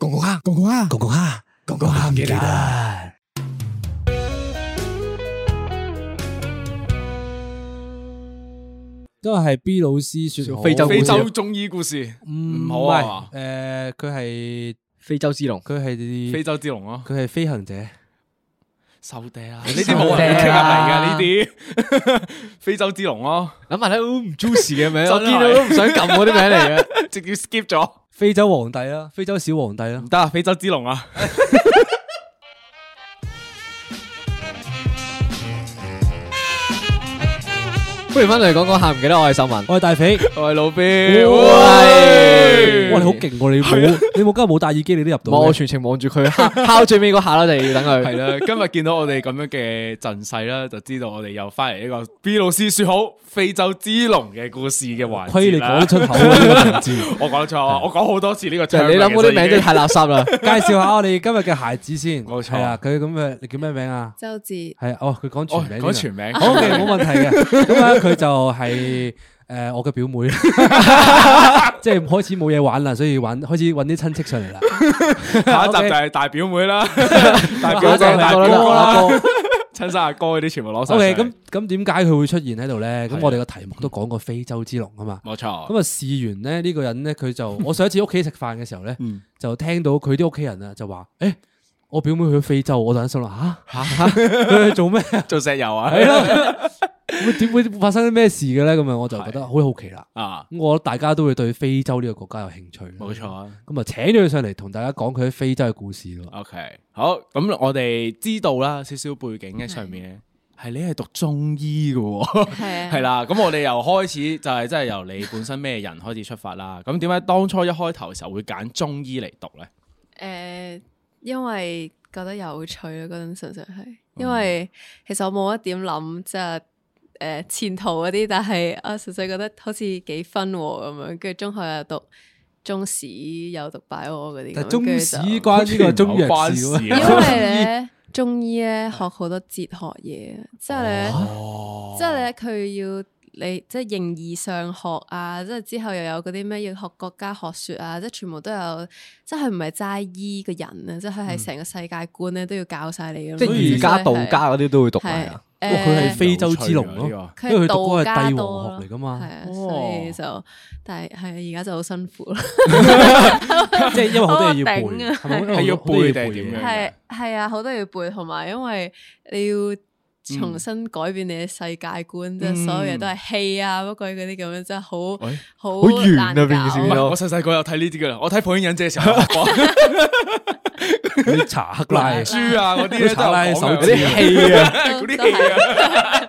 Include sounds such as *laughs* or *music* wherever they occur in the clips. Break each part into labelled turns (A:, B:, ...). A: Kongoja, kongoja, kongoja, kongoja mira.
B: 都係 B 老師说
C: 非洲
B: 非
C: 非
B: 洲
C: 洲中醫故事
B: 唔
C: 唔好啊
B: 係，诶，佢係
A: 非洲之龍，
B: 佢係
C: 非洲之龍咯，
B: 佢係飛行者，
C: 收嗲啦，呢啲冇人會傾入嚟嘅呢啲， *laughs* 非洲之龍咯，
A: 諗埋睇好唔 juicy 嘅 *laughs* 名，
C: 就
A: 我
C: 係
A: 見到都唔想撳嗰啲名 *laughs* 嚟嘅。
C: 直接 skip 咗，
B: 非洲皇帝啦，非洲小皇帝啦
C: 唔。得啊，非洲之龍啊，
A: 不如翻嚟講講下，唔記得我係秀 *laughs* 文，
B: 我係大肥，
A: 我係老
B: 哇你好勁喎！你冇你冇今日冇戴耳機，你都入到
A: 冇，我
B: 嘅。
A: 全程望住佢 *laughs* 敲敲最尾嗰下啦，就要等
C: 係
A: 佢。
C: 啦，今日見到我哋咁樣嘅陣勢啦，就知道我哋又翻嚟呢個 B 老師說好非洲之龍嘅故事嘅環
B: 虧你
C: 節
B: 講
C: 啦
B: 得。出口啊！呢個名字
C: 我講錯，我講好多次呢個
A: 就係
C: term
A: 你
C: 啦
A: 諗嗰啲名
C: 其實已經
A: 真係太垃圾 *laughs* 啦。
B: 介紹下我哋今日嘅孩子先，
C: 冇錯
B: 係啦，佢咁嘅，你叫咩名啊？
D: 周志
B: 係哦，佢講全名添啊，
C: 哦講全名
B: 好嘅，
C: *laughs*
B: 冇問題嘅。咁啊，佢就係誒我嘅表妹， *laughs* 即係開始冇嘢玩啦，所以玩開始揾啲親戚上
C: *laughs*
B: 嚟啦。
C: *laughs* 下一集
B: OK
C: 就係大表妹啦，大表姐、
B: 下一集
C: 大
B: 就係
C: 表哥
B: 大
C: 啦
B: 表、
C: 親生阿哥嗰啲全部攞晒
B: O
C: 上
B: K，
C: 嚟。
B: 咁咁點解佢會出現喺度咧？咁
C: 係哦
B: 我哋個題目都講過非洲之龍啊嘛。
C: 冇錯，
B: 咁啊，事完咧呢個人咧，佢
C: *laughs*
B: 就我上一次屋企食飯嘅時候咧，
C: 嗯
B: 就聽到佢啲屋企人啊就話：，誒，我表妹去咗非洲，我就喺心諗吓
C: *laughs*
B: 吓，佢去做咩 *laughs* 啊？
C: 做石油啊，
B: 係咯，會點會發生啲咩事嘅咧？咁啊，我就覺得好好奇啦。
C: 啊，
B: 咁我覺得大家都會對非洲呢個國家有興趣。
C: 冇錯。啊。
B: 咁啊，請咗佢上嚟同大家講佢喺非洲嘅故事咯。
C: OK，好，咁我哋知道啦，少少背景喺上面咧，係你係讀中醫嘅喎，
D: 嗯係啊
C: 係啦，咁我哋由開始就係真係由你本身咩人開始出發啦。咁點解當初一開頭嘅時候會揀中醫嚟讀咧？
D: 誒，呃因為覺得有趣咯，嗰陣純粹係，因
B: 哦
D: 為其實我冇一點諗即係誒前途嗰啲，但係啊純粹覺得好似幾 fun 喎咁樣，跟住中學又讀中史，又讀擺我嗰啲咁樣，
B: 但係中史
D: 跟住就
B: 關呢個中藥事
C: 好似唔係好關事
B: 喎
C: 啊。
D: 因為咧
B: *laughs*
D: 中醫咧學好多哲學嘢，之後咧，
B: 哦
C: 哦
D: 之後咧佢要你即係形而上學啊，即係之後又有嗰啲咩要學國家學說啊，即係全部都有，即係佢唔係齋醫個人啊，即係佢
B: 嗯
D: 係成個世界觀咧都要教晒你咁樣。
A: 即係儒家、道家嗰啲都會讀埋
D: 係
A: 啊。
B: 哇哦佢係非洲之龍
C: 有趣啊
B: 咯，
C: 呢
D: 誒
B: 因
D: 佢
B: 為佢
D: 係
B: 讀嗰個
D: 道
B: 係
D: 家
B: 帝
D: 多
B: 王
D: 咯
B: 學嚟噶嘛
D: 係。啊，所以就但係係而家就好辛苦啦。
B: *laughs*
A: 啊
B: 即係因為好多嘢要背，
D: 我頂啊
B: 係咪？因為
C: 係要
B: 好多嘢
C: 背定係點樣
D: 係係啊，好多嘢要背，同埋因為你要重新改變你嘅世界觀，即係所有嘢都係戲啊，乜鬼嗰啲咁樣，真係好
C: 嗯喂
D: 好
A: 好圓啊
D: 難搞
A: 平時
C: 唔
A: 見
C: 係，
A: 到
C: 我細細個有睇呢啲嘅啦，我睇《火影忍者》嘅時候，講
B: 啲查克拉嘅。
C: 書啊嗰啲咧都有
B: 拉手
C: 講
B: 指
C: 嘅
B: 啊
A: 戲啊，
C: *laughs*
D: 嗯
C: 嗰啲戲啊，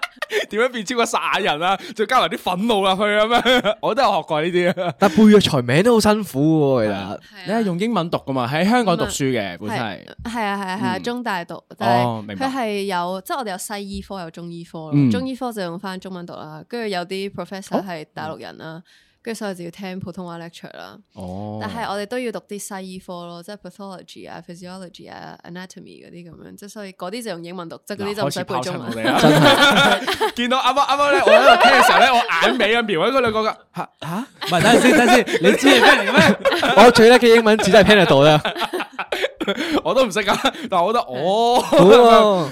C: 點樣變超過撒亞人啊？再加埋啲憤怒入去咁 *laughs* 樣，我都有學過呢啲啊。
A: 但背藥材名都好辛苦喎，其實。
C: 你係用英文讀噶嘛？喺香港讀書嘅本身係
D: 啊係係啊係啊係啊，
C: 嗯
D: 中大讀，但
C: 哦
D: 係
C: 明白
D: 佢係有即係我哋有西醫科有中醫科咯
C: 嗯，哦
D: 中醫科就用翻中文讀啦，跟住有啲 professor 係大陸人啦，跟住所以就要聽普通話 lecture 啦。
C: 哦
D: 但係我哋都要讀啲西醫科咯，即係 pathology 啊、physiology 啊、anatomy 嗰啲咁樣，即係所以嗰啲就用英文讀，即係嗰啲就唔使背中啊文。
C: 真係啊 *laughs* 見到啱啱啱啱咧，我喺度聽嘅時候咧，我眼尾啊瞄喺嗰兩個噶嚇嚇，
B: 唔係，等陣先，等陣先，你知係咩嚟嘅咩？
A: 我最叻嘅英文字真係 Panadol 啦。
C: 我都唔識噶，啊 *laughs* 但係我覺得
D: 啊
C: 哦，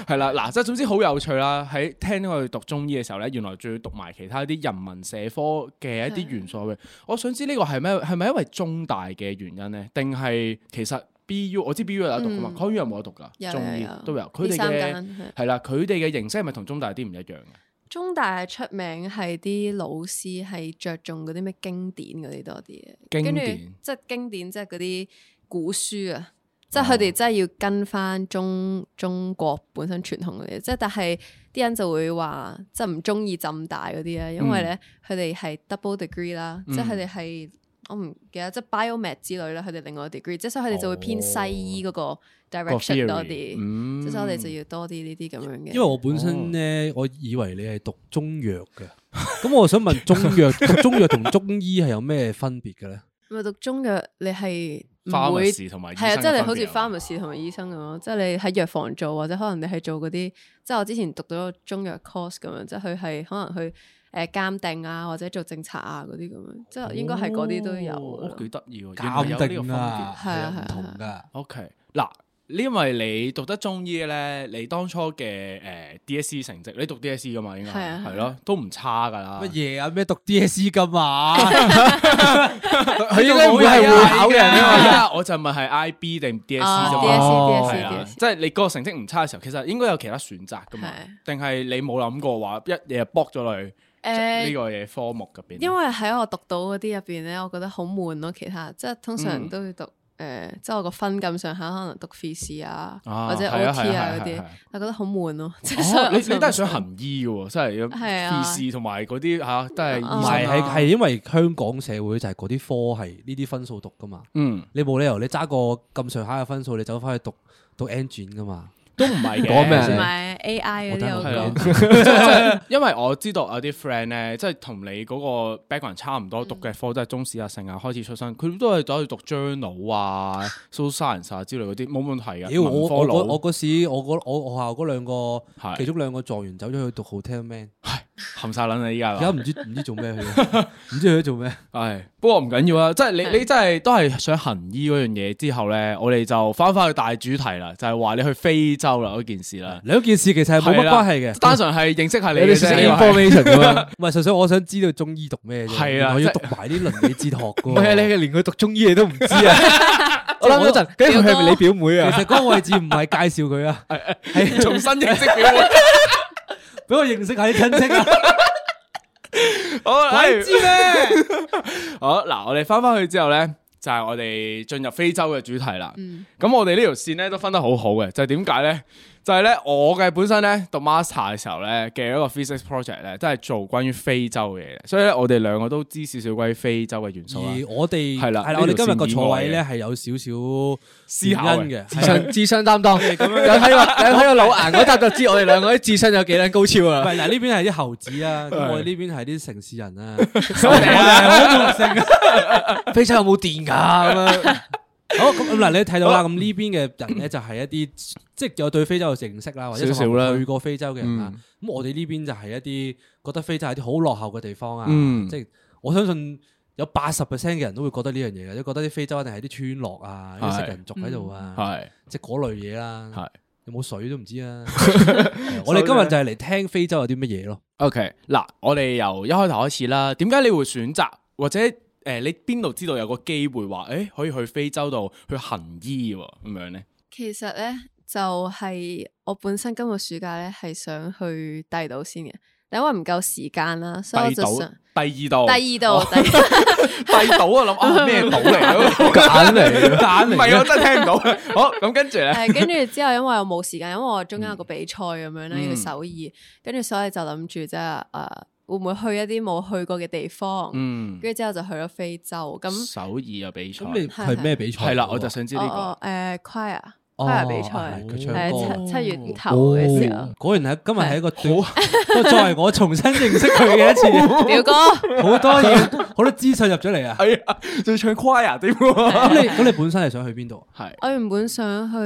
A: 喎
C: 係啦，嗱，即係總之好有趣啦。喺聽我哋讀中醫嘅時候咧，原來仲要讀埋其他啲人文社科嘅一啲元素嘅。我想知呢個係咩？係咪因為中大嘅原因咧？定係其實 BU 我知 BU 有得讀噶嘛
D: 嗯
C: ？CU 有冇得讀噶？
D: 有
C: 中
D: 有
C: 醫
D: 有
C: 都有，佢哋
D: 呢三
C: 嘅
D: 間係
C: 係啦，佢哋嘅形式係咪同中大有啲唔一樣嘅？
D: 中大係出名係啲老師係着重嗰啲咩經典嗰啲多啲嘅，
C: 經典
D: 跟住即係經典，即係嗰啲古書啊，即係佢哋真係要跟翻中中國本身傳統嗰啲，即係但係啲人就會話即係唔中意浸大嗰啲啊，因為咧佢哋係 double degree 啦，即係佢哋係我唔記得，即係 biomed 之類啦，佢哋另外 degree，即係所以佢哋就會偏西醫嗰個 direction 多啲，即係所以我哋就要多啲呢啲咁樣嘅。
B: 因為我本身咧，我以為你係讀中藥嘅，咁我想問中藥 *laughs* 讀中藥同中醫係有咩分別嘅咧？
D: 咪讀中藥，你係唔會
C: Pharmacist 同埋醫生
D: 係啊，即係你
C: 嘅
D: 好
C: 分
D: 似
C: 別啊
D: pharmacist 同埋醫生咁咯，即係你喺藥房做，或者可能你係做嗰啲，即係我之前讀到個中藥 course 咁樣，即係佢係可能去誒監定啊，或者做政策啊嗰啲咁樣，即係應該係嗰啲都有㗎
C: 哦
D: 啦。
C: 幾得意喎，原來
B: 鑑
C: 有呢個
B: 定
C: 分別
B: 啊，
D: 係啊係啊
B: 唔同㗎。
C: O K，嗱，因為你讀得中醫咧，你當初嘅誒 D S C 成績，你讀 D S C 噶嘛，應該
D: 係啊係啊
C: 係咯，都唔差噶啦。
B: 乜嘢啊？咩讀 DSE 㗎嘛？
A: 佢應該唔會係會考嘅人啊嘛。
C: 係啊，我就問係 I B 定 D S C 啫
D: E，
C: 嘛。
A: 哦
D: DSE
C: 係啊
D: DSE，
C: 即係你嗰個成績唔差嘅時候，其實應該有其他選擇噶嘛
D: E 係？
C: 定係你冇諗過話一嘢卜咗落去
D: 誒
C: 呢個嘢科目入邊？
D: 呃因為喺我讀到嗰啲入邊咧，我覺得好悶咯。其他即係通常都要讀誒、呃即係我個分咁上下，可能讀 f e s 啊，
C: 啊
D: 或者
C: 係啊
D: OT 啊
C: 係啊
D: 嗰
C: 係啊係
D: 啲
C: 啊，
D: 我覺得好悶咯。即係所以
C: 哦
D: 我
C: 你
D: 就
C: 你都係想行醫嘅喎，真係有
D: 係啊
C: 護士同埋嗰啲嚇都係醫
B: 唔
C: 生
B: 係係
C: 啊
B: 係因為香港社會就係嗰啲科係呢啲分數讀㗎嘛。
C: 嗯
B: 你冇理由你揸個咁上下嘅分數，你走翻去讀讀 engine 㗎嘛？
C: 都唔係嘅
A: 講咩啊
D: 同埋 AI 嗰啲
B: 我
D: 我
B: 等
C: 係
B: 我
D: 講
C: 咯，即係因為我知道有啲 friend 咧，即係同你嗰個 background 差唔多，讀嘅科都係中史啊、成啊開始出身，佢都係走去讀 journal 啊、social science 啊之類嗰啲，冇問題嘅。
B: 妖我我
C: 文科佬
B: 我我嗰時我嗰我我學校嗰兩個
C: 係
B: 其中兩個狀元走咗去讀 hotel man，
C: 含晒撚啦依家
B: 而家
C: 啦，
B: 唔知唔知做咩去咗，唔知去咗做咩。
C: 係不過唔緊要啊，即係你你真係都係想行醫嗰樣嘢之後咧，我哋就翻返去大主題啦，就係話你去非洲啦嗰件事啦，
B: 兩件事其實係冇乜關係嘅，
C: 單純係認識下你
A: 有
C: 嘅
A: 啲少
C: 啫
A: 少
C: 呢個係
A: information 咁樣。
B: 啊 *laughs* 唔係純粹我想知道中醫讀咩啫。
C: 係
B: 原
C: 啊
B: 來我要
C: 即
B: 讀埋啲倫理哲學
A: 唔係啊，你
B: 嘅。
A: 係連佢讀中醫你都唔知啊！ *laughs* 我諗嗰陣，跟住佢係咪你表妹
B: 其
A: 啊？
B: 實嗰個位置唔係介紹佢啊，係
C: 重新認識表妹。
B: *laughs* 俾我認識下啲親戚
C: *laughs*
B: 啊。
C: 好，
B: 鬼知咩？
C: *laughs* 好嗱，我哋翻翻去之後咧，就係、我哋進入非洲嘅主題啦。咁、我哋呢條線咧都分得好好嘅，就係點解咧？就係咧，我嘅本身咧讀 master 嘅時候咧嘅一個 physics project 咧，都係做關於非洲嘅嘢，所以咧我哋兩個都知少少關於非洲嘅元素啦。
B: 而我哋
C: 係啦
B: 係啦，我哋今日個
C: 呢條線以外嘅
B: 座位咧係有少少
C: 思考嘅
B: 原因嘅，
A: *laughs*
B: 啊
A: 智商智商擔當，有睇過有睇過老顏嗰集就知我哋兩個啲智商有幾撚高超
B: 唔
A: 啊！
B: 係嗱，呢邊係啲猴子啊，咁我哋呢邊係啲城市人啊。
C: 我哋啊，
A: 非洲有冇電㗎咁樣？
B: *laughs* 好咁咁嗱，你睇到啦，咁呢邊嘅人咧就係一啲即係有對非洲嘅認識啦，或者
C: 少少啦
B: 甚至去過非洲嘅人啦。咁我哋呢邊就係一啲覺得非洲係啲好落後嘅地方啊，
C: 嗯
B: 即係我相信。有八十 percent 嘅人都會覺得呢樣嘢嘅，即係覺得啲非洲一定係啲村落啊，啲食人族喺度啊，
C: 係
B: 即係嗰類嘢啦。
C: 嗯係。
B: 有冇水都唔知
C: *laughs*
B: 啊！我哋今日就係嚟聽非洲有啲乜嘢咯。
C: OK，嗱，我哋由一開頭開始啦。點解你會選擇或者誒、呃你邊度知道有個機會話誒、欸可以去非洲度去行醫喎咁樣咧？
D: 其實咧就係、我本身今個暑假咧係想去第度先嘅，但因為唔夠時間啦，所以我
C: 第
D: 哦就
C: 度，
D: 想
C: 第二度，
B: 哦
D: 第二
B: *laughs*
D: 度，第二
C: 第哦到啊諗啊咩島 *laughs* 嚟？
A: 揀嚟嘅，
C: 唔係啊 *laughs* 我真係聽唔到。好咁跟住咧，
D: 誒，跟住之後，因為我冇時間，因為我中間有個比賽咁樣啦，
C: 嗯
D: 要去首爾，跟住所以就諗住即係誒，會唔會去一啲冇去過嘅地方？
C: 嗯，
D: 跟住之後就去咗非洲，咁
C: 首爾有比賽，
B: 咁你係咩比賽？
C: 係啦，我就想知
D: 哦
C: 呢
D: 哦
C: 個
D: 誒 choir
B: 哦
D: choir 比賽，
B: 佢唱歌哦
D: 誒七七月頭嘅時候，
B: 果然係今日係一個
C: 啊
B: 好，作為我重新認識佢嘅一次，
D: 表哥
B: 好多嘢，好多資訊入咗嚟啊！
C: 係啊，仲要唱 choir 添喎，
B: 咁你咁你本身係想去邊度？啊
C: 係
D: 我原本想去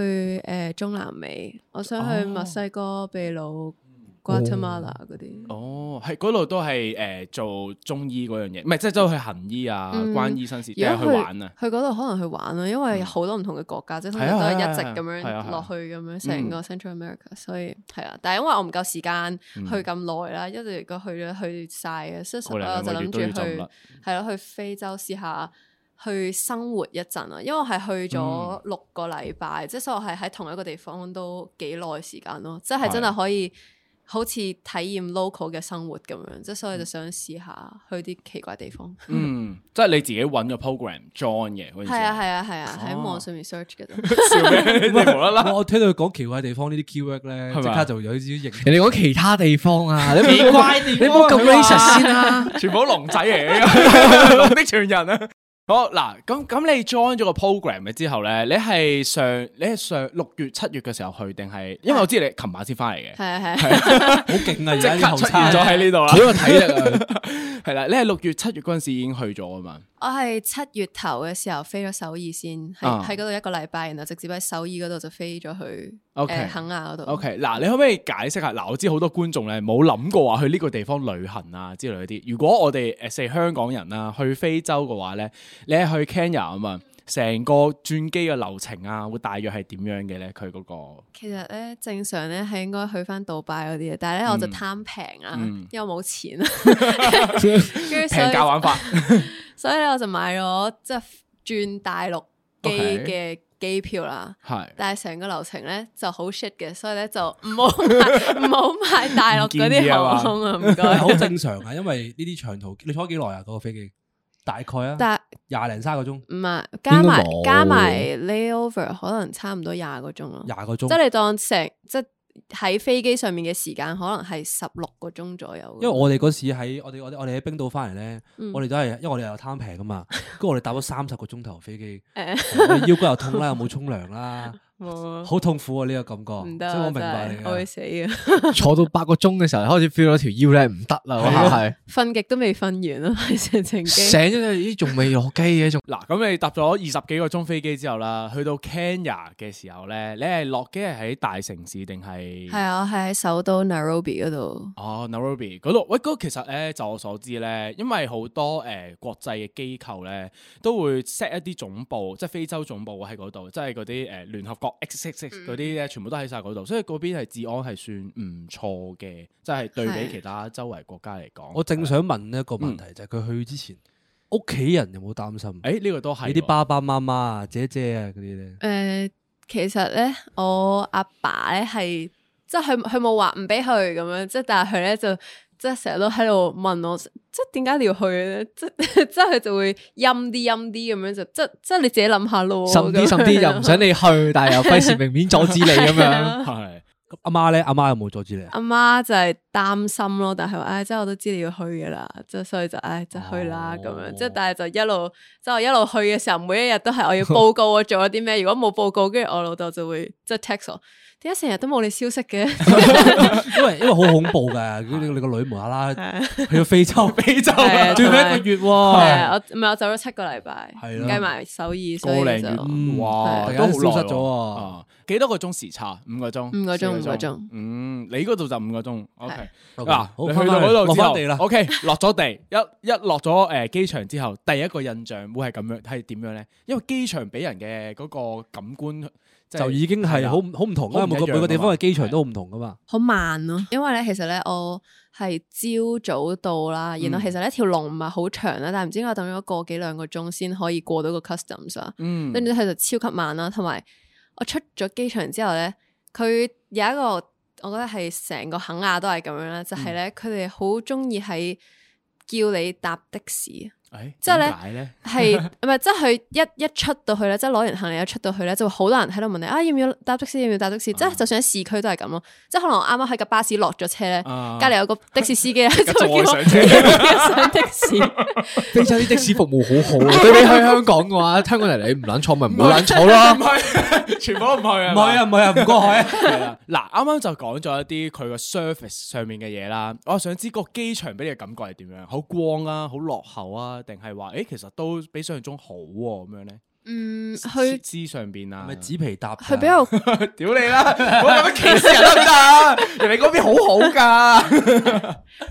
D: 誒中南美，我想去墨西哥、秘魯、Guatemala 嗰啲。
C: 哦，係嗰度都係誒做中醫嗰樣嘢，唔係即係都去行醫啊，
D: 嗯
C: 關醫生事，定
D: 如
C: 係去
D: 果
C: 玩啊？嗯
D: 去嗰度可能去玩咯，因為有好多唔同嘅國家，即係通常都係一直咁
C: 係啊係啊係啊係啊嗯
D: 樣落去咁樣成個 Central America，所以係啊。但係因為我唔夠時間去咁耐啦，一直如果去咗去晒嘅，所以
C: 過
D: 實
C: 嚟
D: 我
C: 兩
D: 就
C: 個月
D: 諗
C: 都
D: 住
C: 要浸
D: 去
C: 啦。
D: 係咯去非洲試下去生活一陣啊。因為我係去
C: 嗯
D: 咗六個禮拜，即係所以我係喺同一個地方都幾耐時間咯，即係真係可以。好似體驗 local 嘅生活咁樣，即係所以就想試下去啲奇怪地方。
C: 嗯，即係你自己揾個 program join 嘅嗰陣時
D: 係啊係啊係
C: 哦
D: 啊，喺網上面 search 嘅
C: *laughs*
D: 啫。
C: 笑咩？你無啦啦，
B: 我我聽到佢講奇怪地方呢啲 keyword 咧，
C: 係咪
B: 即刻就有少少認。
A: 人哋講其他地方 *laughs* 啊，你唔 *laughs* 好你唔好咁 racist 先啦。
B: *laughs*
C: 全部都龍仔嚟嘅，龍的傳人啊！好嗱，咁咁你 join 咗個 program 嘅之後咧，你係上你係上六月七月嘅時候去定係？因為我知你琴晚先翻嚟嘅，
D: 係啊係啊，
B: 好勁啊！而
C: 即
B: 家啲
C: 刻
B: 後
C: 出
B: 生
C: 現咗喺呢度
B: 好
C: 啦。
B: 有體力啊！
C: *laughs* 係啦，你係六月七月嗰陣時已經去咗啊嘛。
D: 我係七月頭嘅時候飛咗首爾先，
C: 啊
D: 喺喺嗰度一個禮拜，然後直接喺首爾嗰度就飛咗去
C: OK
D: 誒肯亞嗰度。
C: OK，嗱，你可唔可以解釋下？嗱，我知好多觀眾咧冇諗過話去呢個地方旅行啊之類嗰啲。如果我哋誒四香港人啊去非洲嘅話咧，你係去 Kenya 啊嘛，成個轉機嘅流程啊，會大約係點樣嘅咧？佢嗰、
D: *laughs*
C: 個
D: 其實咧正常咧係應該去翻杜拜嗰啲嘅，但係咧我就貪平啊，
C: 嗯
D: 因為我冇
C: *laughs*
D: 錢啊，跟住所
C: 平
D: 以 *laughs*
C: 價玩法，
D: 所以咧我就買咗即係轉大陸機
C: OK
D: 嘅機票啦。
C: 係
D: 但係成個流程咧就好 shit 嘅，所以咧就唔好買唔好買大陸嗰啲航空啊，唔
B: 但係
D: 該。
B: 好正常啊，因為呢啲長途你坐咗幾耐啊？嗰個飛機大概啊，
D: 但
B: 廿零三個鐘，
D: 唔係加埋
A: 應該冇
D: 加埋 layover 可能差唔多廿個鐘咯，
B: 廿個
D: 即係
B: 鐘。
D: 你當成即係喺飛機上面嘅時間可能係十六個鐘左右。
B: 因為我哋嗰時喺我哋我哋我哋喺冰島翻嚟咧，
D: 嗯
B: 我哋都係因為我哋又貪平啊嘛，跟住我哋搭咗三十個鐘頭飛機，
D: 誒
B: 我哋腰骨又痛啦，又冇沖涼啦， *laughs*
D: 冇
B: 好痛苦啊呢個感覺。
D: 唔得
B: 所以我
D: 啊，
B: 明白你
D: 真係我會
B: 嘅。
D: 死啊嘅，
A: 坐到八個鐘嘅時候，開始 feel 到條腰咧唔得啦，我下
D: 瞓極都未瞓完啊， *laughs* 成程
A: 係
D: 機
A: 醒。咗咦仲未落機嘅， *laughs* 仲
C: 嗱，咁你搭咗二十幾個鐘飛機之後啦，去到 Kenya 嘅時候咧，你係落機係喺大城市定係？
D: 係啊，我係喺首都 Nairobi 嗰度。
C: 哦，Nairobi 嗰度，喂，嗰其實咧，就我所知咧，因為好多誒、呃、國際嘅機構咧，都會 set 一啲總部，即係非洲總部喺嗰度，即係嗰啲誒聯合國 X X
D: 嗯
C: X 嗰啲咧，全部都喺晒嗰度，所以嗰邊係治安係算唔錯嘅，即係對比
D: 係
C: 其他周圍國家嚟講。
B: 我正想問一個問
C: 嗯
B: 題就係佢去之前，屋企人有冇擔心？
C: 誒呢、個都係
B: 你啲
C: 喎
B: 爸爸媽媽啊、姐姐啊嗰啲咧
D: 誒、，呃其實咧，我阿爸咧係即係佢佢冇話唔俾去咁樣，即係但係佢咧就即係成日都喺度問我，即係點解你要去咧？即即係佢 *laughs* 就會陰啲陰啲咁樣就即即係你自己諗下咯。
A: 甚啲甚啲又唔想你去，但係又費事明面阻止你咁 *laughs* 樣。
D: 啊
C: 係
B: 咁阿媽咧，阿媽有冇阻止
D: *laughs*
B: 你啊？
D: 阿媽就係擔心咯，但係佢話唉，即係我都知你要去嘅啦，即係所以就唉，就去啦
A: 哦
D: 咁樣。即係但係就一路，即係我一路去嘅時候，每一日都係我要報告我做咗啲咩。如果冇報告，跟住我老豆就會即係 text 我，點解成日都冇你消息嘅？
B: 因為因為好恐怖噶，如果你你個女無啦啦去咗非洲，非洲
D: 係啊
B: 最咗一個月喎，
D: 係啊我唔係我走咗七個禮拜，
B: 係咯
D: 計埋首爾，
C: 哦個
D: 所以
C: 零
D: 就
C: 月，
B: 嗯
C: 哇，
B: 突
C: 都
B: 然
C: 好
B: 間
C: 耐
B: 消失咗
C: 喎
B: 喎
C: 啊！幾多個鐘時差？五個鐘，
D: 五個鐘
C: 四
D: 五個鐘
C: 嗯，你嗰度就五個鐘。OK，
B: OK，好
C: 嗱，啊你
B: 返
C: 去
B: 返嚟
C: 到嗰度
B: 落
C: 之
B: 返
C: 後
B: 地啦
C: OK，落咗地，一一落咗誒機場之後，第一個印象會係咁樣，係點樣咧？因為機場俾人嘅嗰個感官即係
B: 就已經係好唔好唔同啦。每個每個地方嘅機場都好唔同噶嘛。
D: 好慢咯。因為咧，其實咧我係朝早到
C: 嗯
D: 啦，然後其實呢條龍唔係好長啦，但係唔知點解等咗個幾兩個鐘先可以過到個 customs 啊。
C: 嗯
D: 跟住佢就超級慢啦，同埋我出咗機場之後咧，佢有一個我覺得係成個肯亞都係咁樣啦，就係
C: 嗯
D: 咧佢哋好中意喺叫你搭的士。
C: 誒
D: 之後呢
C: 哎點解咧，
D: 係唔係？即係佢一一出到去咧，即係攞完行李一出到去咧，就會好多人喺度問你啊，要唔要搭的士？要唔要搭的
C: 啊
D: 士？即係就算喺市區都係咁咯。即係可能我啱啱喺架巴士落咗車咧，
C: 啊
D: 隔離有個的士司機咧
C: *laughs*
D: 就叫
C: 再
D: 我
C: 上車
D: 上的士。
C: *laughs*
A: 非洲啲的士服務好好啊，對比去香港嘅話，香港人你唔撚坐咪唔好撚坐
C: 唔
A: 咯。
C: 係， *laughs* 全部都唔去啊！
B: 唔係啊，唔係啊，唔過海啊。
A: *laughs*
C: 係啦，嗱，啱啱就講咗一啲佢個 surface 上面嘅嘢啦，我想知個機場俾你嘅感覺係點樣？好光啊，好落後啊，定係話誒其實都比想象中好喎咁樣咧？
D: 嗯，
C: 設
D: 佢
C: 施上邊啊，
B: 咪紙皮搭㗎，
D: 佢比較
C: *laughs* 屌你啦！我咁樣歧視人得唔得啊？ *laughs* 人哋嗰邊好好噶，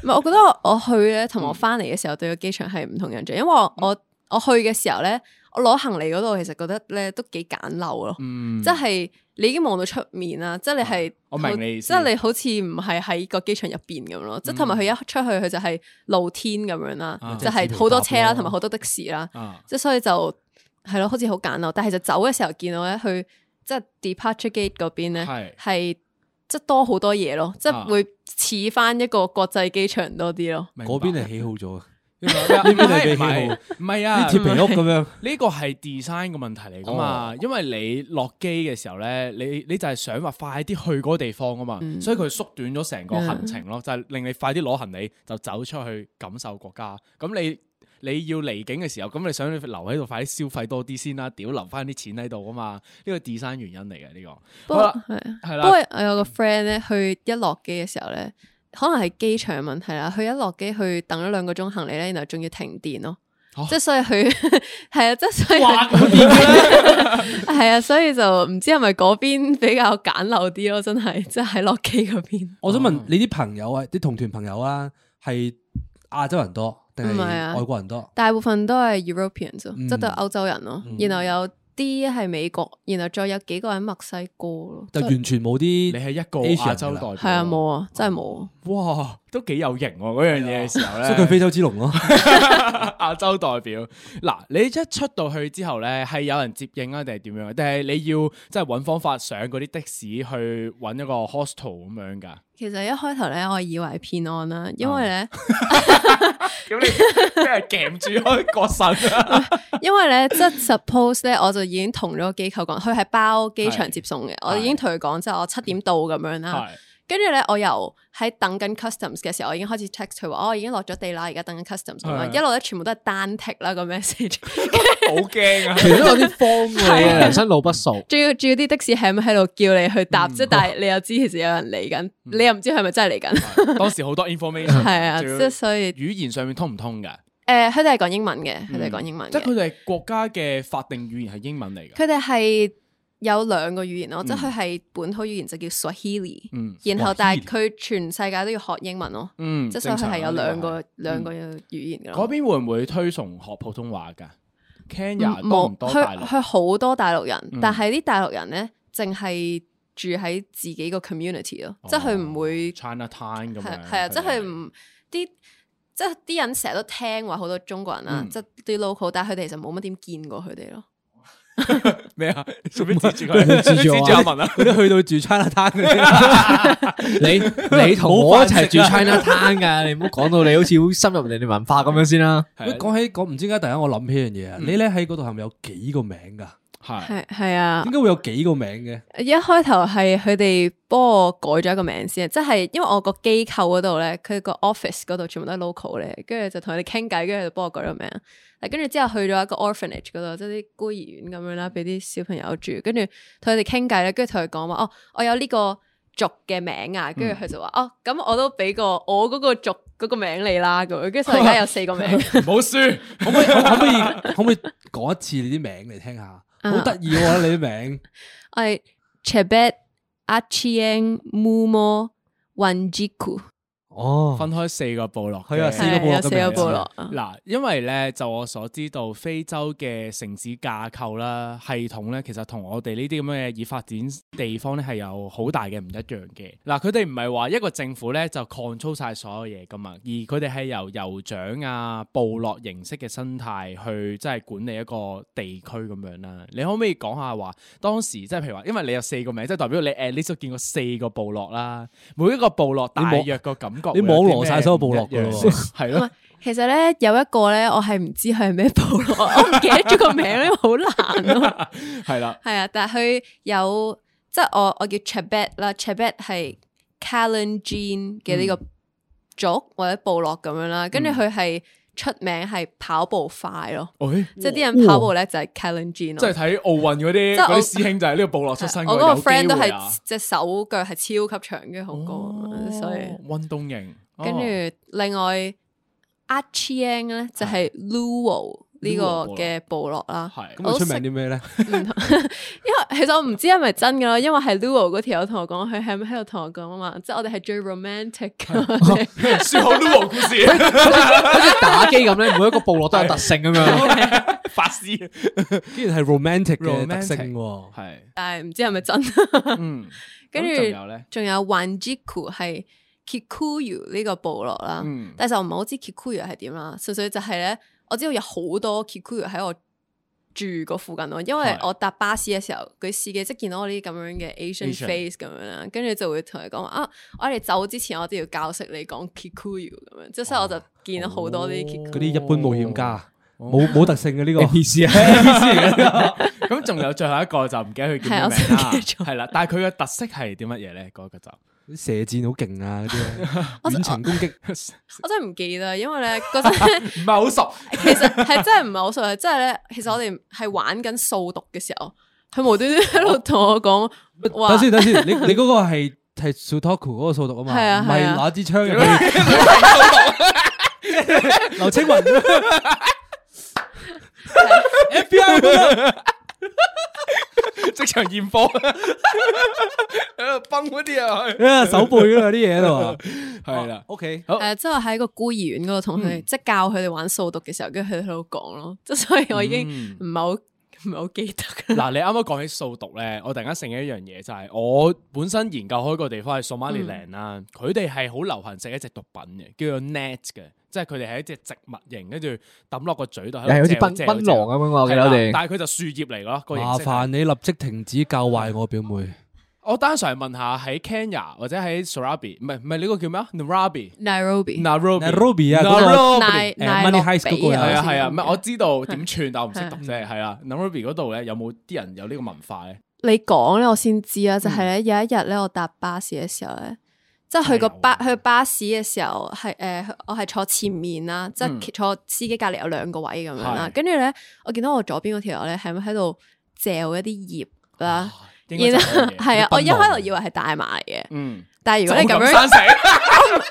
D: 唔係，我覺得我我去咧，同我翻嚟嘅時候對個機場係唔同印象，因為我
C: 嗯
D: 我我去嘅時候咧，我攞行李嗰度其實覺得咧都幾簡陋咯，
C: 嗯哦
D: 即係你已經望到出面啦，即係你係
C: 我明你意思嗯
D: 即係你好似唔係喺個機場入邊咁咯，即係同埋佢一出去佢就係露天咁樣啦，就係好多車啦，同埋好多的士啦，
C: 啊，
D: 即係所以就係咯，好似好簡陋，但係就走嘅時候見到咧，去即係 departure gate 嗰邊咧
C: 係
D: 係即係多好多嘢咯，即
C: 啊
D: 係會似翻一個國際機場多啲咯。
B: 嗰邊係起好咗啊，
C: 呢邊
B: 邊係被欺
C: 係
B: 負
C: 唔係
B: 啲
C: 啊？
B: 鐵皮屋哦咁樣。
C: 呢個係 design 嘅問題嚟噶嘛，因為你落機嘅時候咧，你你就係想話快啲去嗰個地方啊嘛，
D: 嗯
C: 所以佢縮短咗成個行程咯，就係令你快啲攞行李就走出去感受國家。咁你你要離境嘅時候，咁你想留喺度快啲消費多啲先啦，屌留翻啲錢喺度啊嘛，呢個 design 原因嚟嘅呢個。
D: 不
C: 好
D: 過
C: 啦，
D: 係啊
C: 係
D: 不
C: 啦，
D: 過我有個 friend 咧，佢一落機嘅時候咧，可能係機場問題啦。佢一落機，去等咗兩個鐘行李咧，然後仲要停電咯。
C: 嚇
D: 即係所以佢 *laughs* 係啊，即係所以
C: 哦
D: *laughs*
C: 哇
D: 佢
C: 咁點
D: 係啊，所以就唔知係咪嗰邊比較簡陋啲咯，真係 *laughs* 即係喺落機嗰邊。
B: 我想問你啲朋友啊，啲同團朋友啊，係亞洲人多定
D: 唔
B: 係
D: 係啊
B: 外國人多？
D: 大部分都係 European 啫，
B: 嗯
D: 即係都係歐洲人咯。
C: 嗯
D: 然後有啲係美國，然後再有幾個喺墨西哥咯。
B: 就完全冇啲
C: 你係一個
B: Asian
C: 亞洲
B: 㗎
C: 代表，
B: 啦
D: 係啊，冇啊，真係冇啊。
C: 哇，都幾有型喎嗰樣嘢嘅時候咧。
B: 所以佢非洲之龍咯。
C: *laughs* 亞洲代表嗱，你一出到去之後咧，係有人接應啊，定係點樣？定係你要即係揾方法上嗰啲的士去揾一個 hostel 咁樣㗎？
D: 其實一開頭咧，我以為係騙案啦，因為咧，
C: 咁你即係夾住開個身啊！
D: *laughs* 因為咧，即係 suppose 咧，我就已經同咗個機構講，佢係包機場
C: 係
D: 接送嘅，我已經同佢講，即係我七點到咁樣啦。跟住咧，我由喺等緊 customs 嘅時候，我已經開始 text 佢話，哦我已經落咗地啦，而家等緊 customs 咁樣，
C: 係
D: 一路咧全部都係單剔啦個 message，
C: 好驚啊！
A: 其實都有啲慌嘅，
B: *laughs*
D: 啊
A: 人生路不熟。
D: *laughs* 仲要仲要啲的士係咁喺度叫你去搭，即係但係你又知其實有人嚟緊，你又唔知係咪真係嚟緊，
C: 當時好多 information，
D: 係啊，即
C: 仲要
D: 係所以
C: 語言上面通唔通㗎？
D: 誒，佢哋係講英文嘅，佢哋係講英文
C: 即係佢
D: 嘅，
C: 哋國家嘅法定語言係英文嚟㗎。
D: 佢哋嗯係有兩個語言咯，即係佢係本土語言就叫 Swahili，
C: 嗯
D: 然後但係佢全世界都要學英文咯，
C: 嗯，
D: 即係所以佢係有兩
C: 正常啊呢
D: 個
C: 係
D: 兩個語言嘅
C: 嗰
D: 咯。
C: 邊會唔會推崇學普通話㗎？Kenya
D: 嗯
C: 啊多唔
D: 冇，
C: 多
D: 佢
C: 大陸？
D: 佢好多大陸人
C: 嗯，
D: 但係啲大陸人咧，淨係住喺自己個 community 咯，即係佢唔會
C: China Town 哦咁
D: 係
C: 樣。
D: 係啊，即係佢唔啲。即係啲人成日都聽話好多中國人啦，
C: 嗯
D: 即係啲 local，但係佢哋其實冇乜點見過佢哋咯。
C: 咩啊？做 *laughs* 咩指住佢？
A: 指住我
C: 指住阿文 *laughs* 啊？
B: 嗰啲去到住 China Town 嗰啲，
A: 你你同我一齊住 China Town 噶，你唔好講到你好似好深入人哋文化咁樣先 *laughs* 啦。
B: *laughs*
C: 係
B: 講起講唔知點解突然間我諗起一樣嘢啊！你咧喺嗰度係咪有幾個名㗎？
C: 係
D: 係係啊
B: 點，解會有幾個名嘅？
D: 一開頭係佢哋幫我改咗一個名先，即係因為我個機構嗰度咧，佢個 office 嗰度全部都係 local 咧，跟住就同佢哋傾偈，跟住就幫我改咗名。嗱，跟住之後去咗一個 orphanage 嗰度，即係啲孤兒院咁樣啦，俾啲小朋友住，跟住同佢哋傾偈咧，跟住同佢講話，哦，我有呢個族嘅名啊，跟住佢就話，哦，咁我都俾個我嗰個族嗰個名你啦，咁樣，跟住所以而家有四個名，
C: *laughs* 唔好輸。
B: 可唔可以可唔可以可唔可以講一次你啲名嚟聽下？好得意喎！你啲名
D: 我係 Chebet、Achieng、Mumo、Wanjiku。
B: 哦
C: 分開四個部落嘅，
B: 係啊四個部落
D: 係有四個部落。
C: 嗱，因為咧，就我所知道，非洲嘅城市架構啦、系統咧，其實同我哋呢啲咁嘅已發展地方咧係有好大嘅唔一樣嘅。嗱，佢哋唔係話一個政府咧就 control 晒所有嘢噶嘛，而佢哋係由酋長啊、部落形式嘅生態去即係管理一個地區咁樣啦。你可唔可以講下話當時即係譬如話，因為你有四個名，即係代表你 at least 都見過四個部落啦，每一個部落大約個感
B: 你
C: 覺會有啲咩唔一樣，
B: 網羅晒所有部落㗎喎
C: 係 *laughs* 咯。
D: 其實咧有一個咧，我係唔知佢係咩部落， *laughs* 我唔記得咗個名咧，因為好難咯。
C: *laughs* 系啦，
D: 係啊，但係佢有即係我我叫 Chebet 啦，Chebet 係 Kalenjin 嘅呢個
C: 嗯
D: 族或者部落咁樣啦，跟住佢係出名係跑步快咯，
C: 诶，
D: 即係啲人跑步咧就係 Kalenjin
C: 即
D: 咯
C: 係。睇奧運嗰啲
D: 即係
C: 嗰
D: 我
C: 啲師兄就係呢個部落出身，
D: 我
C: 嗰
D: 嗰
C: 個
D: 個
C: 有機會啊
D: friend 都係隻手腳係超級長，跟住好
C: 哦
D: 高，啊所以。
C: 運動型，哦
D: 跟住另外 a c h i a n g 咧就係 Luo 呢個嘅部落啦。 *laughs*
C: 係
B: 咁佢出名啲咩咧？
D: 唔同，因為其實我唔知係咪真噶啦，因為係 Luo 嗰條友同我講，佢係咪喺度同我講啊嘛，即係我哋係最 romantic 㗎我哋 *laughs*
C: 说好 Luo 故事， *laughs*
A: 好似打機咁咧，每一個部落都有特性咁 *laughs* 樣。
C: 法師
B: 竟然係 romantic 嘅
C: Romantic
B: 特性喎。
C: 係，
D: 但係唔知係咪真。
C: 嗯，
D: 跟
C: 咁仲有
D: 住
C: 咧，
D: 仲有 Wanjiku 係 Kikuyu 呢個部落啦，
C: 嗯
D: 但係就唔係好知 Kikuyu 係點啦，純粹就係咧，我知道有好多 Kikuyu 喺我住個附近咯，因為
C: 係
D: 我搭巴士嘅時候，佢司機即係見到我呢啲咁樣嘅 Asian
C: Asian
D: face 咁樣啦，跟住就會同佢講話啊，我哋走之前我都要教識你講 Kikuyu 咁樣，即係所以我就見到好多呢啲 Kikuyu。
C: 哦
B: 嗰啲一般冒險家，冇冇特性嘅呢個
A: PC 啊，
C: 咁仲有最後一個就唔記得佢叫咩
D: 係我唔
C: 名啦，
D: 記得咗
C: 係啦，但係佢嘅特色係啲乜嘢咧？嗰個就
B: 啲 *laughs* 射箭好勁啊，嗰 *laughs* 啲遠程攻擊，
D: 我真係唔記得，因為咧嗰
C: *laughs*
D: 陣
C: 唔係好熟。
D: 其實係真係唔係好熟，係真係咧。其實我哋係玩緊掃毒嘅時候，佢無端端喺度同我講話，
B: 哦等先等先，你你嗰個係係 Sudoku 嗰個數獨啊嘛，
D: 係啊
B: 唔
D: 係
B: 係
D: 啊
B: 攞支 *laughs* 槍入去，劉青雲 *laughs* FBI
C: 即場驗貨，喺度崩嗰啲啊，
B: 啊 *laughs* 手背嗰度有啲嘢喺度啊，
C: 係啦。
B: *laughs* ，OK，
D: 誒，即係喺個孤兒院嗰度同佢，
B: 嗯
D: 即係教佢哋玩掃毒嘅時候，跟住佢喺度講咯，即係所以我已
B: 嗯
D: 經唔係好唔係好記 *laughs* 得。
C: 嗱，你啱啱講起掃毒咧，我突然間醒起一樣嘢，就係、我本身研究開個地方係
D: 嗯
C: Somaliland 啦，佢哋係好流行食一隻毒品嘅，叫做 net 嘅，即係佢哋係一隻植物形，跟住抌落個嘴度，
A: 係好似
C: 檳
A: 檳檳榔咁樣喎我記得我 *laughs* 哋
C: 但係佢就樹葉嚟咯個
B: 麻
C: 形式係。
B: 煩你立即停止教壞我表妹，
C: 我單純係問下喺 Kenya 或者喺 Sarabi，唔係唔係呢個叫咩啊？Nairobi。
D: Nairobi，
C: Nairobi
B: Nairobi 啊嗰個
C: Nairobi
B: 誒 Money Heist 嗰個
C: 係啊係啊，唔係
D: 咩？
C: 我知道點串，但我唔識讀
D: 係 *laughs*
C: 啫，係啦。Nairobi 嗰度咧有冇啲人有呢個文化咧？
D: 你講咧，我先知
C: 嗯
D: 啊，就係咧有一日咧，我搭巴士嘅時候咧，即係去
C: 啊
D: 個巴去巴士嘅時候係誒，我係坐前面啦，即係坐司機隔離有兩個位咁樣啦
C: 嗯係，
D: 跟住咧，我見到我左邊嗰條友咧係咪喺度嚼一啲葉啦，
C: 應該就
D: 然後
C: 係呢樣嘢
D: 係啊，我一開頭
B: 檳榔
D: 以為係大麻嚟嘅，
C: 嗯，
D: 但係如果你咁
C: 就
D: *laughs* 樣。
C: *laughs* 生死。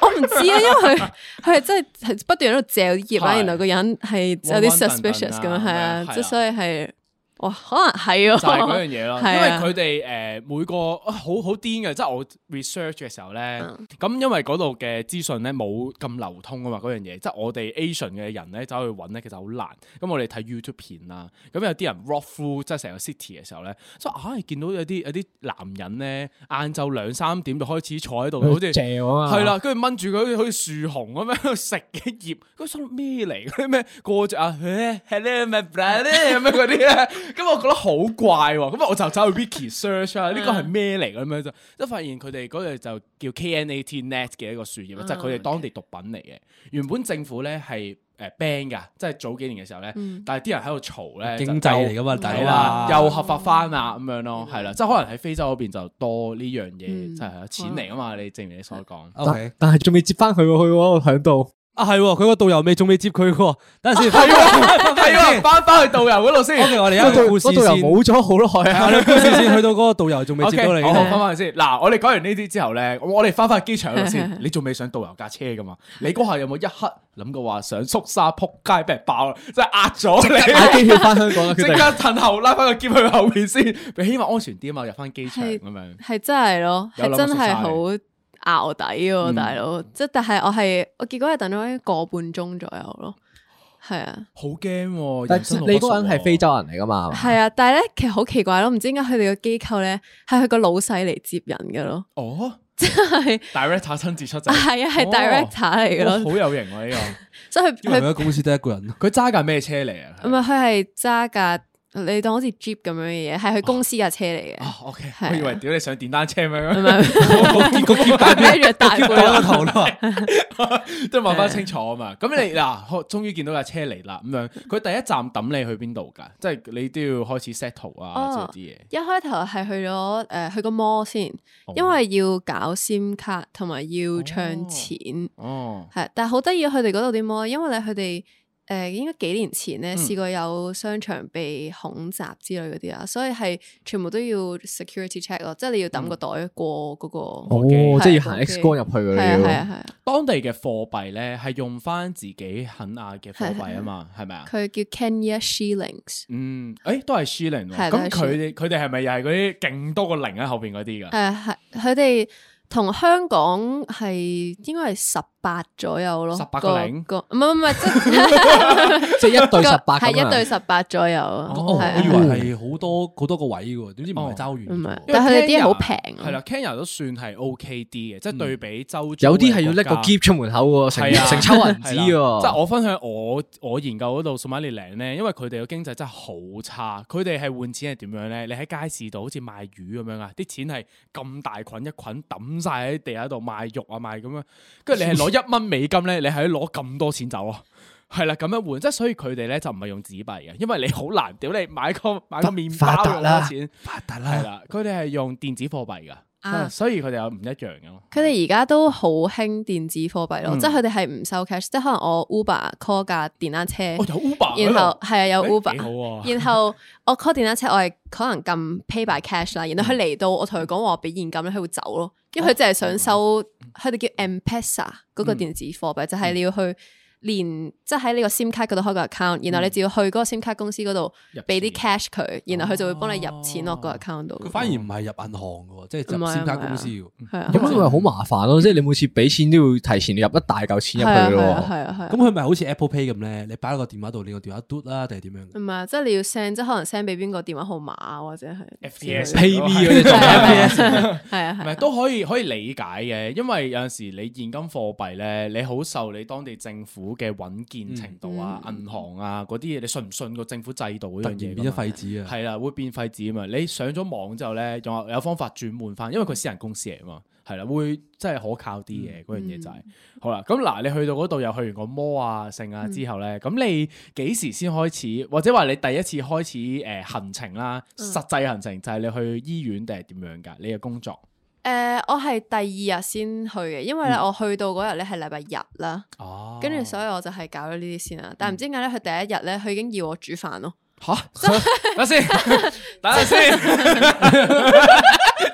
D: 我唔知啊，因為佢佢係真係不斷喺度嚼啲葉啦，
C: 係
D: 然後個人係有
C: 暈暈
D: 啲
C: 沌沌
D: suspicious 咁樣，
C: 啊
D: 係
C: 咁
D: 啊
C: 樣係，啊
D: 即係所以係，哇，可能係啊，
C: 就係嗰樣嘢咯，
D: *laughs* 係啊
C: 因為佢哋誒每個啊好好癲嘅，即係我 research 嘅時候咧，
D: 嗯
C: 咁因為嗰度嘅資訊咧冇咁流通啊嘛，嗰樣嘢，即係我哋 Asian 嘅人咧走去揾咧，其實好難。咁我哋睇 YouTube 片啦，咁有啲人 walk through 即係成個 city 嘅時候咧，即係啊見到有啲有啲男人咧，晏晝兩三點就開始坐喺度，好似
A: 嚼啊嘛
C: 係啦，跟住掹住佢好似好似樹熊咁樣喺度食嘅葉，佢心諗咩嚟？嗰啲咩過著啊誒，hello my brother 咁樣嗰
B: *laughs*
C: 啲咧，咁我覺得好怪喎，咁我就走去 wiki search 啊，呢個係咩嚟咁樣就，即係發現佢哋嗰度就叫 KNAT net 嘅一個樹葉，啊
B: 啊
C: 即係佢哋當地毒品嚟嘅。原本政府咧係誒 ban 㗎，即係早幾年嘅時候咧，但係啲人喺度嘈咧，
B: 嗯經濟嚟㗎嘛
C: 就
B: 大佬
C: 係啦
B: 啊，
C: 又合法翻啊咁樣咯，係啦，即係可能喺非洲嗰邊就多呢樣嘢，就係錢嚟啊嘛，你正如你所講。 *laughs*
B: ，OK。
A: 但係仲未接翻佢喎，佢喎響度。
B: 啊係喎，佢個導遊未仲未接佢喎，等陣先。
C: 係喎，係喎，翻翻去導遊嗰度先。
B: O
C: *laughs*
B: K，我哋
A: 嗰
B: 有一個
A: 度
B: 故事先，
A: 嗰度又
B: 我
A: 冇咗好耐啊！
B: 哋故事先去到嗰個導遊仲未
C: O
B: 接
C: K，
B: 到你
C: *laughs* 好，
B: 嘅。
C: 翻翻去先。嗱，我哋講完呢啲之後咧，我我哋翻翻去機場嗰度先。 *laughs* 你仲未上導遊架車噶嘛？你嗰下有冇一刻諗過話上縮沙撲街俾人爆啦？ *laughs* 即係壓咗
A: 買機票翻香港
B: 啊
A: 啦，
C: 你，
A: 決
C: 即
A: 定
C: 刻褪後拉翻個箧去後面先，你希望安全啲啊嘛，入翻機場咁樣。
D: 係真係咯，
C: 有諗過
D: 係真係好淆底喎，大佬，即係但係我係我結果係等咗個半鐘左右咯，係啊，
C: 好驚喎！
A: 但
C: 人
A: 係啊
C: 生路不
A: 你嗰
C: 熟
A: 個人係
C: 喎
A: 非洲人嚟噶嘛？係嘛
D: 係啊，但係咧其實好奇怪咯，唔知點解佢哋個機構咧係佢個老細嚟接人嘅咯，
C: 哦
D: 即係
C: ，director 親自出陣，
D: 係啊係
C: 哦
D: director 嚟嘅
C: 哦
D: 咯，
C: 好有型喎呢
D: 即係
B: 因為
D: 佢
B: 佢
D: 佢
B: 喺公司得一個人，
C: 個。佢揸架咩車嚟啊？
D: 唔係佢係揸架你當好似 jeep 咁樣嘅嘢，係佢公司架車嚟嘅，
C: 啊，OK，我
D: 係啊
C: 以為屌你上電單車咁
D: 唔
C: 樣，
D: 係
B: *laughs* 結果結
D: 唔係孭住
B: *laughs*
D: 大背
B: 個
D: 囊。
B: 頭啦。
C: *laughs* 都問翻清楚啊嘛。咁你嗱，呵終於見到架車嚟啦，咁樣佢第一站抌你去邊度㗎？即係你都要開始 settle 啊，做
D: 哦
C: 啲嘢。
D: 一開頭係去咗誒、呃去個 mall 先，因為要搞 SIM 卡同埋要唱錢，係、
C: 哦，
D: 但係好得意啊佢哋嗰度啲 mall，因為咧佢哋誒應該幾年前咧試過有商場被恐襲之類嗰啲啦，所以係全部都要 security check 咯，即係你要抌個袋過嗰、個，
A: 哦，即係要行
D: 係
A: X 光入去㗎
D: 係啊係啊
A: 啦，
D: 係啊，
C: 當地嘅貨幣咧係用翻自己肯亞嘅貨幣啊嘛，係咪啊？
D: 佢叫 Kenya Shillings。
C: 嗯，誒都係 shilling 喎。
D: 係都
C: 咁
D: 係
C: 佢哋佢哋係咪又係嗰啲勁多個零啊喺後邊嗰啲㗎？
D: 誒係佢哋同香港係應該係十八左右咯，
C: 18個零
D: 個唔係唔係即
A: 即係一對十八
D: 係
A: 咁
D: 一對
A: 樣。
D: 十八左右啊，
B: 哦，我
D: 係啊
B: 以為係好多好多個位嘅喎，點知唔係爭好遠
D: 哦唔
B: 嘅
D: 係
B: 喎。
D: 但係佢哋啲嘢好
C: Kenya-
D: 平啊嗯
C: 係啦，Kenya 都算係 OK 啲嘅，即係對比周遭
A: 有啲係要
C: 嘅國
A: 拎個
C: 家
A: keep 出門口喎，成
C: 係啊
A: 成抽銀
C: 係
A: 紙
C: 啦
A: 喎。
C: 即係我分享我我研究嗰度 Somaliland 咧，因為佢哋嘅經濟真係好差，佢哋係換錢係點樣咧？你喺街市度好似賣魚咁樣啊，啲錢係咁大捆一捆抌晒喺地下度賣肉啊賣咁樣，跟住你係攞一蚊美金咧，你係攞咁多錢走啊！係啦，咁樣換，即係所以佢哋咧就唔係用紙幣嘅，因為你好難屌你買個買個麵
A: 發
C: 包
A: 達
C: 用
A: 啦
C: 多錢，
B: 發達
C: 啊係，啦，佢哋係用電子貨幣噶，
D: 啊。
C: 所以佢哋有唔一樣嘅哦咯。
D: 佢哋而家都好興電子貨幣咯，
C: 嗯
D: 即係佢哋係唔收 cash，即係可能我 Uber call 架電單車，
C: 我有 Uber，喺
D: 然
C: 度
D: 後係啊有
C: 誒幾好
D: Uber，
C: 喎
D: 然後我 call 電單車，我係可能撳 pay by cash 啦，然後佢嚟到我同佢講話我俾現金咧，佢會走咯，因為佢就係想收，佢哋叫 M-Pesa 嗰個電子貨幣，就係你要去。連即係喺呢個 SIM 卡嗰度開個 account，然後你就要去嗰個 SIM 卡公司嗰度
C: 入
D: 俾啲
C: 錢
D: cash 佢，然後佢就會幫你入錢落個 account 度。
B: 佢反而唔係入銀行嘅喎，即係
D: 唔係
B: 入
D: 啊
B: 先卡公司嘅喎。
D: 係啊，
A: 咁咪好麻煩咯，即係你每次俾錢都要提前入一大嚿錢
D: 係
A: 入
D: 啊，
A: 去
D: 係
A: 咯
D: 啊，。係啊，係啊
B: 咁。佢咪好似 Apple Pay 咁咧？你擺喺個電話度，你個電話嘟啦，定係點樣嘅？
D: 唔係，即係你要 send，即係可能 send 俾邊個電話號碼啊，或者係
C: FPS
D: 哦係
A: PayMe 嗰啲做
D: 啊
C: 唔
D: 係啊係
C: 係
D: 啊，
C: 都可以可以理解嘅，因為有陣時你現金貨幣咧，你好受你當地政府嘅穩健程度啊、
B: 嗯
C: 銀行啊嗰啲嘢，你信唔信個政府制度
B: 突
C: 嗰
B: 然
C: 樣嘢
B: 變
C: 㗎
B: 咗
C: 嘛？
B: 廢紙 *laughs* 啊！
C: 係啦，會變廢紙啊嘛！你上咗網之後咧，仲有有方法轉換翻，因為佢私人公司嚟啊嘛，係啦，會真係可靠啲
B: 嗯
C: 嘅嗰樣嘢就係、好啦。咁嗱，你去到嗰度又去完個摩啊、剩啊
B: 嗯
C: 之後咧，咁、你幾時先開始，或者話你第一次開始誒、呃行程啦，
B: 嗯
C: 實際行程就係你去醫院定係點樣㗎？你嘅工作
D: 誒，我係第二日先去嘅，因為咧我去到嗰日咧係禮拜日啦，
C: 哦
D: 跟住所以我就係搞咗呢啲先啦。但係唔知點解咧，佢第一日咧，佢已經要我煮飯咯，
C: 吓，等下 *laughs* 先，等下先，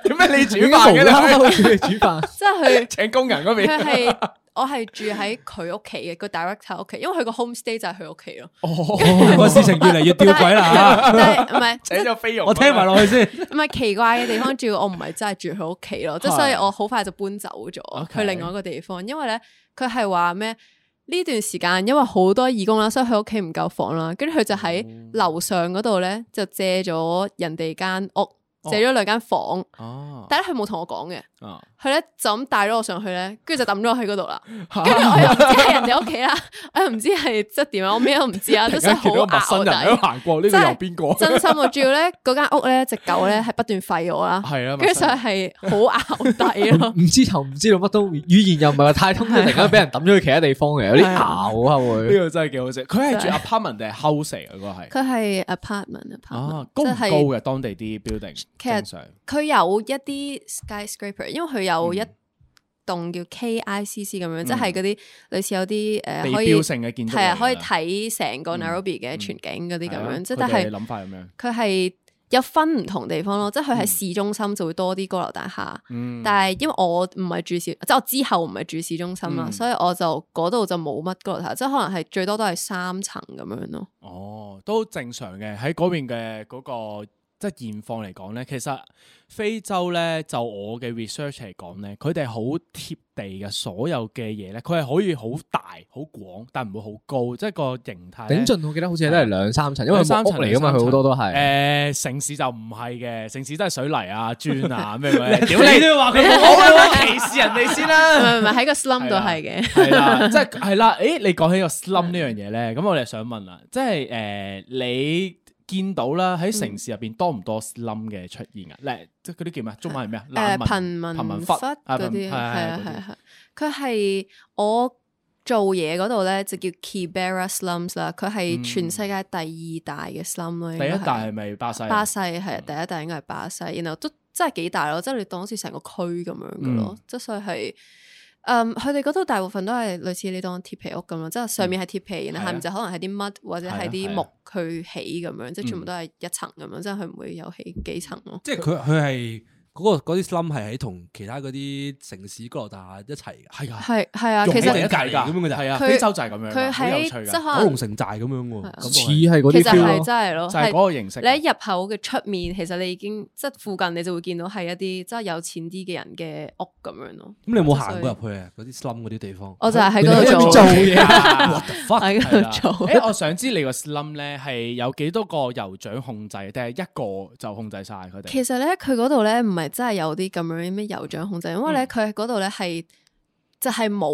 C: 點解你煮
A: 點解
C: 飯
A: 無啦啦
C: 嘅
A: 會叫你煮飯？
D: 即係
C: 你？請工人嗰
D: 佢佢
C: *laughs* 邊。
D: 係我係住喺佢屋企嘅個 director 屋企，因為佢個 home stay 就係佢屋企咯。
B: 哦個事情越嚟越吊軌啦
D: 但係唔係
C: 請咗菲傭，
B: 我聽埋落去先。
D: 唔係啊奇怪嘅地方，仲要我唔係真係住佢屋企咯，即係所以我好快就搬走咗
C: OK
D: 去另外一個地方，因為咧佢係話咩呢段時間因為好多義工啦，所以佢屋企唔夠房啦，跟住佢就喺
C: 哦
D: 樓上嗰度咧就借咗人哋間屋，借咗兩間房，
C: 哦，
D: 但係咧佢冇同我講嘅，
C: *laughs* 啊
D: 佢咧就咁帶咗我上去咧，跟住就抌咗我喺嗰度啦，跟住我又唔知係人哋屋企啦， *laughs* 我又唔知係即係點啊，我咩都唔知
C: *laughs*
D: 啊，即係好
C: 陌生 *laughs* 人喺
D: 淆底
C: 度。行過，呢個
D: 真
C: 又
D: 係
C: 邊個？
D: 真心喎，仲要咧嗰間屋咧只狗咧係不斷吠我啦，
C: 係啊
D: 跟住就係好拗底
C: *laughs*
D: 咯，
A: 唔知頭唔知道乜都，語言又唔係話太通，突然間俾人抌咗去其他地方嘅，有啲
D: 係
A: 咬啊
C: *laughs* 呢
A: 會。
C: 個真係幾好食。佢係住 apartment 定係 house 嚟嘅？嗰個係
D: 佢係 apartment
C: 啊
D: apartment，，
C: 高唔
D: 即
C: 高
D: 係
C: 嘅當地啲 building？
D: 其實
C: 正常
D: 佢有一啲 skyscraper，因為佢
C: 嗯
D: 有一棟叫 KICC 咁樣，即係嗰啲類似有啲
C: 地
D: 誒可以
C: 標性嘅建築
D: 係啊，
C: 嚟
D: 可以
C: 㗎嗯
D: 睇成個 Nairobi 嘅全景嗰啲咁
C: 係啊
D: 樣，即係
C: 佢
D: 但
C: 哋
D: 係
C: 諗法咁樣。
D: 佢係有分唔同地方咯，即係佢喺市中心就會多啲高樓大廈。
C: 嗯，
D: 但係因為我唔係住市，即係我之後唔係住市中心啦，
C: 嗯
D: 所以我就嗰度就冇乜高樓大廈，即係可能係最多都係三層咁樣
C: *laughs*
D: 咯。
C: 哦，都正常嘅。喺嗰邊嘅嗰個即係現況嚟講咧，其實非洲咧就我嘅 research 嚟講咧，佢哋好貼地嘅所有嘅嘢咧，佢係可以好大好廣，但唔會好高，即係個形態呢
A: 頂盡我記得好似都係兩三層，因
C: 兩
A: 為木
C: 三
A: 屋
C: 層
A: 嚟噶嘛，佢好多都係。
C: 诶、城市就唔係嘅，城市都係水泥啊、磚啊
A: *laughs*
C: 咩咩，屌
B: 你都
C: 你都
B: 要話佢冇
A: 啊
C: *laughs* 好歧視人哋先
D: 唔
C: 啦。
D: 係唔係喺個 slum
C: 係啊
D: 度
C: 啦
D: 係
C: *laughs*
D: 嘅，
C: 係
D: *laughs*
C: 啦，即係係啦，诶，你講起個 slum 呢樣嘢咧，咁我哋想問啦，即係诶、你見到啦喺城市入边多唔多 slum 嘅出現啊？咧，即係嗰啲叫咩？中文係咩啊？
D: 誒
C: 難民
D: 貧民
C: 貧民
D: 窟
C: 窟
D: 嗰
C: 啊貧
D: 啲係
C: 民係
D: 啊係
C: 嗰啲
D: 啊係，佢係我做嘢嗰度咧就叫 Kibera slums 啦，佢係全世界第二大嘅 slum 咯，應
C: 嗯第
D: 該
C: 一大啊係嗯咪巴西？
D: 巴西係第一大應該係巴西，然後都真係幾大咯，即係你當好似成個區咁樣嘅咯
C: 嗯，
D: 即係所以係。嗯，佢哋嗰度大部分都係類似你當鐵皮屋咁咯，即係上面係鐵皮，然
C: 係啊
D: 後下面就可能係啲 mud 或者係
C: 係啊係嗯
D: 啲
C: 啊
D: 木去起咁樣，即係全部都係一層咁樣，即係佢唔會有起幾層
B: *laughs*
D: 咯。
B: 即係佢佢係嗰個嗰啲 slum 係喺同其他嗰啲城市高樓大廈一齊㗎，
C: 係㗎，
D: 係係啊，
C: 用
D: 其
C: 起第一
D: 實
C: 屆㗎，
B: 咁樣㗎咋
C: 係啊，
D: 佢
C: 非洲就係咁樣㗎，
D: 佢
C: 好有趣
D: 喺
C: 㗎
D: 即係可
B: 九龍
D: 能
B: 城寨咁樣喎。感覺
A: 似
B: 係
A: 係嗰啊啲
D: 其實
A: feel
D: 係
A: 咯。
D: 真係咯，
C: 就係嗰
D: 係
C: 個形式
D: 你。喺入口嘅出面，其實你已經即係附近，你就會見到係一啲即係有錢啲嘅人嘅屋咁樣咯。
B: 咁你有冇行過入去啊？嗰啲 slum 嗰啲地方，
D: 我就係喺
A: 你
D: 嗰
A: 喺
D: 度
A: 邊
D: 做
A: 做
D: *laughs*
A: 嘢
C: 啊
B: What the fuck？
D: 喺嗰度做。
C: *laughs* 诶，我想知你個 slum 咧係有幾多個酋長控制，定係一個就控制晒佢哋？
D: 其實咧，佢嗰度咧唔係真係有啲咁樣咩酋長控制，因為咧佢喺嗰度咧係就係冇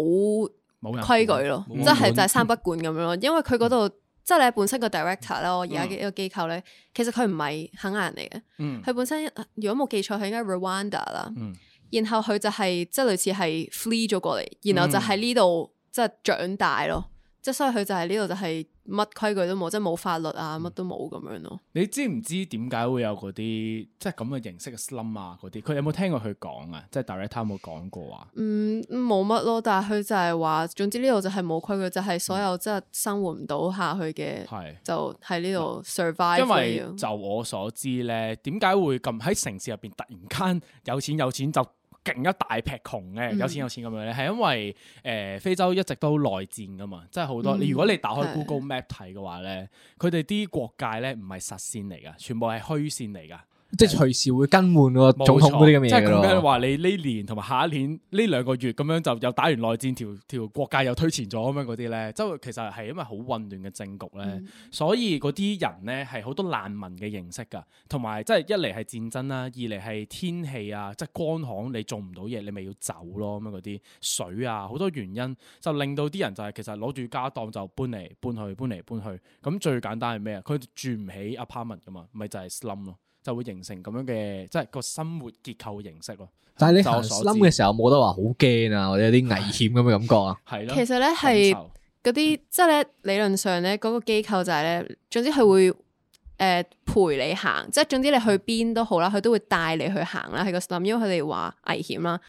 C: 冇人
D: 規矩咯，
B: 冇
D: 即係
B: 人
D: 就係三不管咁樣咯。因為佢嗰度即係咧本身個 director 啦，我而家嘅一個機構咧，其實佢唔係肯亞人嚟嘅，
C: 嗯
D: 佢本身如果冇記錯，佢應該 Rwanda 啦，
C: 嗯
D: 然後佢就係即係類似係 flee 咗過嚟，然後就喺呢度即係長大咯。即係所以佢就係呢度就係乜規矩都冇，即係冇法律啊，乜都冇咁樣咯。
C: 你知唔知點解會有嗰啲即係咁嘅形式嘅 slum 啊嗰啲？佢有冇聽過佢講啊？即係 director 有冇講過啊？
D: 嗯，冇乜咯，但係佢就係話，總之呢度就係冇規矩，就係、所有即係生活唔到下去嘅，
C: 係
D: 就喺呢度 survive
C: 因為
D: 咯
C: 就我所知咧，點解會咁喺城市入邊突然間有錢有錢就勁一大劈窮咧？
D: 嗯
C: 有錢有錢咁樣咧，係因為誒、呃非洲一直都內戰噶嘛，即係好多。
D: 嗯
C: 你如果你打開
D: 係
C: Google Map 睇嘅話咧，佢哋啲國界咧唔係實線嚟噶，全部係虛線嚟噶。
A: 即係隨時會更換個
C: 冇
A: 總統嗰啲咁嘅
C: 錯即係
A: 嘢
C: 講緊
A: 咯。
C: 話你呢年同埋下一年呢兩個月咁樣就又打完內戰，條條國界又推前咗咁樣嗰啲咧，即係其實係因為好混亂嘅政局咧，
A: 嗯
C: 所以嗰啲人咧係好多難民嘅形式㗎，同埋即係一嚟係戰爭啦，二嚟係天氣啊，即係乾旱你做唔到嘢，你咪要走咯咁樣嗰啲水啊，好多原因就令到啲人就係其實攞住家當就搬嚟搬去搬嚟搬去，咁最簡單係咩啊？佢住唔起 apartment 㗎嘛，咪就係 slum 咯。就會形成咁樣嘅，即係個生活結構形式咯。
A: 但係你
C: 就我
A: 行
C: 所
A: slum
C: 知
A: 嘅時候冇得話好驚啊，或者有啲危險咁嘅感覺
C: *laughs*
A: 啊。
C: 係咯，
D: 其實咧係 *laughs*
C: 感受
D: 嗰啲即係咧理論上咧嗰、個機構就係咧，總之佢會誒、呃陪你行，即係總之你去邊都好啦，佢都會帶你去行啦喺個 slum，因為佢哋話危險啦。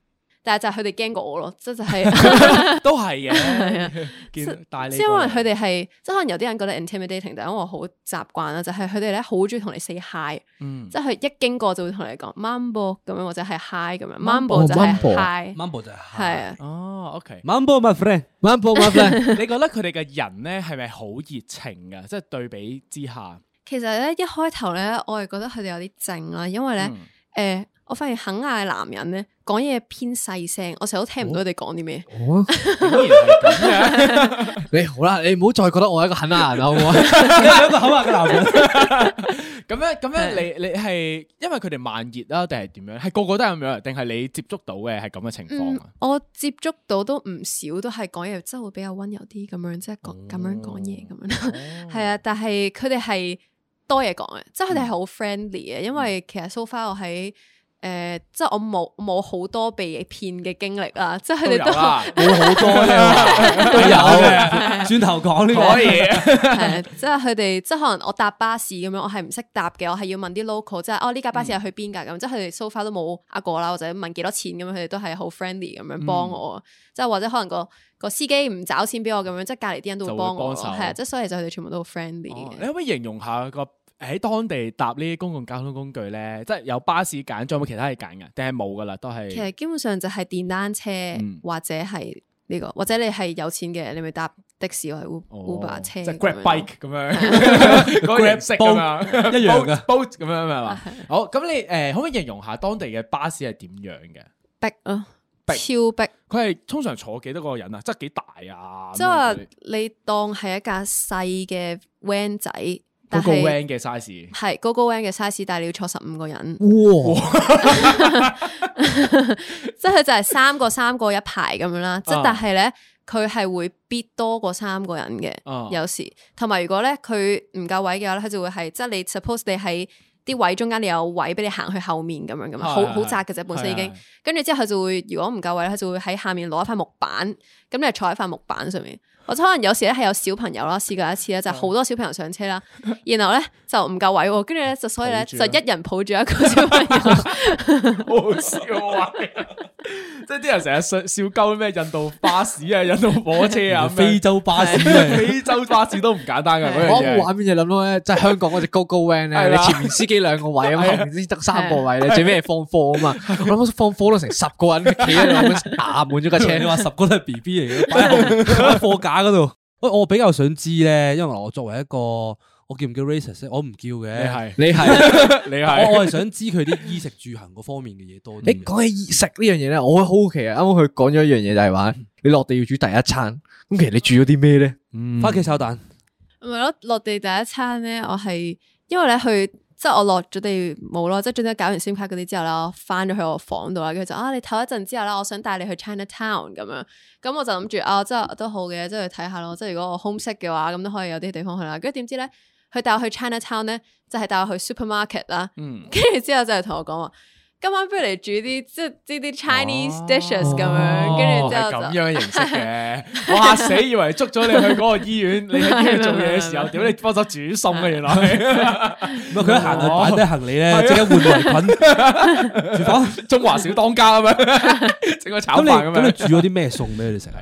D: 但係就係佢哋驚過我咯，即係
C: *laughs*
D: 就 *laughs* 係，
C: 都係
D: 係
C: 嘅
D: 啊， *laughs*
C: 見帶你
D: 即係可能佢
C: 過嚟
D: 哋係，即係可能有啲人覺得 intimidating，但係我好習慣啦，就係佢哋咧好中意同你 say hi，
C: 嗯
D: 即係佢一經過就會同你講 mambo 咁樣或者係 hi 咁樣
B: Mambo，
D: ，mambo 就係
A: Mambo
D: hi，
B: Mambo 就係
D: 係啊，
C: 哦，OK。
B: Mambo my friend，
A: One b o one friend，
C: 你覺得佢哋嘅人咧係咪好熱情嘅？即係對比之下，
D: 其實咧一開頭咧，我係覺得佢哋有啲靜啦，因為咧。
C: 嗯
D: 誒、我發現肯亞嘅男人咧講嘢偏細聲，我成日都聽唔到佢哋講啲咩。
C: 竟然係咁嘅。
A: 你好啦，你唔好再覺得我係一個肯亞人啦，好
C: *laughs*
A: 唔好啊？
B: 一個口下嘅男人，
C: 咁樣咁樣，你你係因為佢哋慢熱啦，定係點樣？係個個都係咁樣，定係你接觸到嘅係咁嘅情況
D: 嗯
C: 啊？，
D: 我接觸到都唔少，都係講嘢真係會比較温柔啲咁樣，即係
C: 哦
D: 講咁樣講嘢咁樣。 *laughs* 係啊，但係佢哋係多嘢講嘅，啊即係佢哋係好 friendly 嘅，因
C: 嗯
D: 為其實 so far 我喺誒、即係我冇冇好多被騙嘅經歷啦，即係
C: 都
D: 嗯佢
C: 有啊
D: 哋
C: 啦，
D: 都
A: 冇好多
C: 啊
A: 啫，都有。
B: 轉頭講呢
C: 可以
B: 個。
D: *laughs* 係，即係佢哋，即係可能我搭巴士咁樣，我係唔識搭嘅，我係要問啲 local，即係哦呢架巴
C: 嗯
D: 士係去邊㗎咁，即係佢哋 so far 都冇呃過啦，或者問幾多錢咁樣，佢哋都係好 friendly 咁樣
C: 嗯
D: 幫我，即係或者可能個個司機唔找錢俾我咁樣，即係隔離啲人都
C: 就
D: 會
C: 會
D: 幫
C: 幫
D: 我咯，
C: 手
D: 係啊，即係所以就佢哋全部都好 friendly
C: 哦
D: 嘅
C: 你。可唔可以形容下個喺當地搭呢啲公共交通工具咧？即係有巴士揀，仲有冇其他嘢揀㗎？定係冇㗎啦？都係
D: 其實基本上就係電單車
C: 嗯
D: 或者係呢個，或者你係有錢嘅，你咪搭的士或者 Uber
C: 哦
D: Uber 車
C: 即係
D: 咁
C: grab
D: 樣咯，
C: bike 咁
D: *laughs*
C: 樣，嗰個形式咁樣
B: 一樣㗎
C: ，boat 咁樣係嘛？好，咁你誒可唔可以形容下當地嘅巴士係點樣嘅？
D: 逼啊，
C: 逼
D: 超逼。
C: 佢係通常坐幾多個人啊？即係幾大啊？
D: 即係你當係一架細嘅 van 仔，但
C: 嗰個
D: 係
C: van 嘅 size， *laughs*
D: 係高高 van 嘅 size，但係你要坐十五個人，
A: 哇！
C: *laughs*
D: 即係佢就係三個三個一排咁樣啦。即
C: 啊
D: 係但係咧，佢係會必多過三個人嘅，
C: 啊
D: 有時同埋如果咧佢唔夠位嘅話咧，佢就會係即係你 suppose 你喺啲位中間，你有位俾你行去後面咁樣噶嘛，
C: 係
D: 好
C: 係
D: 好窄嘅啫，本身已
C: 係
D: 經
C: 係。
D: 跟住之後佢就會，如果唔夠位咧，佢就會喺下面攞一塊木板，咁你係坐喺塊木板上面。或者可能有時咧係有小朋友啦，試過一次咧就係好多小朋友上車啦，然後咧就唔夠位喎，跟住咧就所以
C: 抱
D: 咧
C: 住啊
D: 就
C: 啦
D: 一人抱住一個小朋友，
C: 好好笑啊！喂即係啲人成日笑笑鳩咩印度巴士啊、印度火車啊、
B: 非洲 *laughs* 巴士嚟，
C: 非洲巴士都唔簡單㗎嗰
A: 我
C: 樣嘢。
A: 畫面就諗到咧，即係香港嗰只 Go Go Van 咧，
C: 係
A: 你
C: 啦啊
A: 前面司機兩個位咁，後面先得三個位咧，最尾係放貨啊嘛。我諗放貨都成十個人企喺度
C: *laughs*
A: 咁樣打滿咗架
B: 你
A: 車。
B: 話十個都係 B B 嚟嘅，擺喺貨架嗰度。喂，我比較想知咧，因為我作為一個，我叫唔叫 racist 咧？我唔叫
C: 你
B: 嘅， *laughs*
C: 係
A: 你係。
C: 你
B: 我
C: 係
B: 我係想知佢啲衣食住行嗰方面嘅嘢多
A: 你
B: 啲。
A: 講起食呢樣嘢咧，我好好奇啊！啱啱佢講咗一樣嘢就係話，
B: 嗯
A: 你落地要煮第一餐，咁其實你煮咗啲咩咧？
C: 嗯
B: 番茄炒蛋，
D: 咪咯落地第一餐咧，我係因為咧去即係我落咗地冇咯，即係總之搞完 SIM 卡嗰啲之後啦，我翻咗去我房度啦，跟住就啊你唞一陣之後啦，我想帶你去 China Town 咁樣，咁我就諗住啊，即係都好嘅，即係去睇下咯，即係如果我 homesick 嘅話，咁都可以有啲地方去啦。跟住點知咧，佢帶我去 China Town 咧，就係帶我去 supermarket 啦，
C: 嗯
D: 跟住之後就係同我講話。今晚不如嚟煮啲即係呢啲 Chinese
C: 哦
D: dishes 咁樣，跟住之後
C: 係咁
D: 就
C: 樣形式嘅，我嚇死，以為捉咗你去嗰個醫院，你喺醫院做嘢嘅時候，屌你幫手煮餸嘅，原來
B: 唔係佢一 *laughs* 行就擺低行李咧，即刻換圍裙。 *laughs* 廚房
C: 係中華小當家咁樣，整個炒
B: 咁
C: 飯
B: 你
C: 咁
B: 咁你
C: 樣。
B: 煮咗啲咩餸俾佢哋食啊？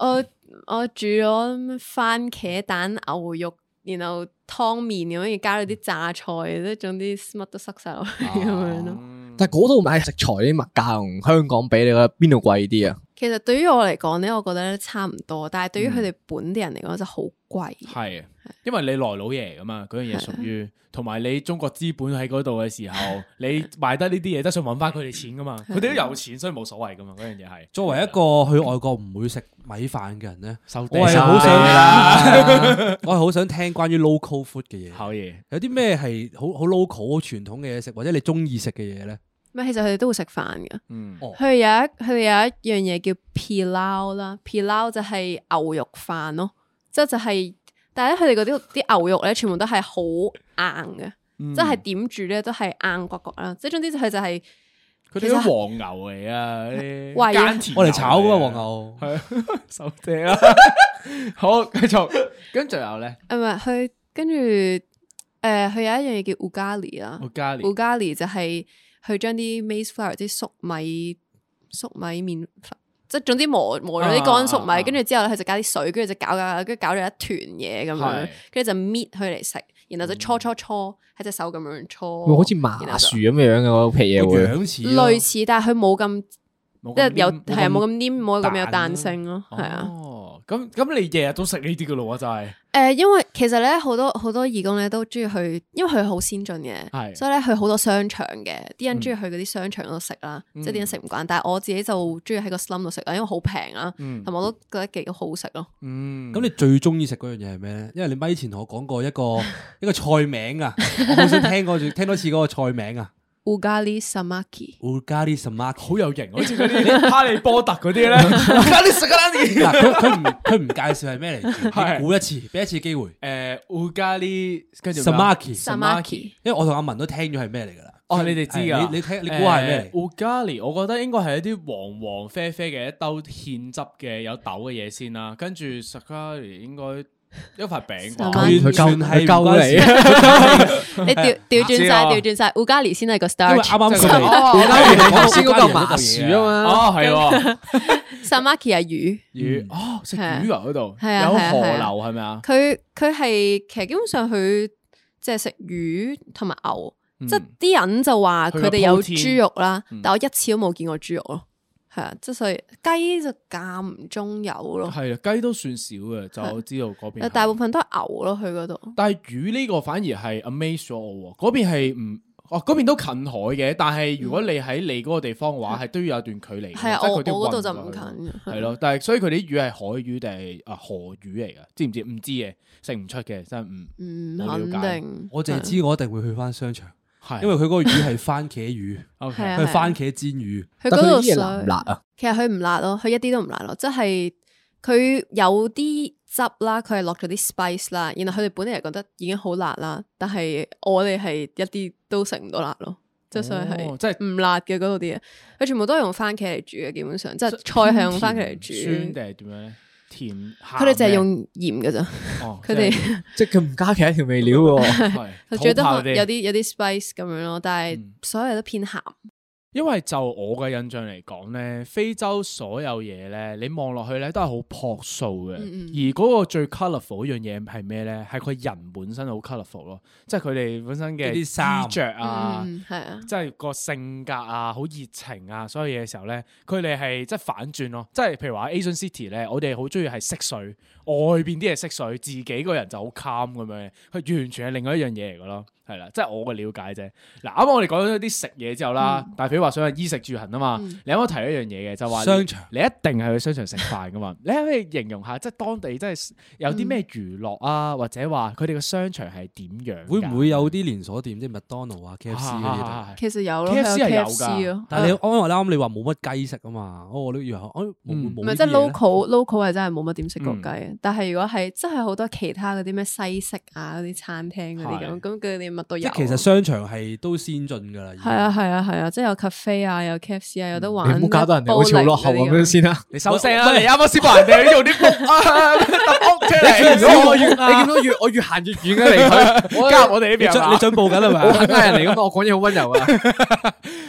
D: 我我煮咗番茄蛋牛肉，然後湯麵咁樣，跟住加咗啲榨菜，即係總之乜都塞晒落去咁樣咯。
A: 但係嗰度買食材啲物價同香港比，你覺得邊度貴啲啊？
D: 其實對於我嚟講咧，我覺得咧差唔多，但係對於佢哋本地人嚟講就好貴。
C: 係，因為你來老爺噶嘛，嗰樣嘢屬於，同埋你中國資本喺嗰度嘅時候，你賣得呢啲嘢都想揾翻佢哋錢噶嘛，佢哋都有錢，所以冇所謂噶嘛，嗰樣嘢係。
B: 作為一個去外國唔會食米飯嘅人咧，
C: 收
B: 我係好想， *laughs* 我係好想聽關於 local food 嘅嘢。
C: 好嘢，
B: 有啲咩係好好 local 好傳統嘅嘢食，或者你中意食嘅嘢咧？
D: 唔啊係，其實佢哋都會食飯嘅。
C: 嗯，
B: 哦
D: 佢哋有一佢哋有一樣嘢叫 pilau 啦，pilau 就係牛肉飯咯，即係就係，但係咧佢哋嗰啲啲牛肉咧，全部都係好硬嘅，即係點煮咧都係硬角角啦。即係總之就佢就係
C: 佢哋啲黃牛嚟啊，呢
D: 喂
C: 啲耕田
B: 我嚟炒噶嘛
C: 㗎
B: 黃牛，
C: 手遮
D: *laughs*
C: 啦。好，繼續，跟住有咧，
D: 誒唔係佢跟住誒佢有一樣嘢叫 ugali 啦
C: 我加年
D: ugali 就係佢將啲 maize flour 啲粟米粟米麵粉。即係總之磨磨咗啲乾粟
C: 啊啊啊
D: 米，跟住之後咧佢就加啲水，跟住就搞搞，跟住搞咗一團嘢咁樣
C: 係，嗯
D: 跟住就搣佢嚟食，然後就搓搓搓喺隻手咁樣搓，
A: 會好似麻樹咁樣嘅嗰皮嘢
B: 個
A: 會。
B: 樣哦似
D: 然
B: 咯
D: 後就類似，但係佢冇咁
C: 冇
D: 即
C: 咁
D: 係有
C: 黏
D: 係啊冇
C: 冇
D: 咁黏，冇咁有
C: 彈
D: 彈性咯，係啊。
C: 哦，咁咁你日日都食呢啲噶咯喎，就係
D: 誒、呃因為其實咧好多好多義工咧都中意去，因為佢好先進嘅，
C: 係
D: 所以咧去好多商場嘅，啲人中意去嗰啲商場嗰度食啦，即係啲人食唔慣。但係我自己就中意喺個 slum 度食啊啦，因為好平啦，
C: 嗯
D: 同埋我都覺得幾好食咯。
C: 嗯
B: 咁你最中意食嗰樣嘢係咩咧？因為你咪以前同我講過一個
C: *laughs*
B: 一個菜名啊，我好想聽過， *laughs* 聽多次嗰個菜名啊
D: Ugali samaki，
B: ，Ugari Samaki。
C: 好有型，好似嗰啲哈利波特嗰啲咧，加你食啦你。 *laughs*
B: 嗱，佢佢唔佢唔介紹係咩嚟
C: 係
B: 住，你估一次，俾一次機會。
C: 誒，烏加呢，跟住啊
B: Samaki，啊
D: Samaki
B: 因為我同阿文都聽咗係咩嚟㗎啦。
C: 哦，你哋知
B: 係
C: 噶，
B: 你你聽你估下係咩嚟？
C: 烏加利，我覺得應該係一啲黃黃啡啡嘅一兜芡汁嘅有豆嘅嘢先啦，跟住 s a k a r i 應該一塊餅
D: 十
C: 啩
D: 蚊。
B: 完全
A: 佢
B: 係
A: 救
B: 唔關事
A: 你， *laughs*
D: 你調調轉晒，
C: 我
D: 調轉晒，Ugali 先係個
B: 因為
D: starch，
B: 啱啱佢哋
C: 哦
A: 點解你頭先嗰嚿麻
B: 薯
A: 樹啊嘛？
C: 哦，係喎，
D: samaki 係魚，
C: 魚哦，食
D: 係啊
C: 魚啊嗰度，
D: 係啊
C: 有
D: 係啊
C: 河
D: 係啊
C: 流係咪啊？
D: 佢佢係其實基本上佢即係食魚同埋牛，
C: 嗯
D: 即係啲人就話佢哋
C: 佢個
D: 有
C: protein
D: 豬肉啦，
C: 嗯
D: 但我一次都冇見過豬肉咯。係啊，即係所以雞就間唔中有咯，
C: 係啊，雞都算少嘅，就我知道嗰邊係。
D: 大部分都係牛咯，佢嗰度。
C: 但係魚呢個反而係 amaze 咗我喎，嗰邊係唔哦嗰邊都近海嘅，但係如果你喺你嗰個地方嘅話，係都要有一段距離嘅。
D: 係啊，
C: 即係
D: 我我
C: 佢都要
D: 嗰度就
C: 運
D: 唔
C: 過去
D: 近。
C: 係咯，但係所以佢啲魚係海魚定係啊河魚嚟噶？知唔知？唔知啊嘅，食唔出嘅，真係
D: 嗯
C: 唔
D: 唔
C: 我了
D: 肯
C: 解
D: 定。
B: 我淨係知我一定會去翻商場，
C: 係，
B: 因為佢嗰個魚係番茄魚，
C: OK
D: 係啊
B: 佢係番茄煎魚。
D: 佢
A: 但
D: 嗰
A: 佢
D: 度
A: 啲嘢
D: 水，
A: 辣唔辣啊？
D: 其實佢唔辣咯，佢一啲都唔辣咯，即係佢有啲汁啦，佢係落咗啲 spice 啦，然後佢哋本地人覺得已經好辣啦，但係我哋係一啲都食唔到辣咯，即係所以
C: 哦
D: 係
C: 即係
D: 唔辣嘅嗰度啲嘢，佢全部都係用番茄嚟煮嘅，基本上即係菜係用番茄嚟
C: 酸
D: 煮，
C: 定係點樣咧？甜哦
D: 佢
C: 佢
D: 哋就係用鹽嘅咋，佢哋
A: 即係佢唔加其他調味
B: *laughs*
A: 料喎。
D: *laughs* 佢
C: 佢
D: 最多可能有啲有啲 spice 咁樣咯，但係
C: 嗯
D: 所有都偏鹹，
C: 因為就我嘅印象嚟講咧，非洲所有嘢咧，你望落去咧都係好樸素嘅。
D: 嗯嗯
C: 而嗰個最 colourful 一樣嘢係咩咧？係佢人本身好 colourful 咯，即係佢哋本身嘅
B: 啲衫
C: 衣着啊。
D: 嗯係啊，
C: 即係個性格啊，好熱情啊，所有嘢嘅時候咧，佢哋係即係反轉咯。即係譬如話 Asian City 咧，我哋好中意係色水，外邊啲嘢色水，自己個人就好 calm 咁樣。佢完全係另外一樣嘢嚟噶咯，係啦，即係我嘅了解啫。嗱，啱啱我哋講咗啲食嘢之後啦，
B: 嗯
C: 但係譬如話想去衣食住行啊嘛，你啱啱提一樣嘢嘅就話
B: 商場
C: 你一定係去商場食飯
B: *laughs*
C: 噶嘛？你可唔可以形容下，即係當地即係有啲咩娛樂啊，或者話佢哋嘅商場係點樣㗎？
B: 會唔會有啲連鎖店，即係麥當勞啊、KFC
C: 啊
B: 嗰啲度？
C: 啊
D: 其實有咯
C: KFC 係有㗎
D: KFC 咯，
B: 但係你啱啱啱你話冇乜雞食啊嘛，哦我都以為哦冇
C: 嗯
B: 冇
D: 唔
B: 呢
D: 係即係
B: 啲嘢呢
D: local local 係真係冇乜點食過
C: 嗯
D: 雞嘅，但係如果係真係好多其他嗰啲咩西式啊嗰啲餐廳嗰啲
C: 係
D: 咁，咁佢哋乜都
B: 即
D: 有。啊
B: 係其實商場係都先進噶啦。
D: 係啊，係啊，係啊，即係有 cafe 啊，有 KFC 啊，有得玩。
A: 你唔好搞到人哋好似好落後
B: 啊
A: 咁樣先
B: *laughs*
A: 啦。
C: 你收聲啦！你啱啱先話人哋用啲木啊，揼屋出
A: 你見到我越，
C: 嚟，
A: 你見到越我越行越遠啊嘅離佢，
C: 加入我哋呢
B: 你
C: 邊
B: 進
C: 啊
B: 你進步緊 *laughs* 係咪
A: 我
B: 啊？
A: 嚇人嚟咁嘛，我講嘢好温柔啊。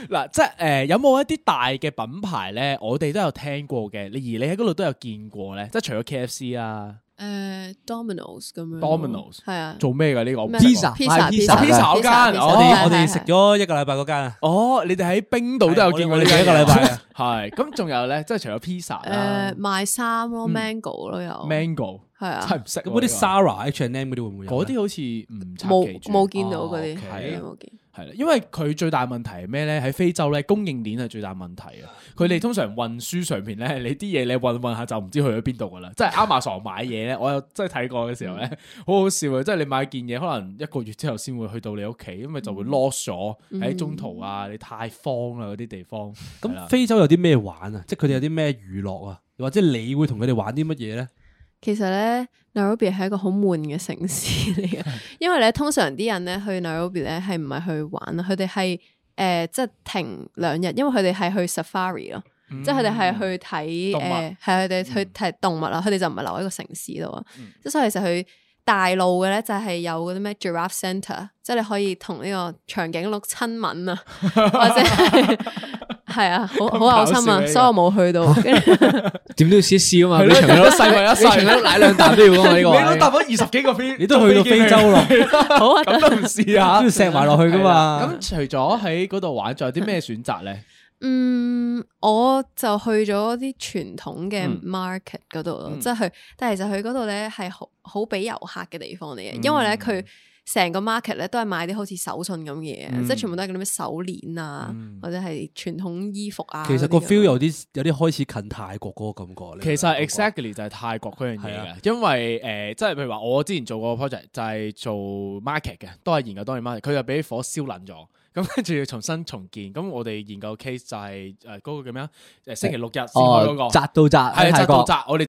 C: 嗱，即係誒、呃有冇一啲大嘅品牌咧？我哋都有聽過嘅，你而你喺嗰度都有見過咧。即係除咗 K F C 啊，
D: 誒 Domino's 咁樣咯。
C: Domino's
D: 係啊。
C: 做咩㗎呢個我唔
D: 咩
C: 知
A: Pizza，賣 pizza
C: 哦，pizza 嗰間
B: 我哋
C: 哦
D: 啊
B: 我哋食咗一個禮拜嗰間啊，
C: 哦，你哋喺冰島都有見過呢
B: 係我哋
C: 間嘢
B: 我哋一個禮拜啊。
C: *laughs* 係咁，仲有咧，即係除咗 pizza 啦
D: 誒賣衫咯，Mango 咯有。
C: 啊，mango
D: 係啊
C: 真係唔識喎
B: 咁嗰啲
C: 呢
B: Sara H&M 嗰啲會唔會有
C: 個嗰
B: 呢？
C: 啲好似唔察記
D: 冇
C: 住
D: 冇見到嗰啲，
C: 哦
D: 係啊
C: ，OK
D: 冇見。
C: 係啦，因為佢最大問題係咩咧？喺非洲咧，供應鏈係最大問題嘅。佢哋通常運輸上面咧，你啲嘢你運運下就唔知去咗邊度噶啦。即係 Amazon 買嘢咧，我有真係睇過嘅時
B: 嗯
C: 候咧， *laughs* 好好笑啊嘅。即係你買件嘢，可能一個月之後先會去到你屋企，因為就
B: 嗯
C: 會 lost 咗喺中途啊，你太荒啦嗰啲地方。係啦
B: 咁非洲有啲咩玩啊？即係佢哋有啲咩娛樂啊？又或者你會同佢哋玩啲乜嘢咧？
D: 其實咧，Nairobi 係一個好悶嘅城市 *laughs* 嚟嘅，因為咧通常啲人咧去 Nairobi 咧係唔係去玩啊，佢哋係誒即係停兩日，因為佢哋係去 safari 咯，即係佢哋係去睇
C: 嗯動物嗯
D: 誒係佢哋去睇動物啦，佢哋就唔係留喺個城市度啊，即係所以其實佢。大路嘅咧就係有嗰啲咩 giraffe centre，即係你可以同呢個長頸鹿親
C: *laughs*
D: 吻啊，或者係係啊，好好
C: 搞
D: 嘔心
C: 笑
D: 啊，
C: 呢
D: 所以我冇去到。
C: *laughs*
D: *laughs*
A: 點
D: 跟住
A: 都要試一試啊嘛，
C: 係
A: 俾
C: 咯
A: 長頸鹿
C: 細咪一
A: 俾長頸
C: 細
A: 鹿奶兩啖都要噶啊
C: *laughs*
A: 嘛呢
C: 你都
A: 個
C: 搭
A: 位。
C: 咗二十幾個飛，
B: 你都去到非洲咯
C: 飛機去，
A: *laughs*
C: 好啊，咁都唔試下，
B: 都要錫埋落去㗎嘛
C: 係啦咁除咗喺嗰度玩，仲有啲咩選擇咧？
D: 嗯，我就去咗啲傳統嘅
B: 嗯
D: market 嗰度咯，
C: 嗯
D: 即係去，但係其實佢嗰度咧係好好俾遊客嘅地方嚟
B: 嗯
D: 嘅，因為咧佢成個 market 咧都係賣啲好似手信咁嘅嘢，
B: 嗯
D: 即係全部都係嗰啲咩手鏈啊，或者係傳統衣服啊嗰啲咁。
B: 其實個 feel 有啲有啲開始近泰國嗰個感覺呢。
C: 其實
B: 實
C: exactly 就係泰國嗰樣嘢
B: 係啊
C: 嘅，因為誒、呃即係譬如話我之前做過個 project 就係做 market 嘅，都係研究當年 market，佢就俾火燒撚咗，咁跟住要重新重建。咁我哋研究 case 就係誒嗰個叫咩啊？誒星期六日先開嗰個，
A: 哦，
C: 係
A: 扎到扎
C: 啊扎
A: 喺泰
C: 到
A: 國。
C: 扎，我哋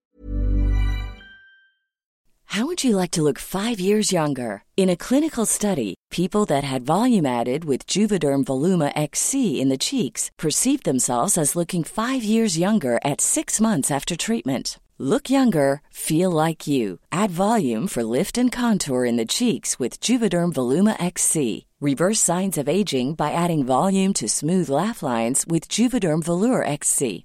E: How would you like to look five years younger? In a clinical study, people that had volume added with Juvederm Voluma XC in the cheeks perceived themselves as looking five years younger at six months after treatment. Look younger, feel like you. Add volume for lift and contour in the cheeks with Juvederm Voluma XC. Reverse signs of aging by adding volume to smooth laugh lines with Juvederm Volure XC.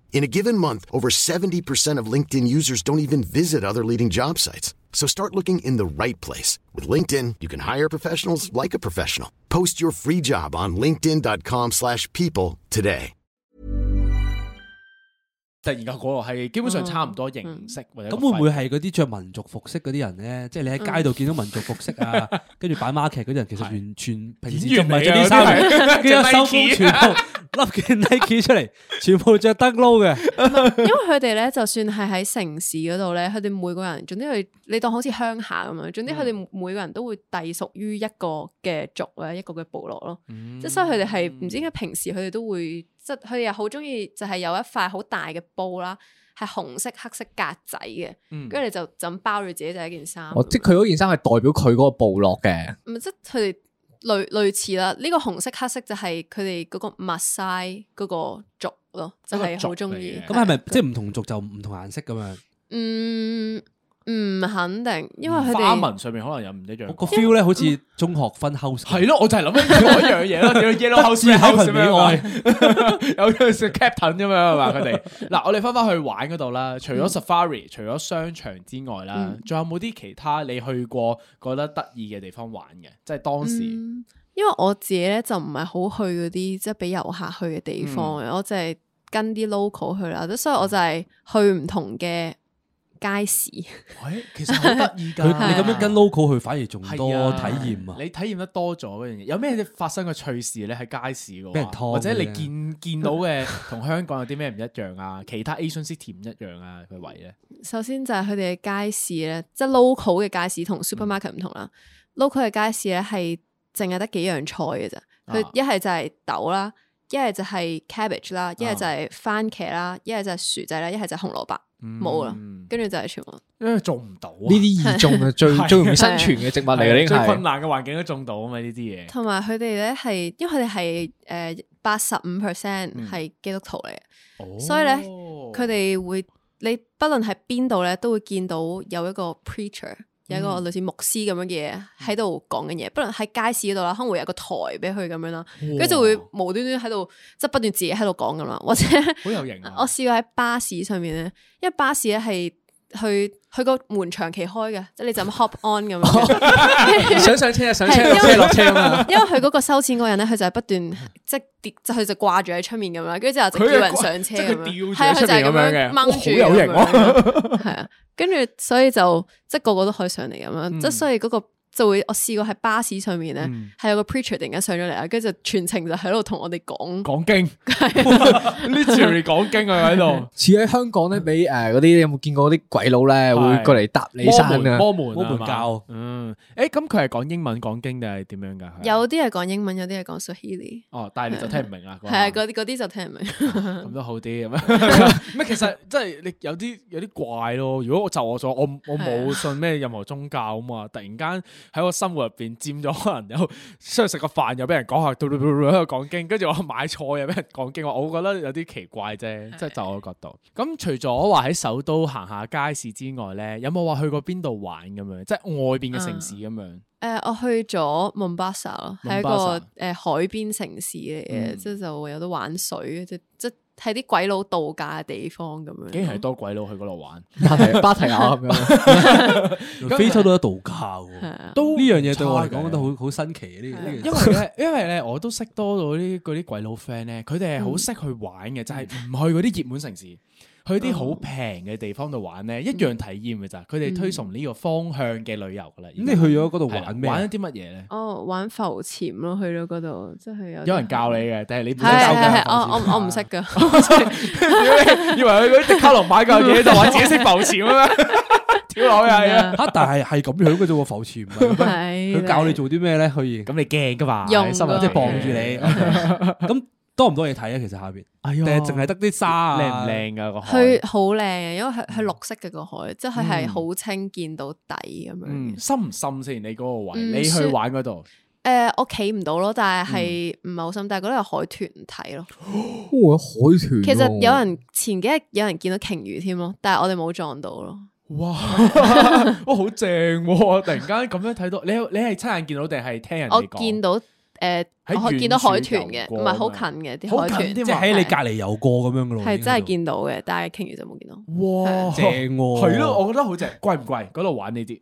F: In a given month, over 70% of LinkedIn users don't even visit other leading job sites. So start looking in the right place. With LinkedIn, you can hire professionals like a professional. Post your free job on linkedin.com/people slash people today.
C: 突然間嗰個係基本上差唔多形式或者
B: 嗯
C: 個
B: 咁會唔會
C: 費
B: 係嗰啲着民族服飾嗰啲人咧？即係你喺街度見到民族服飾啊，跟住擺 market 嗰啲人，其實完全平時就唔係着啲衫
C: 演員嚟
B: 嘅，
C: 㗎
B: 跟住收
C: 着
B: 工全部
C: Nike
B: 笠件 Nike 出嚟，全部着燈籠嘅。
D: 因為佢哋咧，就算係喺城市嗰度咧，佢哋每個人，總之佢你當好似鄉下咁樣，總之佢
C: 嗯
D: 哋每個人都會隸屬於一個嘅族啊，一個嘅部落咯。
C: 嗯
D: 即係所以佢哋係唔知點解平時佢哋都會，即係佢哋又好中意就係有一塊好大嘅布啦，係紅色黑色格仔嘅，
C: 嗯
D: 跟住你就就咁包住自己就係一件
A: *laughs*
D: 衫。
A: 我即係佢嗰件衫係代表佢嗰個部落嘅，
D: 唔係即係佢哋類類似啦。呢、個紅色黑色就係佢哋嗰個 Masai 嗰個族咯，就係好中意
C: 一個。族嚟
B: 咁
C: 嘅
B: 係咪即係唔同族就唔同顏色咁樣？
D: 嗯，唔肯定，因為佢
C: 嗯花
D: 哋
C: 紋上面可能又唔一樣
B: 我。個 feel 咧好似中學分 house
C: 係咯，我就係諗緊嗰樣
B: *laughs*
C: 嘢咯，屌 yellow house
B: 得志
C: house
B: 喺
C: 咁
B: 朋友
C: 樣啊， *laughs* 有佢食 captain 咁樣係嘛？佢哋 *laughs* 嗱，我哋翻翻去玩嗰度啦。除咗
B: 嗯
C: safari，除咗商場之外啦，仲有冇啲其他你去過覺得得意嘅地方玩嘅？即係當時
D: 嗯因為我自己咧就唔係好去嗰啲即係俾遊客去嘅地方
C: 嗯
D: 嘅，我就係跟啲 local 去啦，所以我就係去唔同嘅街市。 *laughs*
C: 喂，啊其實好得意㗎。啊
B: 佢你咁樣跟 local 去，反而仲
C: 係啊
B: 多體驗啊！
C: 你體驗得多咗嗰樣嘢，有咩發生嘅趣事咧？喺街市
B: 俾人
C: 嘅話，
B: 劏
C: 或者你
B: 嘅
C: 見見到嘅 *laughs* 同香港有啲咩唔一樣啊？其他 Asian city 唔一樣啊？佢位咧，
D: 首先就係佢哋嘅街市咧，即係 local 嘅街市
C: 嗯
D: 同 supermarket 唔同啦。local 嘅街市咧係淨係得幾樣菜嘅啫，佢
C: 啊
D: 一係就係豆啦，一係就係 cabbage 啦，一係就係番茄啦，一係就係薯仔啦，一係就係紅蘿蔔，冇啊啦
C: 嗯，
D: 跟住就係全部。
C: 因為做唔到啊
A: 呢啲異種嘅最最容易生存嘅植物嚟嘅，呢
C: 最困
A: 係
C: 難嘅環境都中
A: *laughs*
C: 到啊嘛！呢啲嘢
D: 同埋佢哋咧係，因為佢哋係誒八十五 percent 係基督徒嚟嘅，所以咧佢哋會你不論喺邊度咧都會見到有一個 preacher。有一個類似牧師咁樣嘅嘢喺度講緊嘢，不論喺街市嗰度啦，可能會有個台俾佢咁樣啦，跟住就會無端端喺度即係不斷自己喺度講咁啦，或者
C: 好有型啊！
D: 我試過喺巴士上面咧，因為巴士咧係去去個門長期開嘅，即係你就咁 hop on 咁樣。
A: 想上車就上車，
D: 係
A: 落
D: 因為
A: 車落車啊
C: *laughs*
A: 嘛。
D: 因為佢嗰個收錢嗰個人咧，佢就係不斷即係跌，就佢就掛住喺出面咁樣，跟住之後就叫人上車
C: 即係
D: 咁
C: 佢
D: 樣，
C: 吊
D: 係
C: 住喺
D: 佢
C: 出面咁
D: 就係咁
C: 樣嘅
D: 樣掹住
C: 哇好有型
D: 型 *laughs* 係啊，跟住所以就即係個個都可以上嚟咁
C: 嗯
D: 樣，即係所以嗰個就會我試過喺巴士上面咧，係有個 preacher 突然間上咗嚟啦，跟住就全程就喺度同我哋講，
C: 講
D: *laughs*
C: 經，literally 講經啊喺度。
A: 似喺香港咧，俾誒嗰啲你有冇見過嗰啲鬼佬咧，會過嚟搭 *laughs* 你山啊？
C: 摩門
B: 摩門
C: 係嘛
B: 教
C: 嗯，誒咁佢係講英文講經定係點樣㗎？佢係
D: 有啲係講英文，有啲係講 Swahili，
C: 哦，但係你就聽唔明啦。嗰
D: 係啊，
C: 下
D: 嗰啲嗰啲就聽唔明。
C: 咁都好啲咁樣。 *laughs* 唔係，其實即係你有啲有啲怪咯。如果我就我所，我唔我冇信咩任何宗教啊嘛。突然間喺我生活入邊佔咗可能有出去食個飯又俾人講下，嘟嘟嘟嘟喺度講經，跟住我買菜又俾人講經，我覺得有啲奇怪啫。 *laughs* 即係就我角度。咁除咗話喺首都行下街市之外咧，有冇話去過邊度玩咁樣？即係外邊嘅城市咁樣。
D: 誒、呃我去咗 Mombasa 咯，係一個
C: Mombasa
D: 誒、海邊城市嚟嘅，
C: 嗯
D: 即係就會有得玩水，即即係啲鬼佬度假嘅地方咁樣。
C: 竟然係多鬼佬去嗰度玩，
A: 巴
B: *laughs*
A: 提巴提亞咁樣，
B: 非洲都有道教喎，
D: 係啊
C: 都
B: 呢樣嘢對我嚟
C: 唔差
B: 講
C: 嘅
B: 都好好新奇啊！呢呢 *laughs* 樣
C: 因為咧，因為咧，我都識多到啲嗰啲鬼佬 friend 咧，佢哋係好識去玩嘅，就係唔去嗰啲熱門城市，去啲好平嘅地方度玩咧，一樣體驗嘅咋。佢哋推崇呢個方向嘅旅遊噶啦。
B: 咁你去咗嗰度
C: 係啦
B: 玩咩啊？
C: 玩一啲乜嘢咧？
D: 哦，玩浮潛咯，去到嗰度，即係有
C: 有人教你嘅，定係你本
D: 係
C: 身
D: 係
C: 手
D: 係係，
C: 教？
D: 我我我唔識噶，
C: 以為佢嗰啲迪卡龍買嚿嘢就話自己識浮潛啊嘛， *laughs* 跳落去 *laughs* 係啊。
B: 嚇，但係係咁樣嘅啫喎，浮潛唔係咁樣
D: *laughs* 係
B: 佢教你做啲咩咧？去完
C: 咁你驚噶嘛？
D: 用
C: 心諗
D: 㗎
B: 即
C: 即係
B: 係
C: 傍
B: 傍
C: 住
B: 住
C: 你，
B: 你。咁多唔多嘢睇啊？其實下邊定係淨係得啲沙啊
C: 靚唔？靚噶個海？嗯
D: 佢好靚嘅，因為佢佢綠色嘅個海，即係佢係好清見到底咁樣嘅
C: 嗯，。深唔深先？你嗰個位，
D: 嗯
C: 你去
D: 算
C: 玩嗰度，
D: 誒、呃我企唔到咯，但係
C: 嗯
D: 係唔係好深，但係嗰度有海豚睇咯。
A: 哇海豚喎。
D: 其實有人前幾日有人見到鯨魚添咯，但係我哋冇撞到咯。
C: *laughs* 哇，哇好正喎！突然間咁樣睇到，你有你係親眼見到定係聽人哋
D: 我
C: 講？
D: 見到誒，
C: 喺
D: 我
C: 遠
D: 見到
C: 處
D: 海
C: 游
D: 豚嘅，
C: 過啊
D: 唔係好
C: 咁
D: 近
C: 樣
D: 嘅啲
C: 好
D: 海
C: 近
D: 豚，
C: 添
B: 即係
C: 啊
B: 喺你
D: 係
B: 隔離游過咁樣嘅咯。已
D: 係
B: 經
D: 真係
B: 喺度
D: 見到嘅，但係鯨魚就冇見到。
C: 哇，
B: 正喎
C: 係咯，我覺得好正，貴唔貴？嗰度玩呢啲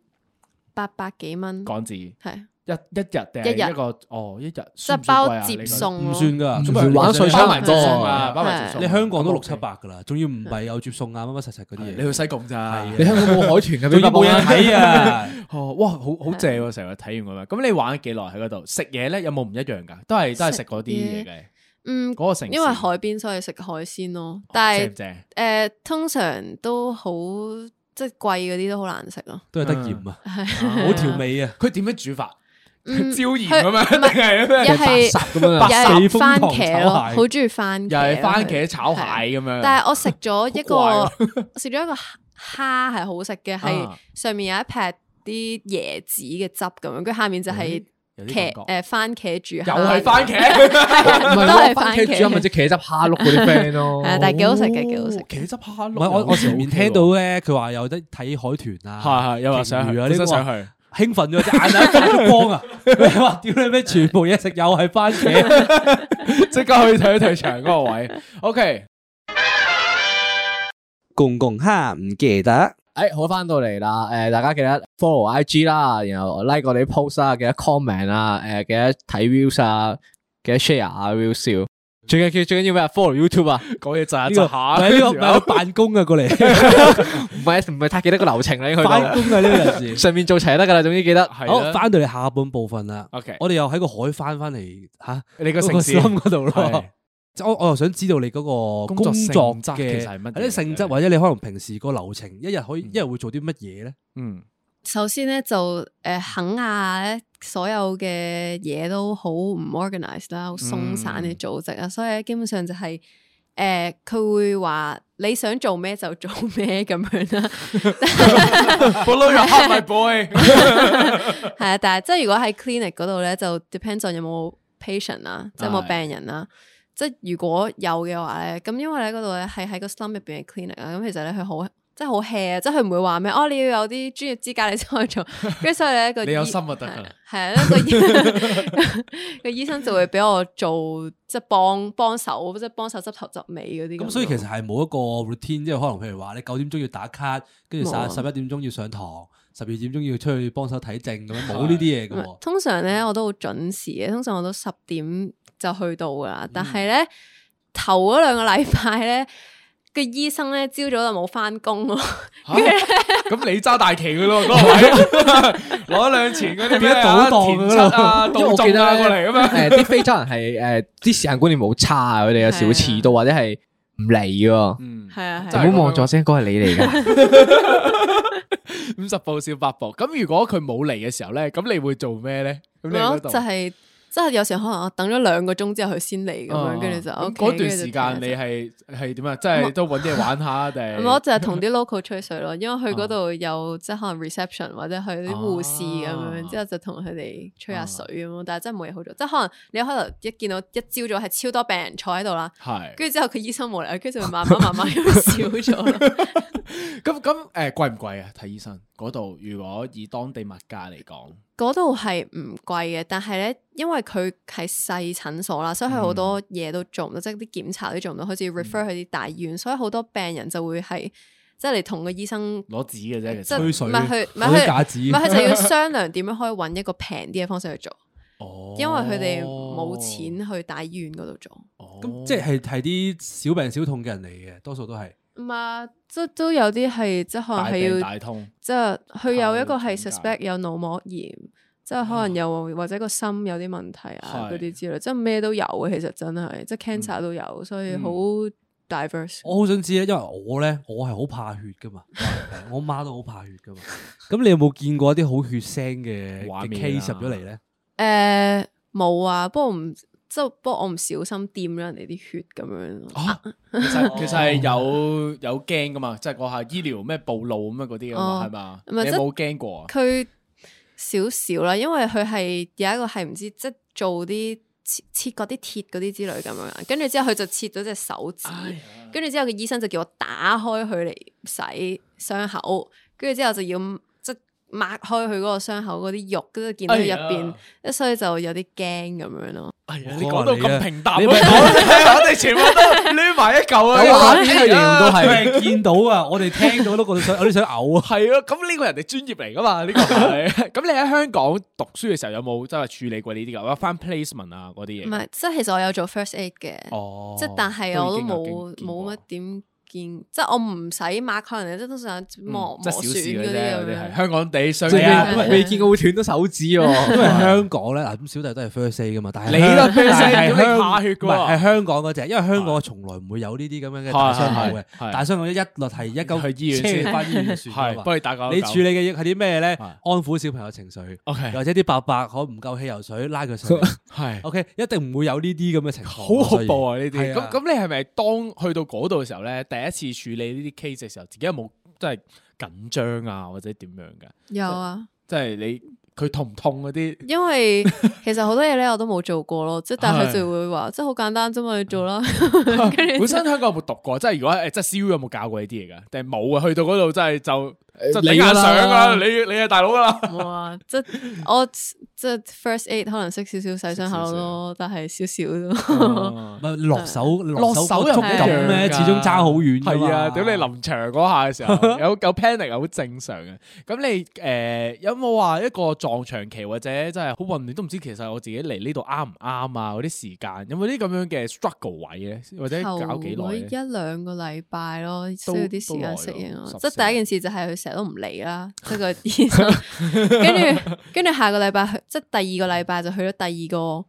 D: 八百幾蚊，
C: 港紙，一
D: 係
C: 一日定
D: 一
C: 係
D: 日
C: 一個哦，一日
D: 即
C: 算唔算
D: 係
C: 貴
D: 包
C: 啊
D: 接
C: 你覺得
D: 送
B: 唔
D: 咯。
B: 算㗎，
C: 唔算
A: 玩水
C: 包
A: 包
C: 埋
A: 埋
C: 接送
A: 多
C: 啊，包埋接
D: 係
C: 送。
B: 你香港都六七
C: 咁
B: 百㗎啦，仲要唔係有接送啊乜乜實實嗰啲
C: OK，
B: 嘢。
C: 你去西貢咋？
A: 你香港冇海豚嘅，俾
B: 仲要
A: 八百
B: 冇嘢
A: 蚊
B: 睇啊！
C: 哦，哇，好好正喎！成日睇完咁樣，咁你玩咗幾耐喺嗰度？食嘢咧有冇唔一樣㗎？都係都係食嗰啲嘢
D: 食嘢
C: 嘅，
D: 嗯，
C: 嗰個城市
D: 因為海邊所以食海鮮咯，但
C: 哦正唔
D: 係
C: 正？
D: 誒通常都好即係貴嗰啲都好難食咯。
B: 都係得鹽啊，好調味啊！
C: 佢點樣煮法？ *laughs* 椒
D: 嗯
C: 鹽咁
D: 佢
C: 樣
D: 唔係
C: 定係咩？
D: 又係
A: 咁樣
D: 又
A: 啊。
D: 係
B: 四風
D: 番
B: 堂
D: 茄
B: 炒蟹
D: 咯，好中意番茄
C: 又
D: 咯，
C: 係番茄炒蟹
D: 係啊
C: 咁樣。
D: 但係我食咗一個
C: 嗯好怪
D: *laughs* 食咗一個蝦係好食嘅，係
C: 啊
D: 上面有一劈啲椰子嘅汁咁樣，佢下面就係
C: 有啲
D: 茄
C: 感覺。
D: 诶番茄住又
C: 又係番茄，
D: *laughs*
A: 唔係
D: 都係
A: 咯，
D: 番
A: 番
D: *laughs* 茄
A: 茄煮係咪隻茄汁蝦碌嗰啲 friend 咯？
D: 係啊但係幾好食嘅，幾好食
C: 哦。茄汁蝦
B: 唔
C: 碌
B: 係我我前面聽到
C: *laughs* 係
B: 咧，佢話有得睇海豚啊，
C: 係有話想去，
B: 鯨魚啊，呢
C: 真
B: 個
C: 係想
B: 想
C: 去。
B: 興奮咗隻眼啊，發咗光啊！ *laughs* 你話屌你咩？全部嘢食又係番
C: 啊
B: 茄，
C: 即刻去睇睇場嗰個
B: *laughs*
C: 位。OK，
G: 公共哈唔記得，
A: 诶，哎好翻到嚟啦，诶，大家記得 follow IG 啦，然後 like 我哋啲 post 啦，記得 comment 啊，诶，記得睇 views 啊，記得 share 啊 views 笑。最緊要最緊要咩啊？follow YouTube 啊，
C: 講嘢窒
B: 呢
C: 一
B: 個
C: 窒
B: 唔
C: 下，
B: 係呢個唔
C: 哦
B: 係我辦公啊，過嚟
C: *laughs*
A: 唔係唔係太記得個流程啦，已經去
B: 翻
A: 到
B: 工啊呢個人士。
A: 上面做齊得噶啦，總之記得。
C: 係啊
B: 好，
C: 啦
B: 翻到嚟下半部分啦。
C: OK
B: 我哋又喺個海翻翻嚟吓，
C: 你個
B: 嗰
C: 城
B: 個
C: 市
B: 心嗰度咯
C: 係。
B: 即係我我又想知道你嗰個
C: 工作
B: 工
C: 性質
B: 作嘅
C: 其實係乜嘢
B: 係啲性質，或者你可能平時個流程，一日可以一日會做啲乜嘢咧？
C: 嗯
D: 首先咧就誒肯亞咧，所有嘅嘢都好唔 organize 啦，好鬆散嘅組
C: 嗯
D: 織啊，所以咧基本上就係、誒佢、會話你想做咩就做咩咁樣啦，
C: ，Follow your heart, my
B: *laughs*
C: boy。
D: *laughs* 係啊，但係即係如果喺 clinic 嗰度咧，就 depends on 有冇 patient 啦，即係有冇病人啦。即係如果有嘅話咧，咁因為咧嗰度咧係喺個 slum 入邊嘅 clinic 啊，咁其實咧佢好即係好 hea 啊，即係佢唔會話咩哦，你要有啲專業資格你先可以做，跟住所以咧個
C: 你有
D: 醫
C: 心就得㗎啦
D: 係啊，係啊個醫 *laughs* 個醫生就會俾我做即係幫幫手，即係幫手執頭執尾嗰啲樣。
B: 咁所以其實係冇一個 routine，即係可能譬如話你九點鐘要打卡，跟住
D: 冇啊
B: 十十一點鐘要上堂，十二點鐘要出去幫手睇症咁樣，冇呢啲
C: 啊
B: 嘢嘅
D: 唔係啊
B: 喎。
D: 通常咧我都好準時嘅，通常我都十點就去到噶
C: 嗯
D: 啦。但係咧頭嗰兩個禮拜咧， *laughs* 個醫生咧朝早就冇翻
C: *laughs*
D: 工咯。
C: 嚇咁你揸大旗嘅咯，嗰個
B: *laughs*
C: 位攞兩錢嗰
A: *laughs*
C: 啲咩啊
B: 變咗賭檔
C: 田七啊、
B: *laughs*
A: 因為
C: 賭
A: 我記
C: 眾
A: 得
C: 啊
A: 咧
C: 過嚟咁樣。 *laughs*
A: 誒啲非洲人係 *laughs* 誒啲時間觀念冇差啊，佢哋有時會遲到或者係唔嚟喎。
C: 嗯，
D: 係啊
C: 就
D: 係
C: 係
D: 啊，
A: 唔好望咗先，嗰係你嚟㗎。
C: 五十步笑百步。咁如果佢冇嚟嘅時候咧，咁你會做咩咧？咁你
D: 我
C: 嗰
D: 覺
C: 度
D: 得就係即係有時可能我等咗兩個鐘之後佢先嚟咁樣，跟住就
C: 哦咁
D: OK，
C: 嗰段
D: 跟住就
C: 時
D: 聽
C: 間
D: 日就
C: 你係係點啊？即係都揾嘢玩下定
D: *laughs* 咁我就係同啲 local 吹水咯，因為佢嗰
C: 哦
D: 度有即係可能 reception 或者去啲護士咁
C: 哦
D: 樣，之後就同佢哋吹下水咁樣，但係真係冇嘢好做，即係可能你一開頭一見到一朝早係超多病人坐喺度啦，
C: 係
D: 跟住之後佢醫生冇嚟，跟住就會慢慢慢慢咁樣少咗咯。
C: 咁咁誒貴唔貴啊？睇醫生嗰度，如果以當地物價嚟講，
D: *laughs* 嗰度係唔貴嘅，但係咧，因為佢係細診所啦，所以佢好多嘢都做唔到，即係啲檢查都做唔到，好似 refer 去啲大醫院，所以好多病人就會係即係嚟同個醫生。
C: 攞紙嘅啫，其
D: 即係
C: 實
B: 吹水
D: 唔係佢唔係
B: 攞啲
D: 佢
B: 假紙
D: 唔係佢就要商量點樣可以揾一個平啲嘅方式去做，
C: 哦
D: 因為佢哋冇錢去大醫院嗰度做。
C: 哦
B: 咁即
C: 係
B: 係係啲小病小痛嘅人嚟嘅，多數都係。
D: 唔啊，即都有啲係即係可
C: 大
D: 能係
C: 病
D: 要
C: 大
D: *laughs*
C: 痛。
D: 即係佢有一個
C: 靠
D: 係
C: 轉介
D: suspect 有腦膜炎，即係可能又或者個心有啲問題啊
C: 啊係嗯
D: 嗰啲之類，即係咩都有嘅。其實真係即係 cancer 都有，所以好 diverse。
B: 我好想知咧，因為我咧，我係好怕血噶
D: *laughs*
B: 嘛，我媽都好怕血噶嘛。咁你有冇見過一啲好血腥嘅
C: 畫
B: 嘅
C: 面啊
B: case 入咗嚟咧？
D: 誒冇啊，不過唔即係不過我唔小心掂咗人哋啲血咁樣咯。
C: 啊，其實其實係有有驚噶嘛，即係嗰下醫療咩暴露咁樣嗰啲噶嘛，
D: 哦
C: 係嘛？
D: 唔係
C: 你
D: 即係
C: 冇驚過啊？
D: 佢少少啦，因為佢係有一個係唔知即係做啲切切嗰啲鐵嗰啲之類咁樣，啊跟住之後佢就切咗隻手指，
C: 哎
D: 跟住之後個醫生就叫我打開佢嚟洗傷口，跟住之後就要即係抹開佢嗰個傷口嗰啲肉，跟住見
C: 哎
D: 到佢入邊，所以就有啲驚咁樣咯。
C: 係啊，
B: 我話
C: 你講到
B: 你啊
C: 咁平淡，
B: 你
C: 我
B: 咪
C: 我哋全部 *laughs* 都攣埋一嚿啊！
A: 有畫
C: 呢
A: 面
C: 個
A: 嘅形容都
C: *laughs*
A: 係
B: 佢係見到啊，我哋聽到都覺得想，有啲想嘔啊。
C: 係咯，咁呢個人哋專業嚟噶嘛？呢個係 *laughs* 咁你喺香港讀書嘅時候有冇真係處理過呢啲噶？或者翻 placement 啊嗰啲
D: 唔
C: 嘢？
D: 係，即係其實我有做 first aid 嘅，
C: 哦
D: 即係但係我都
C: 已
D: 冇
C: 經有見過
D: 冇乜點見，即係我唔使抹可能即係通常磨
C: 嗯即
D: 磨
C: 係小
D: 損
C: 事嘅
D: 嗰啲啊
C: 啫，有
D: 咁
C: 啲
D: 樣
C: 係。香港地上
A: 即
C: 係啊
D: 係
A: 係未未見過會斷到手指
B: *laughs*
A: 喎。
B: 因為香港咧，嗱咁小弟都係 first A 噶嘛，但係
C: 你都係 first
B: 但
C: aid，
B: 係
C: 咁你
B: 香
C: 怕血㗎喎
B: 唔係係香港嗰只，因為香港從來唔會有呢啲咁樣嘅大傷口
C: 係係
B: 嘅
C: 係，
B: 大傷口一律係一嚿
C: 去醫院先
B: 翻醫院算㗎
C: 係
B: 嘛
C: 幫你打個
B: 你處理嘅嘢係啲咩咧？
C: 係
B: 安撫小朋友情緒
C: OK
B: 或者啲伯伯可唔夠汽油水拉佢上
C: *laughs*
B: 嚟。
C: 係
B: OK，一定唔會有呢啲咁嘅情況。
C: 好恐怖啊！呢
B: 所以
C: 啲咁咁，你係咪當去到嗰度嘅時候咧，第一次處理呢啲 case 嘅時候，自己有冇真係緊張啊，或者點樣嘅？
D: 有啊，
C: 即係你佢痛唔痛嗰啲？
D: 因
C: *laughs*
D: 為其實好多嘢咧我都冇做過咯，即係但係佢就會話，即係好簡單啫嘛，你做啦。跟住
C: 本身香港有冇讀過？即係如果誒，即係燒有冇教過呢啲嘢㗎？定係冇啊？去到嗰度真係就就頂硬上啊！你你係大佬㗎啦。
D: 冇啊，即
C: *laughs*
D: 係我即係 first aid 可能識少少洗傷口咯，但係少少咯。
C: 係
B: 唔係落手落手
C: 手
B: 嗰
C: 又
B: 觸
C: 唔一樣
B: 感咧，
C: 㗎
B: 始終爭好遠㗎嘛。
C: 啊，屌你臨場嗰下嘅時候 *laughs* 有有 panic 係好正常嘅。咁你誒有冇話一個撞牆期或者真係好混亂，都唔知其實我自己嚟呢度啱唔啱啊？嗰啲時間有冇啲咁樣嘅 struggle 位咧，或
D: *laughs*
C: 者
D: 頭
C: 搞幾
D: 嗰
C: 耐
D: 一
C: 咧？
D: 兩個禮拜咯，需
C: 都
D: 要啲時間適應
C: 都耐
D: 咯
C: 咯。
D: 啊即係第一件事就係佢成日都唔嚟啦，即係個醫
C: *laughs*
D: 生。跟住跟住下個禮拜去，即係第二個禮拜就去咗第二個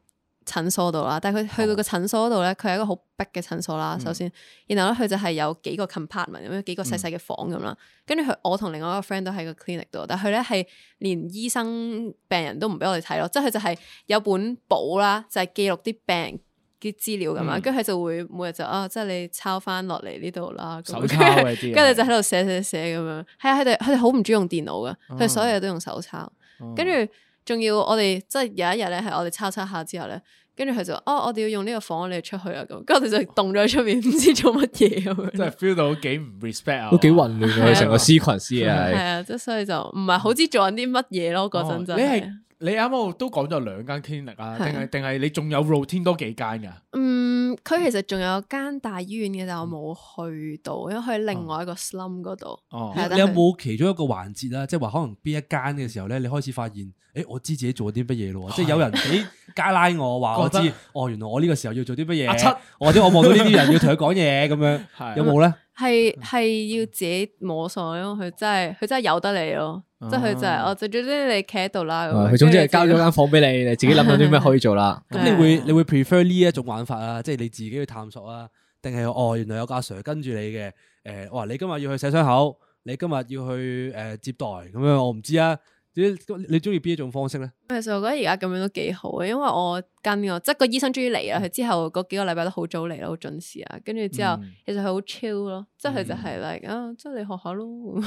D: 診所度啦。但係佢去到
C: 哦
D: 個診所度咧，佢係一個好逼嘅診所
C: 嗯
D: 啦。首先，然後咧佢就係有幾個 compartment 咁樣，幾個細細嘅房咁啦。跟住佢，我同另外一個 friend 都喺個 clinic 度，但係佢咧係連醫生、病人都唔俾我哋睇咯，即係佢就係有本簿啦，就係、記錄啲病人啲資料咁啦，
C: 嗯
D: 跟住佢就會每日就啊，即係你抄翻落嚟呢度啦，咁
C: 手抄嘅啲嘢啊
D: 跟住就喺度寫寫寫咁樣，係啊，佢哋佢哋好唔中意用電腦噶，
C: 哦
D: 佢哋所有嘢都用手抄，跟住仲要我哋即係有一日咧係我哋抄抄下之後咧。跟住佢就哦，我哋要用呢個房，你哋出去啊咁。跟住我哋就凍咗喺出面，唔知做乜嘢咁樣。
C: 真係 feel 到幾唔 respect 啊！
A: *laughs* 都幾混亂嘅，成個 sequence 嘅
D: 系
A: 係。
D: 啊，即係所以就唔係好知做緊啲乜嘢咯，嗰陣
C: 哦
D: 就
C: 你
D: 係
C: 係你啱啱我都講咗兩間 clinic 啊，定
D: 係
C: 係定係你仲有 routine 多幾間㗎？
D: 嗯，佢其實仲有間大醫院嘅，但我冇去到，因為佢喺另外一個 slum 嗰度。
C: 哦
D: 係啊
B: 你有？冇其中一個環節啊啦？即係話可能邊一間嘅時候咧，你開始發現，誒我知自己做咗啲乜嘢
C: *laughs*
B: 咯喎，即係有人俾加拉我話我知
C: 覺得，
B: 哦原來我呢個時候要做啲乜
C: 阿七
B: 嘢，或者我望到呢啲人要同佢講嘢咁
C: *laughs* 係
B: 樣，有冇咧？
D: 係係要自己摸索，因為佢真係佢真係由得你咯，即係佢就係哦我就總之你企喺度啦。咁
A: 啊
D: 樣
A: 佢總之係
D: 跟住
A: 交
D: 你
A: 咗
D: 自己
A: 間房俾你，你自己諗到啲咩可以
C: *laughs*
A: 做啦。
B: 咁
C: 啊
B: 你會你會 prefer 呢一種玩法啊？即係你自己去探索啊？定係哦原來有個阿 Sir 跟住你嘅，誒哇你今日要去洗傷口，你今日要去誒接待咁樣，我唔知啊。你你中意邊一種方式咧？
D: 其實我覺得而家咁樣都幾好啊嘅，因為我跟我即係個醫生終於嚟啊啦，佢之後嗰幾個禮拜都好早嚟啦，好準時啊。跟住之後，其實佢好 chill 咯，即係佢就係 like 啊，即係你學下咯。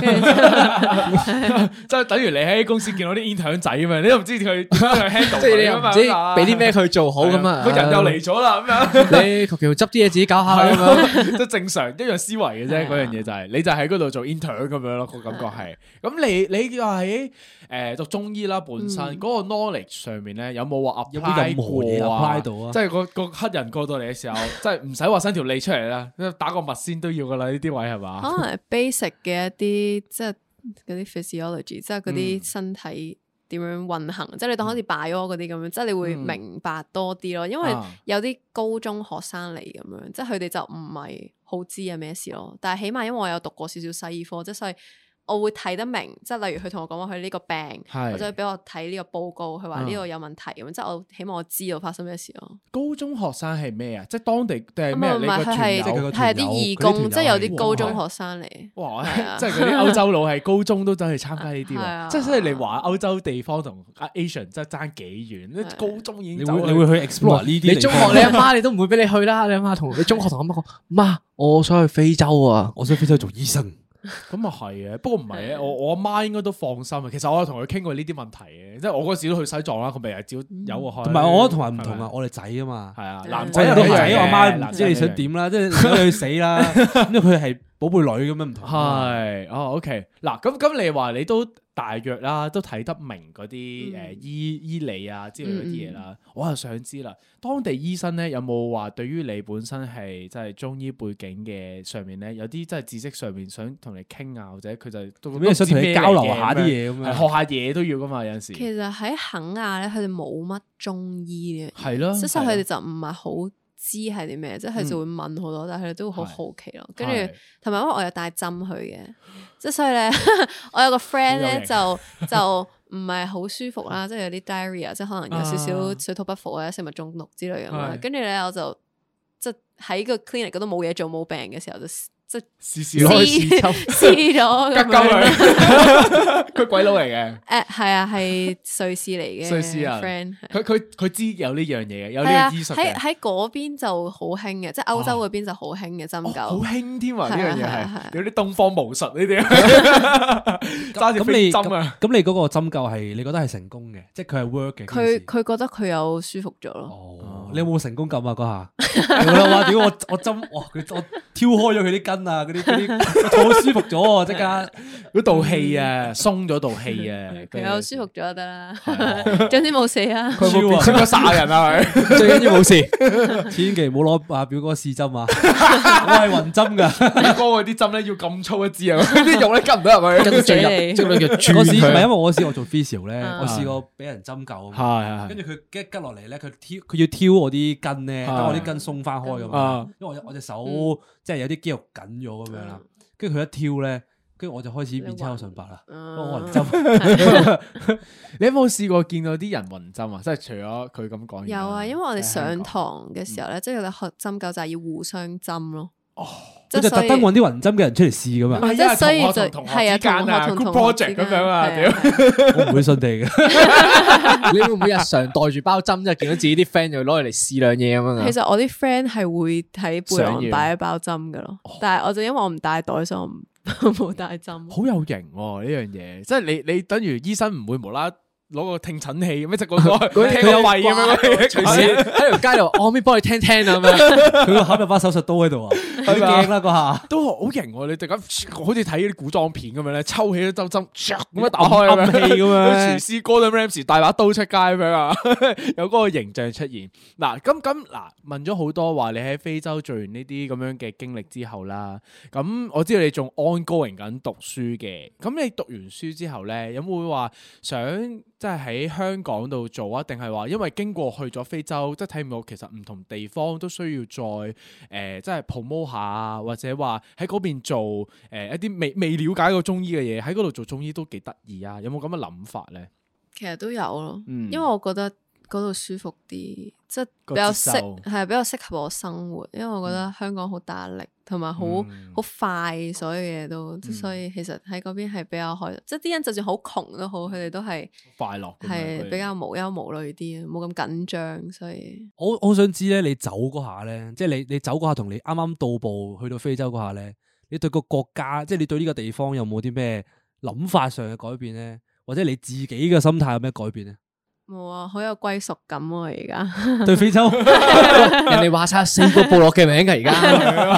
D: 跟住之後
C: 即係等於你喺公司見到啲 intern 仔啊嘛，你都唔知
A: *laughs*
C: 佢點樣 handle
A: 即係你又
C: 佢
A: 唔
C: 啊嘛
A: 知俾啲咩佢做好咁啊？
C: 佢人又嚟咗啦，咁
A: *laughs*
C: 樣。
A: 你求其執啲嘢自己搞下咁
C: 即
A: 樣。
C: 係正常一樣思維嘅
A: 啊
C: 啫，嗰樣嘢就係你就喺嗰度做 intern 咁樣咯，個感覺係。咁你你又喺誒讀中醫啦，本
A: 嗯
C: 身嗰個 knowledge 上面咧，有冇話
B: 有冇任
C: apply
B: 何嘢
C: 過啊
B: apply 到啊
C: 即係個個黑人過到嚟嘅時候， *laughs* 即係唔使話伸條脷出嚟啦，打個脈先都要噶啦，呢啲位係嘛？
D: 可能係 basic 嘅一啲，即係嗰啲 physiology，即係嗰啲身體點樣運行，即係你當好似 bio 嗰啲咁樣，即係你會明白多啲咯。因為
C: 啊
D: 有啲高中學生嚟咁樣，即係佢哋就唔係好知係咩事咯。但係起碼因為我有讀過少少西醫科，即係所以我會睇得明。即係例如佢同我講話佢呢個病，
C: 係
D: 或者佢俾我睇呢個報告，佢話呢度有問題咁樣，即係我起碼我知道發生咩事咯。
C: 高中學生係咩啊？即係當地定係
D: 唔
C: 咩？啊
D: 啊係唔
C: 你
D: 係，
C: 個團
D: 佢
B: 即
D: 係
B: 係佢
C: 友
B: 個
D: 佢係
B: 團友
D: 啲義
B: 佢啲
D: 工，
B: 團
D: 即係有
B: 友
D: 啲
B: 哇
D: 高中學生嚟。
C: 哇！
D: 係啊
C: *laughs* 即係嗰啲歐洲佬係高中都走去參加呢啲
D: 係
C: 喎，
D: 啊
C: 即係所以你話歐洲地方同 Asian 真係爭幾遠，高中已
B: 你
C: 經走
B: 會
C: 去
B: 啊你會去 explore 呢啲地方？
A: 你中學你阿媽你都唔會俾你去啦，你阿媽同你中學同阿媽講，媽，我想去非洲啊。
B: 我想飛洲做醫生。
C: 咁啊係嘅，不過唔係嘅，我我阿媽應該都放心啊。其實我有同佢傾過呢啲問題嘅，即係我嗰時都去西藏啦，佢咪係照有我去。
B: 同埋我覺得同嗯埋唔同
C: 係咪
B: 啊，，我哋仔啊嘛
C: 係，
D: 嗯
C: 啊，男
B: 我
C: 仔
B: 哋
C: 都
B: 都係
C: 係
B: 仔，
C: 嘅
B: 我媽唔知你
C: 啊
B: 想。點啦，即係想你去死 *laughs* 啦，因為佢係寶貝女咁樣唔同啊嘛。
C: 係哦，OK，嗱，咁咁你話你都大約啦，都睇得明嗰啲
B: 嗯
C: 誒醫醫理啊之類嗰啲嘢啦，我又想知啦，當地醫生咧有冇話對於你本身係即係中醫背景嘅上面咧，有啲即係知識上面想同你傾啊，或者佢就都
B: 咩想同你
C: 都唔知咩
B: 交流
C: 嚟嘅
B: 下啲嘢咁
C: 係
B: 樣
C: 學下嘢都要噶嘛，有陣時
D: 其實喺肯亞咧，佢哋冇乜中醫嘅，
C: 係啊咯，
D: 即係
C: 係
D: 佢
C: 咯
D: 哋就唔係好知係啲咩，即係佢就會問好多，但係佢哋都會好
C: 係
D: 好奇咯。跟
C: 係
D: 住同埋因為我有帶針去嘅，即係所以咧， *laughs* 我有個 friend
C: 型
D: 咧就就唔係好舒
C: *laughs*
D: 服啦，即係有啲 diarrhea，即係可能有少
C: 啊
D: 少水土不服或者食物中毒之類咁啦。
C: 係
D: 跟住咧我就即係喺個 clinic 嗰度冇嘢做冇病嘅時候就。即係
B: *laughs*
C: 時時攞去試
D: 試
C: 針，
D: 試咗咁
C: 拮鳩
D: 樣
C: 佢，佢鬼佬嚟嘅，
D: 诶，系啊，系瑞士嚟
C: *laughs*
D: 嘅，
C: 瑞士啊
D: friend
C: 佢
D: 係
C: 佢佢知有呢樣嘢嘅，有呢
D: 係啊
C: 個醫術
D: 喺
C: 嘅，
D: 喺嗰邊就好興嘅，即係歐洲嗰邊就好興嘅針
C: 哦好
D: 灸。
C: 興添啊！呢
D: 係啊
C: 樣
D: 係啊係啊
C: 嘢係有啲東方巫術呢啲，揸住
B: 咁你
C: 飛針啊！
B: 咁你嗰個針灸係你覺得係成功嘅，即係佢係 work 嘅。
D: 佢佢覺得佢有舒服咗咯，
B: 哦，你有冇成功撳啊？嗰下，你覺得哇！屌我我針，哇佢我挑開咗佢啲筋啊，嗰啲嗰啲個肚好舒服咗啊！即刻
C: 嗰道氣啊，鬆咗道氣
D: *laughs*
C: 啊，
D: 佢嗯有舒服咗就得啦。 *laughs* 總之冇事
C: *laughs*
D: 啊，
C: 佢會變成咗殺人啊！佢
A: 最緊要冇事。
B: 千祈唔好攞阿表哥試針啊！ *laughs* 我係暈針㗎，
C: 表哥嗰啲針咧要咁粗一
D: *laughs*
C: 支啊，啲肉咧跟唔到入去。
D: 咁
C: *laughs*
D: 死你
A: 即。係啊佢
B: *laughs*
A: 叫
B: 我試唔
A: 轉
B: 係因為
A: 佢。
B: 我嗰時我做 facial 咧，
D: 啊
B: 我試過俾人針灸啊嘛。
C: 係
B: 跟住佢一吉落嚟咧，佢挑佢要挑我啲筋咧，等
C: 啊
B: 我啲筋鬆翻開咁
C: 啊
B: 嘛。因為我我隻手
D: 嗯
B: 即係有啲肌肉緊咗咁樣啦。跟住佢一挑咧，跟住我就開始變青口唇白
D: 啊
B: 啦。我暈針，
C: 你有冇試過見到啲人暈針啊？即係除咗佢咁講完啦，
D: 有啊，因為我哋
C: 喺
D: 上
C: 香港
D: 堂嘅時候
C: 嗯
D: 咧，即係我哋學針灸就係要互相針咯。哦， *laughs* 即
B: 佢
D: 係
B: 就
D: 所
B: 特
D: 以
B: 登揾啲暈針嘅人出嚟試噶
D: *laughs*
B: 嘛。
C: 係
D: 即係所以
C: 啊同
D: 就
C: 學同學
D: 係啊，
C: 之間啊
D: 同學
C: group
D: 同同學之
C: project 咁樣啊
D: 間係係
C: *laughs*
B: 我唔會信你嘅。
A: 你會唔會日常袋住包針，即係見到自己啲 friend 就攞嚟試兩嘢咁樣啊
D: 其？實我啲 friend 係會喺背
C: 嗯想
D: 囊
C: 要哦
D: 擺一包針噶咯，但係我就因為我唔帶袋，所以我唔 *laughs* 冇帶針。
C: 好有型喎呢樣嘢，即係你你等於醫生唔會無啦啦攞個聽診器咩，即係嗰個 *laughs* 聽個肺咁樣，隨
A: 喺
C: 時
A: 喺條街度，我可唔可以幫你聽聽啊？咁樣
B: 佢個口入把手術刀喺度啊，佢驚啦嗰下。
C: 都好型喎！你突然間好似睇啲古裝片咁樣咧，抽起啲針針，咁樣打
B: 暗
C: 開咁
B: 暗器咁
C: *laughs*
B: 樣
C: 樣，廚師 Gordon Ramsay 大把刀出街咁樣啊， *laughs* 有嗰個形象出現。嗱咁咁嗱，問咗好多話你喺非洲做完呢啲咁樣嘅經歷之後啦，咁我知道你仲 ongoing 緊讀書嘅，咁你讀完書之後咧，有冇會話想即係喺香港度做啊？定係話因為經過去咗非洲，即係睇唔到其實唔同地方都需要再誒、呃即係 promote 下啊，或者話喺嗰邊做誒、呃一啲未未了解過中醫嘅嘢，喺嗰度做中醫都幾得意啊！有冇咁嘅諗法咧？
D: 其實都有咯，
C: 嗯
D: 因為我覺得嗰度舒服啲，即係
C: 個
D: 比較
C: 節奏
D: 適係比較適合我生活。因為我覺得香港好大壓力，同埋好
C: 嗯
D: 好快，所有嘢都，即
C: 嗯
D: 係所以其實喺嗰邊係比較開，即係啲人就算好窮都好，佢哋都係
C: 快樂咁樣嗰
D: 係
C: 啲
D: 比較無憂無慮啲，冇咁緊張，所以
B: 我我好想知咧，你走嗰下咧，即係你你走嗰下同你啱啱到步去到非洲嗰下咧，你對個國家，即係你對呢個地方有冇啲咩諗法上嘅改變咧？或者你自己嘅心態有咩改變咧？
D: 冇啊，好有歸屬感喎而
C: *laughs*
D: 家。
B: 對非
D: *laughs*
B: 洲， *laughs*
A: 人哋話晒四個部落嘅名㗎，而家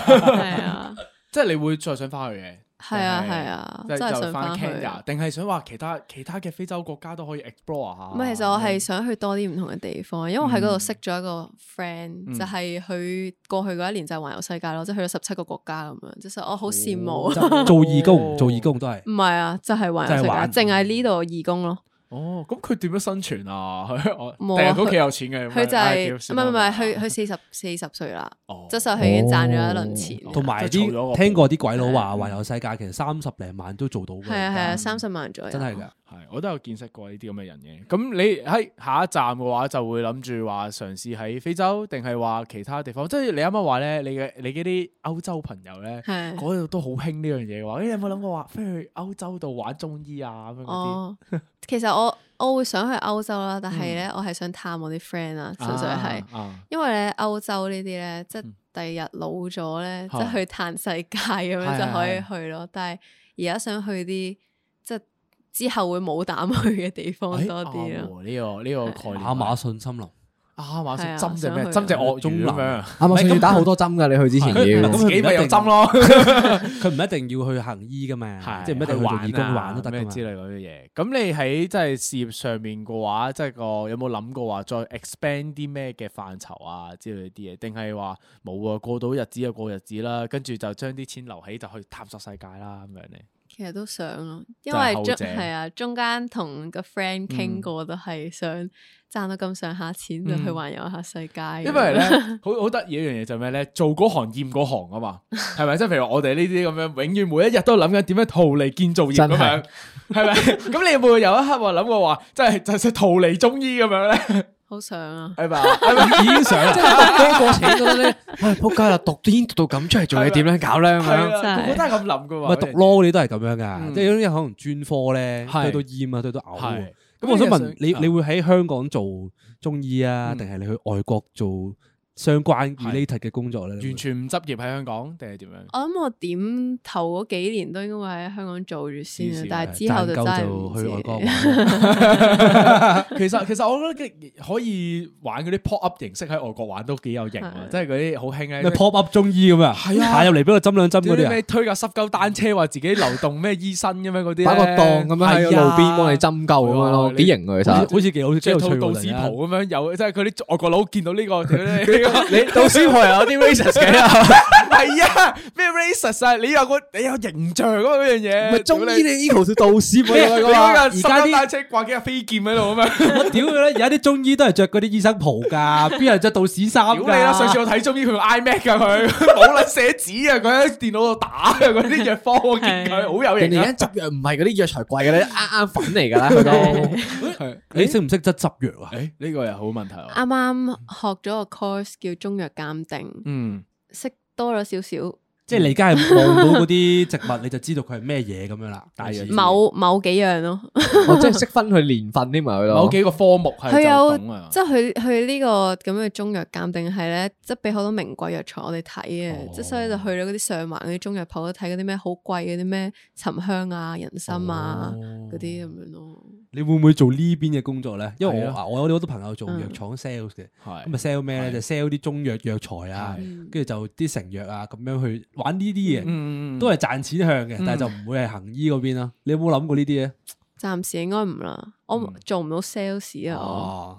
D: 係啊，
C: 即係你會再想翻去嘅。
D: 係啊，係啊，
C: 即
D: 真
C: 係
D: 係
C: 就
D: 想
C: 翻
D: 翻去。
C: Kenya，
D: 唔
C: 定係想話其他其他嘅非洲國家都可以 explore 下。
D: 係，其實我係想去多啲唔同嘅地方，因為我喺嗰度識咗一個 friend，、
C: 嗯
D: 就係佢過去嗰一年就係環遊世界咯，即係去咗十七個國家咁樣，即係我好羨慕。
B: 做義工，做義工都係
D: *laughs* 唔係啊，就係環遊世
B: 哦就係
D: 界，
B: 玩
D: 淨係呢度義工咯。
C: 哦，咁佢點樣生存啊？ *laughs* 我
D: 冇
C: 定
D: 啊
C: 係佢屋企有錢嘅，
D: 佢就係
C: 唉
D: 唔係
C: 算啦
D: 唔係，佢佢四十四十歲啦
C: 啊哦，
D: 即係所以佢已經 *laughs* 賺咗一輪錢
B: 哦同
D: 㗎啦。
B: 埋
C: 即係儲咗
B: 啲
C: 個啊
B: 聽過啲鬼佬話環遊世界，其實三十零萬都做到嘅。
D: 係啊係啊，三十萬左右。
B: 真係㗎。
C: 係，我都有見識過呢啲咁嘅人嘅。咁你喺下一站嘅話，就會諗住話嘗試喺非洲，定係話其他地方？即係你啱啱話咧，你嘅你嗰啲歐洲朋友咧，
D: 係
C: 嗰度都好興呢樣嘢嘅話，誒你有冇諗過話飛去歐洲度玩中醫啊咁樣嗰啲？
D: 哦，其實我我會想去歐洲啦，但係咧，我係想探我啲 friend 啊，純粹係。
C: 啊啊
D: 因為咧歐洲呢啲咧，即係第二日老咗咧，即
C: 嗯係
D: 係去嘆世界
C: 係
D: 咁樣就可以
C: 係
D: 去咯。但係而家想去啲即係之後會冇膽去嘅地方
C: 哎
D: 多啲啊
C: 啱喎
D: 咯。
C: 呢個呢個概念
B: 亞馬遜
C: *laughs*
B: 森林。
C: 亞馬
D: 係
C: 遜
D: 啊
C: 針隻
D: 想
C: 咩？
D: 去
C: 針隻
D: 啊
C: 鱷
B: 中
C: 魚咁
B: 南
C: 樣，
A: 啱啱要打好多針㗎，你去
C: *laughs*
A: 之前要
B: 咁
C: 自己咪有針咯，
B: 佢唔一定要去行醫噶嘛，即係唔一定去做義工去玩都得噶
C: 啊咩
B: 嘛。
C: 之類嗰啲嘢。咁你喺即係事業上面嘅話，即係個有冇諗過話再 expand 啲咩嘅範疇啊之類啲嘢？定係話冇啊？過到日子就過日子啦，跟住就將啲錢留起就去探索世界啦咁樣咧。
D: 其實都想咯，因
C: 就係
D: 為
C: 後
D: 中
C: 者嗯
D: 係啊，中間同個 friend 傾過都係想賺到咁上下錢就去
C: 嗯
D: 環遊下世界咁樣。
C: 因為咧，好好得意一樣嘢就係咩咧？做嗰行厭嗰行啊嘛，係咪？即係譬如我哋呢啲咁樣，永遠每一日都諗緊點樣逃離建造業咁
A: 真
C: 樣
A: 係，
C: 係咪？咁你會唔會有一刻話諗過話，即係就係逃離中醫咁樣咧？
D: 好好想啊！
C: 係嘛？
B: *laughs*
C: 已經想啦，即係過程覺得咧，
A: 唉，仆街啦，讀煙讀到咁出嚟，仲你點樣搞咧咁
C: 係
A: 樣？
C: 啊，個個
D: 真係
C: 都係咁諗噶
B: 唔
C: 嘛。
B: 係讀 law 你都係咁樣噶，
C: 嗯
B: 即係有啲人可能專科咧，
C: 係
B: 對到厭啊，對到嘔啊。
C: 係
B: 咁我想問你，
C: 啊
B: 你會喺香港做中醫啊，
C: 嗯
B: 定係你去外國做相關
C: 係
B: related 嘅工作咧？
C: 完全唔執業喺香港定係點樣？
D: 我諗我點頭嗰幾年都應該會喺香港做住先
C: 試
D: 啊
C: 試，
D: 但係之
B: 賺
D: 後就真
B: 夠
D: 係
B: 就
D: 唔
B: 去外國
D: 知。
C: *laughs*
B: 玩。
C: *laughs* 其實其實我覺得可以玩嗰啲 pop up 形式喺外國玩都幾有型啊！
D: 係
C: 即係嗰啲好興咧
B: 咩 pop up 中醫咁啊？
C: 係啊
B: 行入嚟俾我針兩針嗰
C: 啲
B: 啲
C: 咩
B: 啊？
C: 推架濕鳩單車，話自己流動咩醫生咁樣嗰啲呢，
A: 擺個檔咁樣喺路邊幫你針灸咁樣
C: 係
A: 咯
C: 啊，
A: 幾型啊其
B: 好
A: 實
B: 似。好似幾好，幾
C: 着
B: 有
C: 套
B: 趣
C: 道
B: 喎！
C: 士
B: 突然間
C: 袍咁樣，有即係嗰啲外國佬見到呢個，屌你
A: 你到師傅有啲 racist 嘅
C: *laughs* 係啊咩 racist 啊？你有個你有形象啊嘛嗰樣嘢，
A: 唔係中醫
C: 屌
A: 你呢條是道士
C: 你
A: 袍
C: 咩
A: 嚟
C: 你
A: 㗎嘛？
C: 嗰
B: 而
C: 架
B: 家
C: 濕
B: 啲
C: 鳩單車掛幾架飛劍喺度咁樣。
B: 我屌佢啦！而家啲中醫都係着嗰啲醫生袍噶，
C: *laughs*
B: 邊有人着道士衫㗎
C: 屌你啦！上次我睇中醫佢用 iMac 噶佢， *laughs* 冇撚寫紙啊！佢喺電腦度打啊！嗰啲藥方我見佢好有
A: 人
C: 型
A: 哋
C: 啊
A: 而！家執藥唔係嗰啲藥材貴嘅咧，啱啱粉嚟㗎啦，佢都。
B: 你識唔識執執藥啊？
C: 誒呢個又好問題啊喎。
D: 啱啱學咗個 course 叫中藥鑑定，
C: 嗯，
D: 識多咗少少
B: 即係你而家係望到嗰啲植物，你就知道佢係咩嘢咁樣
C: *laughs*
B: 啦。
C: 大約知
D: 某某幾樣咯。
A: 我真係識分佢年份添啊，佢
C: 某
A: 都。
C: 幾個科目係
D: 佢有
C: 就懂啊
D: 即。係佢佢呢個咁嘅中藥鑑定係咧，即係俾好多名貴藥材我哋睇
C: 哦
D: 嘅，即係所以就去咗嗰啲上環嗰啲中藥鋪都睇嗰啲咩好貴嗰啲咩沉香啊、人參
C: 哦
D: 啊嗰啲咁樣咯。
B: 你會唔會做呢邊嘅工作咧？因為
C: 係
B: 我
C: 啊
B: 啊，我有好多朋友做
D: 嗯
B: 藥廠 sales 嘅，
C: 係
B: 咁啊 sell 咩咧？就 sell 啲中藥藥材啊，
D: 嗯
B: 跟住就啲成藥啊，咁樣去玩呢啲嘢，
C: 嗯
B: 都係賺錢向嘅，但係就唔會係行醫嗰邊啦。你有冇諗過呢啲咧？
D: 暫時應該唔啦，
C: 嗯
D: 我做唔到 sales 啊，我
B: 哦，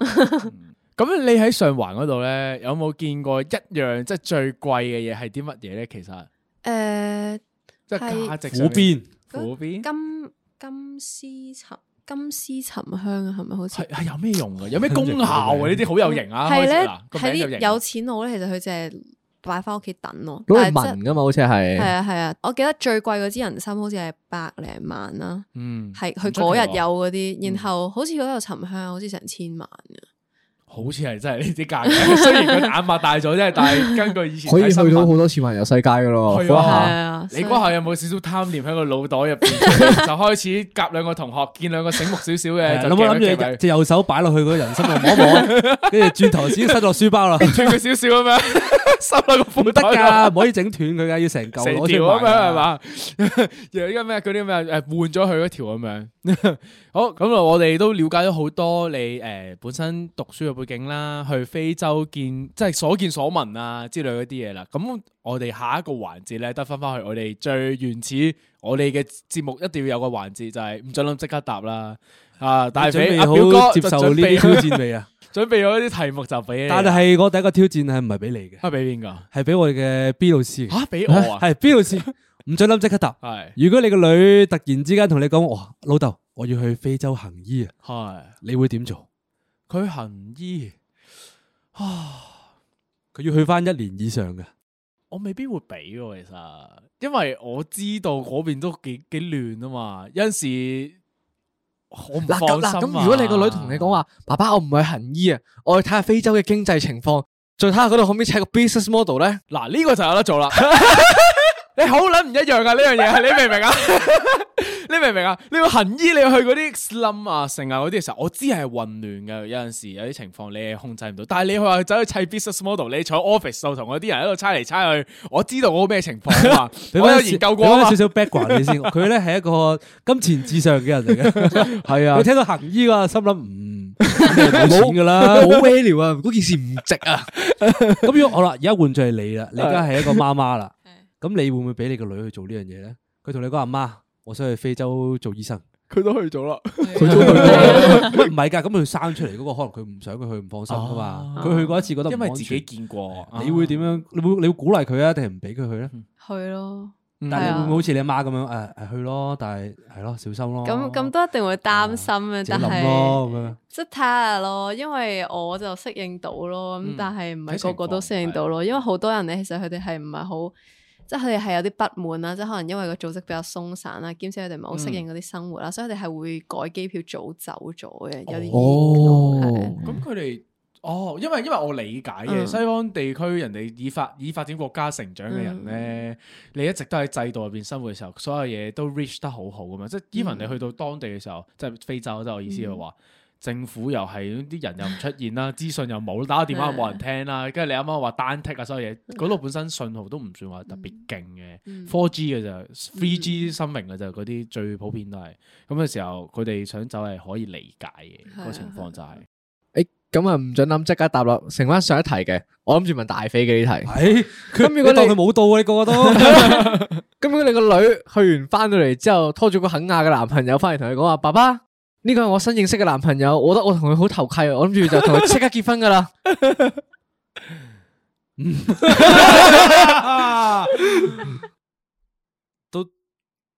C: 咁你喺上環嗰度咧，有冇見過一樣即係最貴嘅嘢係啲乜嘢咧？其實
D: 誒
C: 即係價值
B: 苦邊
C: 苦邊
D: 金金絲沉金絲沉香啊，係咪好似
C: 係？係有咩用啊？有咩功效啊？呢啲好有型啊！
D: 係
C: 開
D: 咧
C: 始啦，個
D: 係
C: 名就
D: 啲
C: 型
D: 有錢佬咧，其實佢淨係擺翻屋企等咯，
A: 攞嚟
D: 但係真
A: 紋㗎嘛，好似
D: 係
A: 係。
D: 啊係啊，我記得最貴嗰支人參好似係百零萬啦，
C: 嗯
D: 係
C: 唔
D: 佢
C: 出奇喎嗯
D: 嗰日有嗰啲，然後好似嗰度沉香好似成千萬嘅，
C: 好似係真係呢啲價格， *laughs* 雖然佢眼擘大咗啫，但係根據以前
A: 可以
C: 睇新聞
A: 去到好多次環遊世界㗎咯，
C: 係
A: 嗰一
C: 啊
D: 係
A: 下。
D: 啊，
C: 你嗰
D: 所以
C: 下有冇少少貪念喺個腦袋
B: *laughs*
C: 入邊，就開始夾兩個同學，見兩個醒目少少嘅，
B: 係啊
C: 就
B: 諗
C: 夾
B: 諗
C: 一
B: 住隻
C: 夾佢
B: 隻右手擺落去嗰個人參度摸一摸，跟住轉頭自己塞落書
C: *laughs*
B: 包啦。
C: 轉佢少少咁樣， *laughs* 收落個
B: 唔
C: 褲
B: 得
C: 袋
B: 噶，
C: 度
B: 唔可以整斷佢噶，要成嚿
C: 成
B: 攞
C: 條
B: 出
C: 咁
B: 嚟
C: 樣係？嘛？ *laughs* 而家咩嗰啲咩誒換咗佢嗰條咁樣。 *laughs* 好咁啊，我哋都了解咗好多你誒、呃本身讀書嘅背景啦，去非洲見即係所見所聞啊之類嗰啲嘢啦。咁我哋下一個環節咧，得翻翻去我哋最原始我哋嘅節目一定要有個環節就係唔准諗即刻答啦。啊！大
B: 準
C: 肥
B: 備
C: 阿表哥
B: 好接
C: 就
B: 受
C: 準
B: 呢
C: 備
B: 啲挑戰未啊？
C: *laughs* 準備咗啲題目就俾你啦，
B: 但係我第一個挑戰係唔係俾你嘅，
C: 係俾
B: *laughs*
C: 邊個？
B: 係俾我哋嘅 B 老師嘅。
C: 吓俾我啊！
B: *laughs* 係 B 老師，唔准諗即刻答。
C: 係
B: 如果你個女突然之間同你講，哇，老豆，我要去非洲行醫啊，
C: 係
B: 你會點做？
C: 佢行醫啊！
B: 佢要去翻一年以上嘅，
C: 我未必會俾喎，其實，因為我知道嗰邊都幾幾亂啊嘛，有陣時我唔
A: 嗱咁嗱
C: 放
A: 咁，
C: 心啊
A: 如果你個女同你講，話，爸爸我唔去行醫啊，我去睇下非洲嘅經濟情況，再睇下嗰度可唔可以砌個 business model 咧？
C: 嗱呢、個就有得
A: *laughs*
C: 做啦，你好撚唔一樣啊呢樣嘢，你明唔明啊？ *laughs* 你明唔明啊？你要行醫，你要去嗰啲 slum 啊、城啊嗰啲嘅時候，我知係混亂嘅，有陣時有啲情況你係控制唔到。但係你去話走去砌 business model，你坐 office 度同嗰啲人喺度猜嚟猜去，我知道嗰個咩情況
A: *laughs*
C: 啊嘛，
B: 俾
C: 我
B: 翻
C: 有
B: 少
C: 研究過啊
B: 俾
C: 嘛
B: 翻少。少 background 你先。佢咧係一個金錢至上嘅人嚟嘅，
A: 係
B: 佢聽到行醫啊，心諗嗯，冇錢噶啦，
A: 冇 value 啊，嗰件事唔值啊。
B: *laughs* 咁如果好啦，而家換咗係你啦，你而家係一個媽媽啦
D: 係，
B: 咁你會唔會俾你個女去做呢樣嘢咧？佢同你講阿媽，我想去非洲做醫生，
C: 佢都去咗啦，
B: 佢 *laughs* 都去過，乜唔係㗎？咁佢生出嚟嗰個可能佢唔想佢去唔放心㗎嘛，
C: 哦
B: 佢去過一次覺得唔
C: 因為
B: 安
C: 自己
B: 全，啊
C: 見過。啊
B: 你會點樣？你會你會鼓勵佢啊，定係唔俾佢去咧？
D: 去咯，
B: 但係
D: 係
B: 你
D: 啊
B: 會唔會好似你阿媽咁樣誒誒去咯？但係係咯，小心咯，
C: 哦
D: 咁咁都一定會擔心嘅，
B: 自己
D: 但
B: 諗咯咁 *laughs*
D: 係
B: 樣。
D: 即係睇下咯，因為我就適應到咯，咁
C: 嗯
D: 但係唔
C: 睇
D: 係
C: 情
D: 個個都
C: 況
D: 適應到咯，因為好多人咧，其實佢哋係唔係好。即係佢哋係有啲不滿啦，即係可能因為個組織比較鬆散啦，兼且佢哋唔係好適應嗰啲生活啦，所以佢哋係會改機票早走咗嘅，有啲
A: 哦
D: 係
C: 咁佢哋哦，因為因為我理解嘅
D: 嗯
C: 西方地區人哋以發以發展國家成長嘅人咧，你一直都喺制度入邊生活嘅時候，所有嘢都 reach 得好好咁樣。即係 even 你去到當地嘅時候，即係非洲，即係我意思係話。政府又係啲人又唔出現啦， *laughs* 資訊又冇，打個電話又冇人聽啦，跟住你啱啱話單剔啊，所有嘢嗰度本身信號都唔算話特別勁嘅，four G 嘅就 three G 生命嘅就嗰啲最普遍都係咁嘅時候，佢哋想走係可以理解嘅嗰個情況就係。
A: 咁啊唔准谂，即刻答啦。剩翻上一題嘅，我諗住問大飛嘅呢題。
B: 係哎佢
A: 咁如果
B: 你當
A: 你
B: 佢冇到啊，你個個都 *laughs*
A: 咁如果你個女去完翻到嚟之後，拖住個肯亞嘅男朋友翻嚟，同佢講話：爸爸，呢個係我新認識嘅男朋友，我覺得我同佢好投契啊，我諗住就同佢即刻結婚噶啦。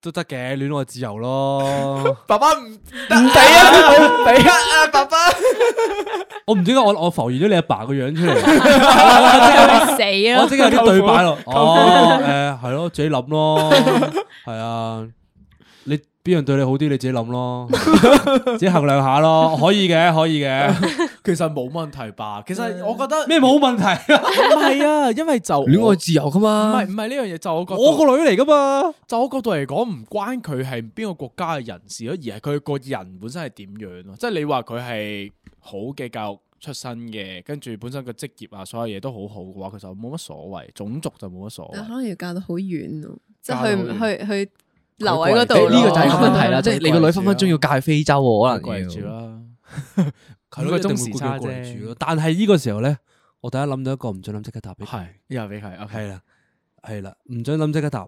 B: 都得嘅，戀愛自由咯。
A: 爸爸唔唔俾啊，唔俾啊，啊爸爸。
B: 我唔知點解我我浮現咗你阿爸個樣 *laughs* 出嚟。
D: 死
B: 我
C: 哦
D: 咯！
B: 即刻有啲對白咯。哦，誒係咯，自己諗
C: *laughs*
B: 咯，係啊。你邊樣對你好啲，你自己諗咯， *laughs* 自己衡量下咯。可以嘅，可以嘅，
C: *laughs* 其實冇問題吧？其實我覺得
B: 咩冇問題啊？
C: 唔係啊，因為就
A: 戀愛
C: 我
A: 自由噶
C: 唔
A: 嘛
C: 係，唔係呢樣嘢，就我覺得
B: 我個女嚟噶嘛，
C: 就我角度嚟講，唔關佢係邊個國家嘅人士咯，而係佢個人本身係點樣咯。即係你話佢係好嘅教育出身嘅，跟住本身個職業啊，所有嘢都好好嘅話，佢就冇乜所謂。種族就冇乜所
A: 啊
D: 但可
C: 謂。
D: 能要嫁到好遠咯，即
C: 嫁
D: 係
C: 到
D: 去
C: 好
D: 唔
C: 遠
D: 去去留喺嗰
A: 呢
D: 度咯。
A: 個就係個問題啦，
C: 哦
A: 即係你個女分分鐘要嫁去非洲喎，可能要
C: 跪住啦，
B: 係
C: 應該
B: 咯，
C: 中
B: 中
C: 時
B: 時差
C: 差啫
B: 啫。但係呢個時候咧，我第一諗到一個唔准諗即刻答俾佢
C: 係又俾佢。OK，
B: 係啦，係啦，唔准諗即刻答。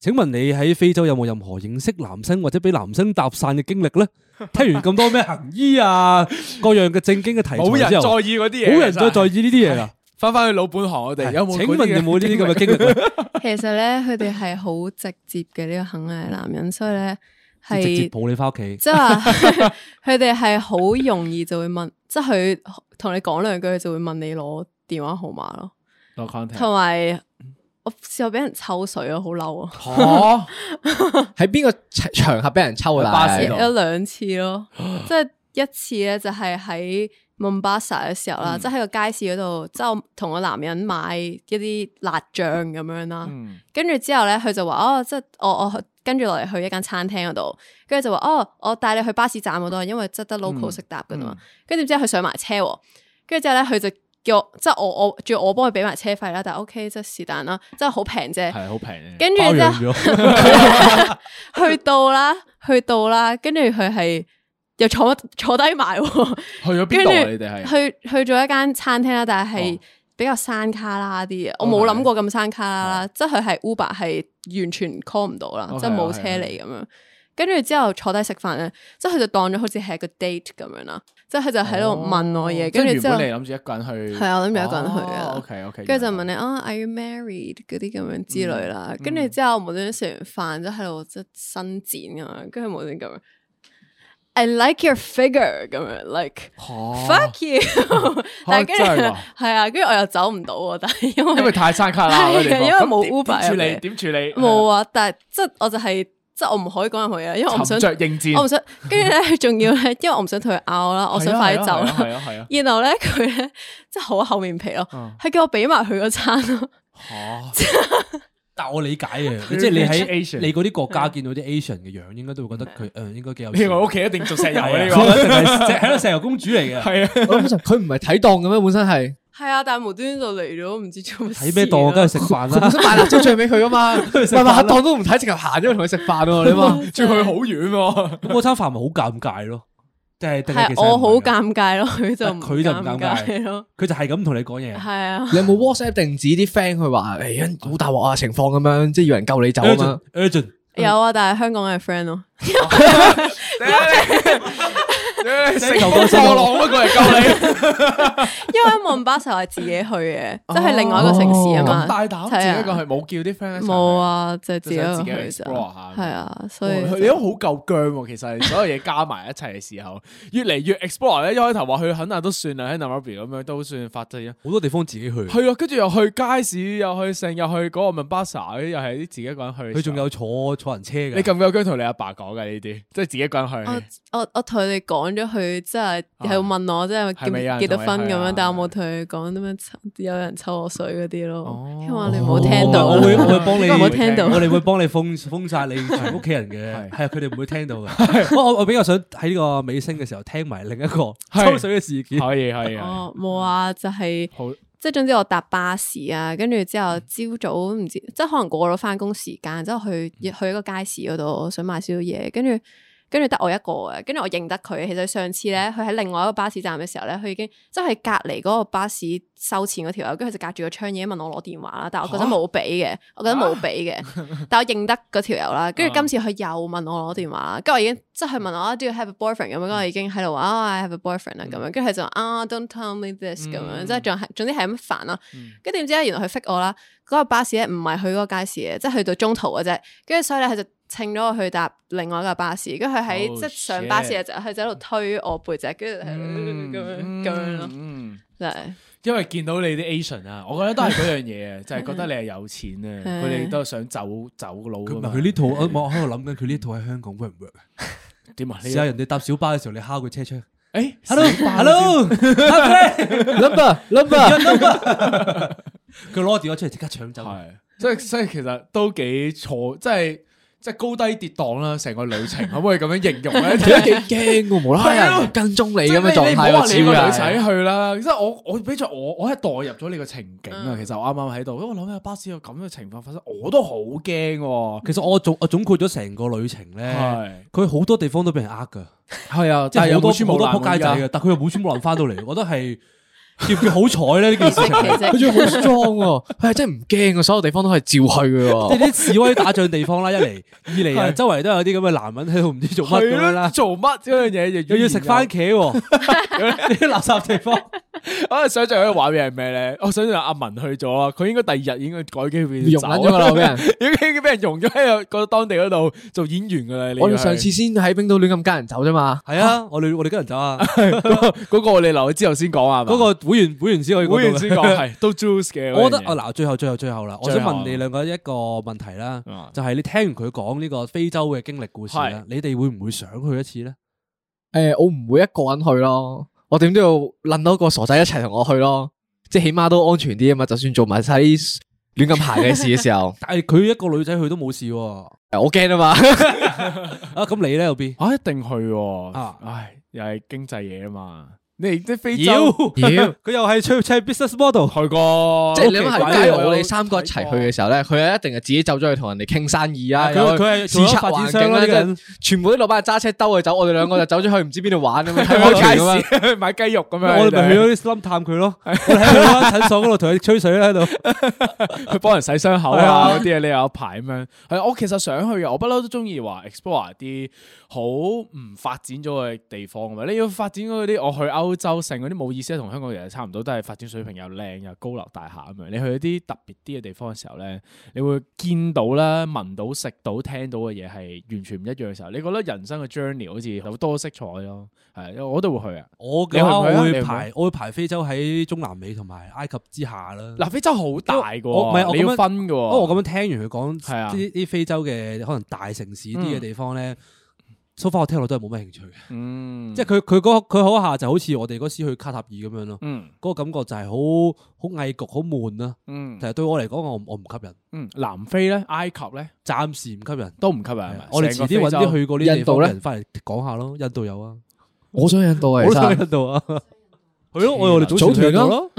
B: 請問你喺非洲有冇任何認識男生或者俾男生搭讪嘅經歷咧？聽完咁多咩行醫啊，各樣嘅正經嘅題材
C: 冇人
B: 之後，
C: 在意嗰啲嘢，
B: 冇人再在意呢啲嘢啦。
C: 翻翻去老本行，我哋有冇？
B: 請問有冇呢啲
C: *laughs*
B: 咁嘅經歷呢？
D: *laughs* 其實咧，佢哋係好直接嘅呢個肯亞男人，所以咧
B: 直接
D: 係
B: 抱你翻屋企，
D: 即係話佢哋係好容易就會問， *laughs* 即係佢同你講兩句，佢就會問你攞電話號碼咯，
C: No contact
D: 同埋我試過俾人抽水啊，好嬲啊！
C: 嚇
A: 喺邊個場合俾人抽啊？
C: 巴士
A: 但係
C: 度
D: 有兩次咯，即係一次咧就係喺 Mombasa 嘅時候啦，即係喺個街市嗰度，即係我同個男人買一啲辣醬咁樣啦。
C: 嗯
D: 跟住之後咧，佢就話哦，即係我我跟住落嚟去一間餐廳嗰度，跟住就話哦，我帶你去巴士站嗰度，因為即係得 local 識搭噶嘛。跟住之後佢上埋車喎，跟住之後咧佢就叫我，即係我我仲要我幫佢俾埋車費啦，但係 OK 即係是但啦，即係好平啫。
C: 係好平嘅。
D: 跟住
B: 包
D: 之
B: 養
D: 後
B: 咗。
D: *laughs* 去到啦，去到啦，跟住佢係又坐坐低埋喎，
C: 去咗邊
D: 跟
C: 度啊？你哋
D: 住
C: 係
D: 去去咗一間餐廳啦，但係係
C: 哦
D: 比較山卡拉啲嘅，我
C: OK
D: 冇諗過咁山卡拉
C: 哦
D: 啦，即係佢係 Uber 係完全 call 唔到啦
C: OK，，
D: 即係冇車
C: OK，
D: 嚟咁樣。跟住之後坐低食飯咧，即係佢就當咗好似係一個 date 咁樣啦，即係佢就喺度問我嘢，
C: 哦即係
D: 跟住
C: 原
D: 之後
C: 本你諗住一個人去，哦
D: 係啊我諗住一個人去㗎啦
C: O K O K，。
D: 跟住就問你啊，Are you married 嗰啲咁樣之類啦。跟住之後無端端食完飯，即係喺度即係伸展咁樣，跟住無端端咁樣。I like your figure 咁樣，like fuck you
C: *laughs*
D: 但係跟
C: 真係㗎
D: *laughs* 住係啊，跟住我又走唔到喎，但係因為
C: 因為太山卡 *laughs* 啦，
D: 係啊
C: 嗰個地方
D: 因為
C: 咁
D: 冇
C: 點
D: Uber
C: 點處理
D: 入嚟
C: 點處理？
D: 冇啊，但係即係我就係即係我唔可以講任何嘢，因為我唔
C: 啊沉
D: 想
C: 着應戰，
D: 我唔想，跟住咧佢 *laughs* 仲要咧，因為我唔想同佢拗啦，我想快啲走啦。
C: 係啊啊係啊，
D: 然後咧佢咧即係好厚面皮咯，
C: 嗯
D: 係叫我俾埋佢嗰餐咯。
B: 但我理解嘅，
C: 佢
B: 即係你
C: Asian
B: 喺你嗰啲國家見到啲 Asian 嘅樣，應該都會覺得佢誒應該幾有
C: 呢
B: 錢。
C: 個屋企一定做石油
B: 係
C: 啊
B: 啊
C: 呢個。
B: 即係係咯，石油公主嚟嘅。
C: 係啊，
A: 我諗就佢唔係睇檔嘅咩？本身係
D: 係啊，但係無端端就嚟咗，唔知做乜事啊
B: 睇咩檔，梗係食飯
A: 佢本
B: 啦。
A: 身買辣椒醬俾佢噶嘛，唔係
B: 食飯
A: 買
B: 啦
A: 下檔都唔睇，直頭行咗去同佢食飯喎。你話
C: 仲去好遠喎。
B: 咁嗰餐飯咪好尷尬咯，定係定係其
D: 係
B: 實
D: 我
B: 唔係
D: 好
B: 㗎
D: 尷尬咯，佢就
B: 佢就唔尷 *laughs*
D: 尬咯，
B: 佢就係咁同你講嘢
D: 係。啊，
A: *laughs* 你有冇 WhatsApp 定指啲 friend 佢話誒好大鑊啊情況咁樣，即係要人救你走啊嘛
B: *laughs*
A: *laughs*
B: urgent？urgent，
D: 有啊，但係香港嘅 friend 咯，
C: 成個破浪乜過嚟
D: *laughs*
C: 救你？
D: 因為蒙巴薩係自己去嘅，
B: 哦
D: 即係另外一個城市啊嘛，
C: 大膽自己一個係冇叫啲 friend 一齊去
D: 冇。啊，就係自己
C: 就想自
D: 一
C: 己
D: 個去
C: explore 下
D: 咋，係啊，
C: 哇
D: 所以
C: 佢你都好夠僵喎，其實所有嘢加埋一齊嘅時候， *laughs* 越嚟越 explore 咧。一開頭話去肯亞都算啦，喺 Nairobi 咁樣都算發跡啊。
B: 好多地方自己去。
C: 係啊，跟住又去街市，又去成，又去嗰個 Mombasa，又係啲自己一個人去嘅時候。
B: 佢仲有坐坐人車嘅。
D: 哦
C: 你咁夠姜同你阿爸講嘅呢啲，即係自己一個人去。
D: 我我我同佢哋講講咗佢，即係係問我即
C: 啊係咪有
D: 係
C: 人
D: 幾多
C: 同你
D: 分
C: 去
D: 咁
C: 啊
D: 樣，但我冇同佢講啲咩抽有人抽我水嗰啲咯，
C: 哦
D: 希望你唔好聽到。啊
B: 哦我會我會幫你，
D: 應該唔好聽到。啊
B: 我哋會幫你封封晒你全屋企人嘅，
C: 係
B: 係啊佢哋唔會聽到嘅。不過我我比較想喺呢個尾聲嘅時候聽埋另一個
C: 係
B: 抽水嘅事件。
C: 可以可以，好
D: 哦，冇啊，就係、即係總之我搭巴士啊，跟住之後朝早唔知，即係可能過咗翻工時間，之後去去一個街市嗰度想買少少嘢，跟住跟住得我一個嘅，跟住我認得佢。其實上次咧，佢喺另外一個巴士站嘅時候咧，佢已經即係隔離嗰個巴士收錢嗰條友，跟住佢就隔住個窗嘢問我攞電話啦，但係我覺得冇俾嘅，我覺得冇俾嘅，但我認得嗰條友啦。跟
C: 啊
D: 住今次佢又問我攞電話啦，跟住我已經即係佢問我啊，do you have a boyfriend
C: 嗯
D: 咁樣，跟住我已經喺度話啊，I have a boyfriend 啦咁樣，跟住佢就話啊，don't tell me this 咁
C: 嗯
D: 樣，即係仲係總之係咁煩啦。跟住點知咧，原來佢 fit 我啦。嗰、個巴士咧唔係去嗰個街市嘅，即係去到中途嘅啫。跟住所以咧，佢就稱咗我去搭另外一架巴士。跟住佢喺
C: Oh,
D: 即係上巴士嘅
C: shit.
D: 時候，佢就喺度推我背脊，跟住係咁樣咁樣
C: 咯。
D: 咯，真係
C: 嗯因為見到你啲 Asian 啊，我覺得都係嗰樣嘢啊，就係覺得你係有錢啊，
D: 係
C: 佢哋都係想走走佬
B: 佢
C: 㗎
B: 唔
C: 嘛。
B: 係佢
C: *laughs*
B: 呢套，我我喺度諗緊佢呢套喺香港 work 唔 work 啊？
C: 點啊？
B: 試
C: 你
B: 下人哋搭小巴嘅時候，你敲佢車窗。
C: 誒
A: number number，
B: *laughs* 佢攞電話出嚟即刻搶走。
C: 係，即係所以其實都幾錯，即係即係高低跌宕啦，成個旅程可唔可以咁樣形容
A: *laughs*
C: 咧？
A: 而家幾驚喎，無啦啦有人跟蹤你
C: 即係
A: 咁嘅狀
C: 你
A: 態
C: 唔好話你個女
A: 喎，超
C: 仔
A: 人。
C: 去啦，即係我我比著我我係代入咗你個情景啊。其實我啱啱喺度，因為我諗下巴士有咁嘅情況發生，我都好驚喎。
B: 其實我總我總括咗成個旅程咧
C: 係，
B: 佢好多地方都俾人呃㗎，
C: 係啊，
B: 即係好多
C: 穿
B: 好多仆街仔嘅，但佢又冇穿冇爛翻到
C: *laughs*
B: 嚟，我覺得係叫叫好彩咧呢件事情係。
A: 佢仲要好 strong 喎，佢係真係唔驚啊嘅，所有地方都係照去嘅
B: 即 *laughs*
A: 喎。
B: 係啲示威打仗地
C: *laughs*
B: 方啦，一嚟二嚟啊，周圍都有啲咁嘅男人喺度唔知做乜咁樣
C: 係啦，
B: 啦，
C: 做乜嗰樣嘢
B: 又要食番茄喎，呢 *laughs* 啲垃圾地
C: *laughs*
B: 方。
C: 我想象佢畫面係咩咧？我想象阿文去咗啊，佢應該第二日已經改機票
A: 用緊咗㗎啦俾人
C: *laughs* 已經俾人用咗喺個當地嗰度做演員噶啦。你
A: 我哋
C: 要
A: 上
C: 去
A: 次先喺冰島亂咁加人走啫嘛，
B: 係啊，我哋我哋跟人走啊，
C: 嗰個我哋留咗之後先講啊，係嘛
B: 嗰個會員會員先可以
C: 會員 *laughs* 先講
B: 講。
C: 係都 juice 嘅。
B: *laughs* 我覺得
C: 嗰樣嘢
B: 啊嗱，最後最後最後啦，嗯我
C: 最後
B: 想問你兩個一個問題啦
C: 啊，
B: 就係你聽完佢講呢個非洲嘅經歷故事啦
C: 係，
B: 你哋會唔會想去一次咧？，
A: 诶、我唔會一個人去咯，我點都要撚到個傻仔一齊同我去咯，即系起碼都安全啲啊嘛。就算做埋晒啲亂咁行嘅事嘅時候 *laughs*
B: 但係佢一個女仔去都冇事喎， *laughs*
A: 誒我驚啊嘛。
B: 啊咁你咧又邊？
C: 啊，一定去喎
B: 啊
C: 唉，又係經濟嘢啊嘛。你啲非
B: 妖
C: *laughs* 洲
A: 妖
B: 佢又係出出 business model。
C: 去過，
A: 即係你
B: 啊
C: 好奇
A: 諗下，
C: 怪
A: 假如
C: 喎
A: 我哋三個一齊去嘅時候咧，佢一定係自己走咗去同人哋傾生意啊，
B: 佢
A: 又去
B: 佢係
A: 視
B: 做咗
A: 察
B: 發展
A: 環
B: 商
A: 境
B: 啦啊呢個
A: 啦，
B: 人
A: 跟住全部啲老闆揸車兜佢走，我哋兩個就走咗去唔知邊度玩咁
B: *laughs*
A: 樣，睇
C: 去
A: 開
C: 街
A: 拳咁樣。
C: 市去 *laughs* 買雞肉咁樣，
B: 我哋咪去咗啲 slum 探佢咯，我哋喺佢嗰間診所嗰度同佢吹水啦喺度。
C: 去幫人洗傷口
B: 係啊
C: 啊嗰啲嘢，你又有排咁樣。係我其實想去嘅，我不嬲都中意話 explore 啲好唔發展咗嘅地方㗎嘛。你要發展嗰啲，我去歐洲城嗰啲冇意思，同香港其實差唔多，都係發展水平又靚又高樓大廈咁樣。你去一啲特別啲嘅地方嘅時候咧，你會見到啦、聞到、食到、聽到嘅嘢係完全唔一樣嘅時候，你覺得人生嘅 journey 好似好多色彩咯。係，我都會去啊。
B: 我嘅
C: 你去唔
B: 話
C: 去啊
B: 我會
C: 你去唔去
B: 排我會排非洲喺中南美同埋埃及之下啦。
C: 嗱，非洲好大嘅喎，
B: 我唔係我
C: 你
B: 咁
C: 要
B: 樣
C: 分嘅喎。
B: 哦不過我咁樣聽完佢講
C: 哦係啊
B: 啲啲非洲嘅可能大城市啲嘅地方咧，so far 我聽落都係冇乜興趣嘅。
C: 嗯，
B: 即係佢佢嗰佢嗰下就好似我哋嗰時去卡塔爾咁樣咯，
C: 嗯
B: 嗰個感覺就係好好翳焗、好悶啦。
C: 嗯
B: 其實對我嚟講，我唔我唔吸引，
C: 嗯，南非咧、埃及咧
B: 暫時唔吸引。
C: 都唔吸引係
B: 係
C: 咪
B: 啊。我哋遲
C: 成個
B: 啲
C: 非
B: 揾
C: 洲
B: 啲去過呢啲地方
A: 印度
B: 嘅
A: 呢
B: 人翻嚟講下咯，印度有啊，
A: 我想去印度啊，其
B: 好想去
A: 實
B: 印度啊，係咯，我哋
A: 組
B: 組
A: 團
B: 團
A: 咯
B: 咯，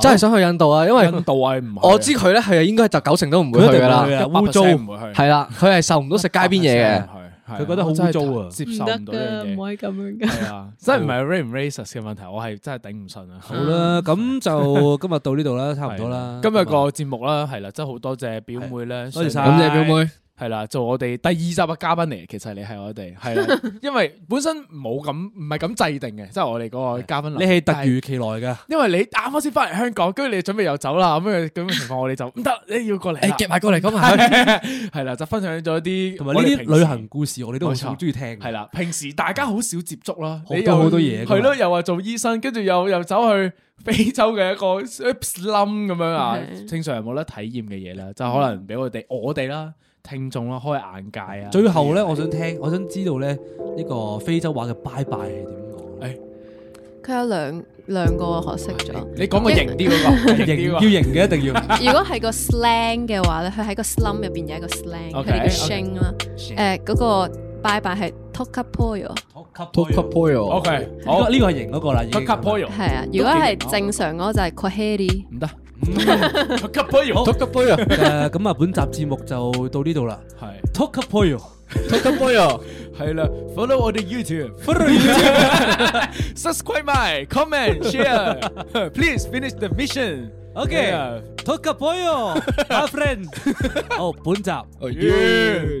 A: 真係想去印度啊，因為
C: 印度係 *laughs* 唔去
A: 我知佢咧係應該係就九成都唔會
B: 佢一
A: 去
B: 定
A: 噶
B: 唔
A: 啦
B: 會，
C: 啊
B: 啊
C: 100%
B: 污糟
C: 唔會去，
A: 係啦，佢係受唔到食街邊嘢嘅。
C: 嘅
B: 佢覺得好污糟啊
C: 接
D: 唔
C: 受唔到
D: 得
C: 呢
D: 㗎，
C: 樣嘢。
D: 唔可以咁樣㗎。
C: 係啊， *laughs* 真係唔係 race 唔 racist 嘅問題，我係真係頂唔順啊。
B: 好
A: 嗯
B: 啦，咁就今日到呢度啦，差唔多
C: 係啊
B: 啦。啊
C: 今日個節目啦，係啦，真係好多謝表妹咧，
B: 多謝晒
C: 上
A: 咁
C: 嚟
A: 你表妹。
C: 係啦，做我哋第二集嘅嘉賓嚟，其實你係我哋係
B: *laughs*
C: 啦，因為本身冇咁唔係咁制定嘅，即係我哋嗰個嘉賓。
B: 你係突如其來嘅，
C: 因為你啱啱先翻嚟香港，跟住你準備又走啦，咁樣咁嘅情況，我哋就唔得，你要過嚟
A: 诶
C: 啦，，
A: 夹埋過嚟講埋。
C: *laughs* 係啦，就分享咗啲
B: 同埋呢啲旅行故事，我哋都好
C: 冇錯
B: 好中意聽嘅。
C: 系啦，平時大家好少接觸啦，
B: 好多
C: 你又
B: 好多嘢㗎嘛
C: 係咯，又話做醫生，跟住又又走去非洲嘅一個 slum 咁樣啊，
D: 係
C: 正常人冇得體驗嘅嘢啦，就可能俾我哋我哋啦，聽眾啦，開眼界啊。
B: 最後咧，我想聽，我想知道咧呢個非洲話嘅拜拜係點講。
C: 誒
D: 佢有兩兩個學識咗。
C: 你講個型啲嗰個，型
B: 型
C: 啲
B: 要
C: 嗰個
B: 型嘅一定
C: *laughs*
B: 要。
D: 如果係個 slang 嘅話咧，佢喺個 slum 入邊有一個 slang，佢
C: OK，
D: 哋
C: OK
D: 叫 shing 啦。誒嗰個拜拜係 tokapoyo，
A: Talk up oil。
C: OK，
B: 好
C: 好
B: 呢個係型嗰個啦，已經
C: c u
B: *laughs*
C: p o i l
D: 係啊。如果係
C: 哦
D: 正常嗰個就係 koheri。
C: 唔得 c u p o i l
B: 托吉杯啊！誒咁啊，本集節目就到呢度啦。
C: 係。
B: 托吉杯啊！
C: Talk Boy 係啦，follow 我哋 YouTube，follow
A: *laughs*
C: YouTube，subscribe 埋，comment *laughs* share，please finish the mission。
B: OK，托
C: 哎
B: 吉杯啊，my
C: *laughs*
B: friend。好，本集。
C: Oh, 完。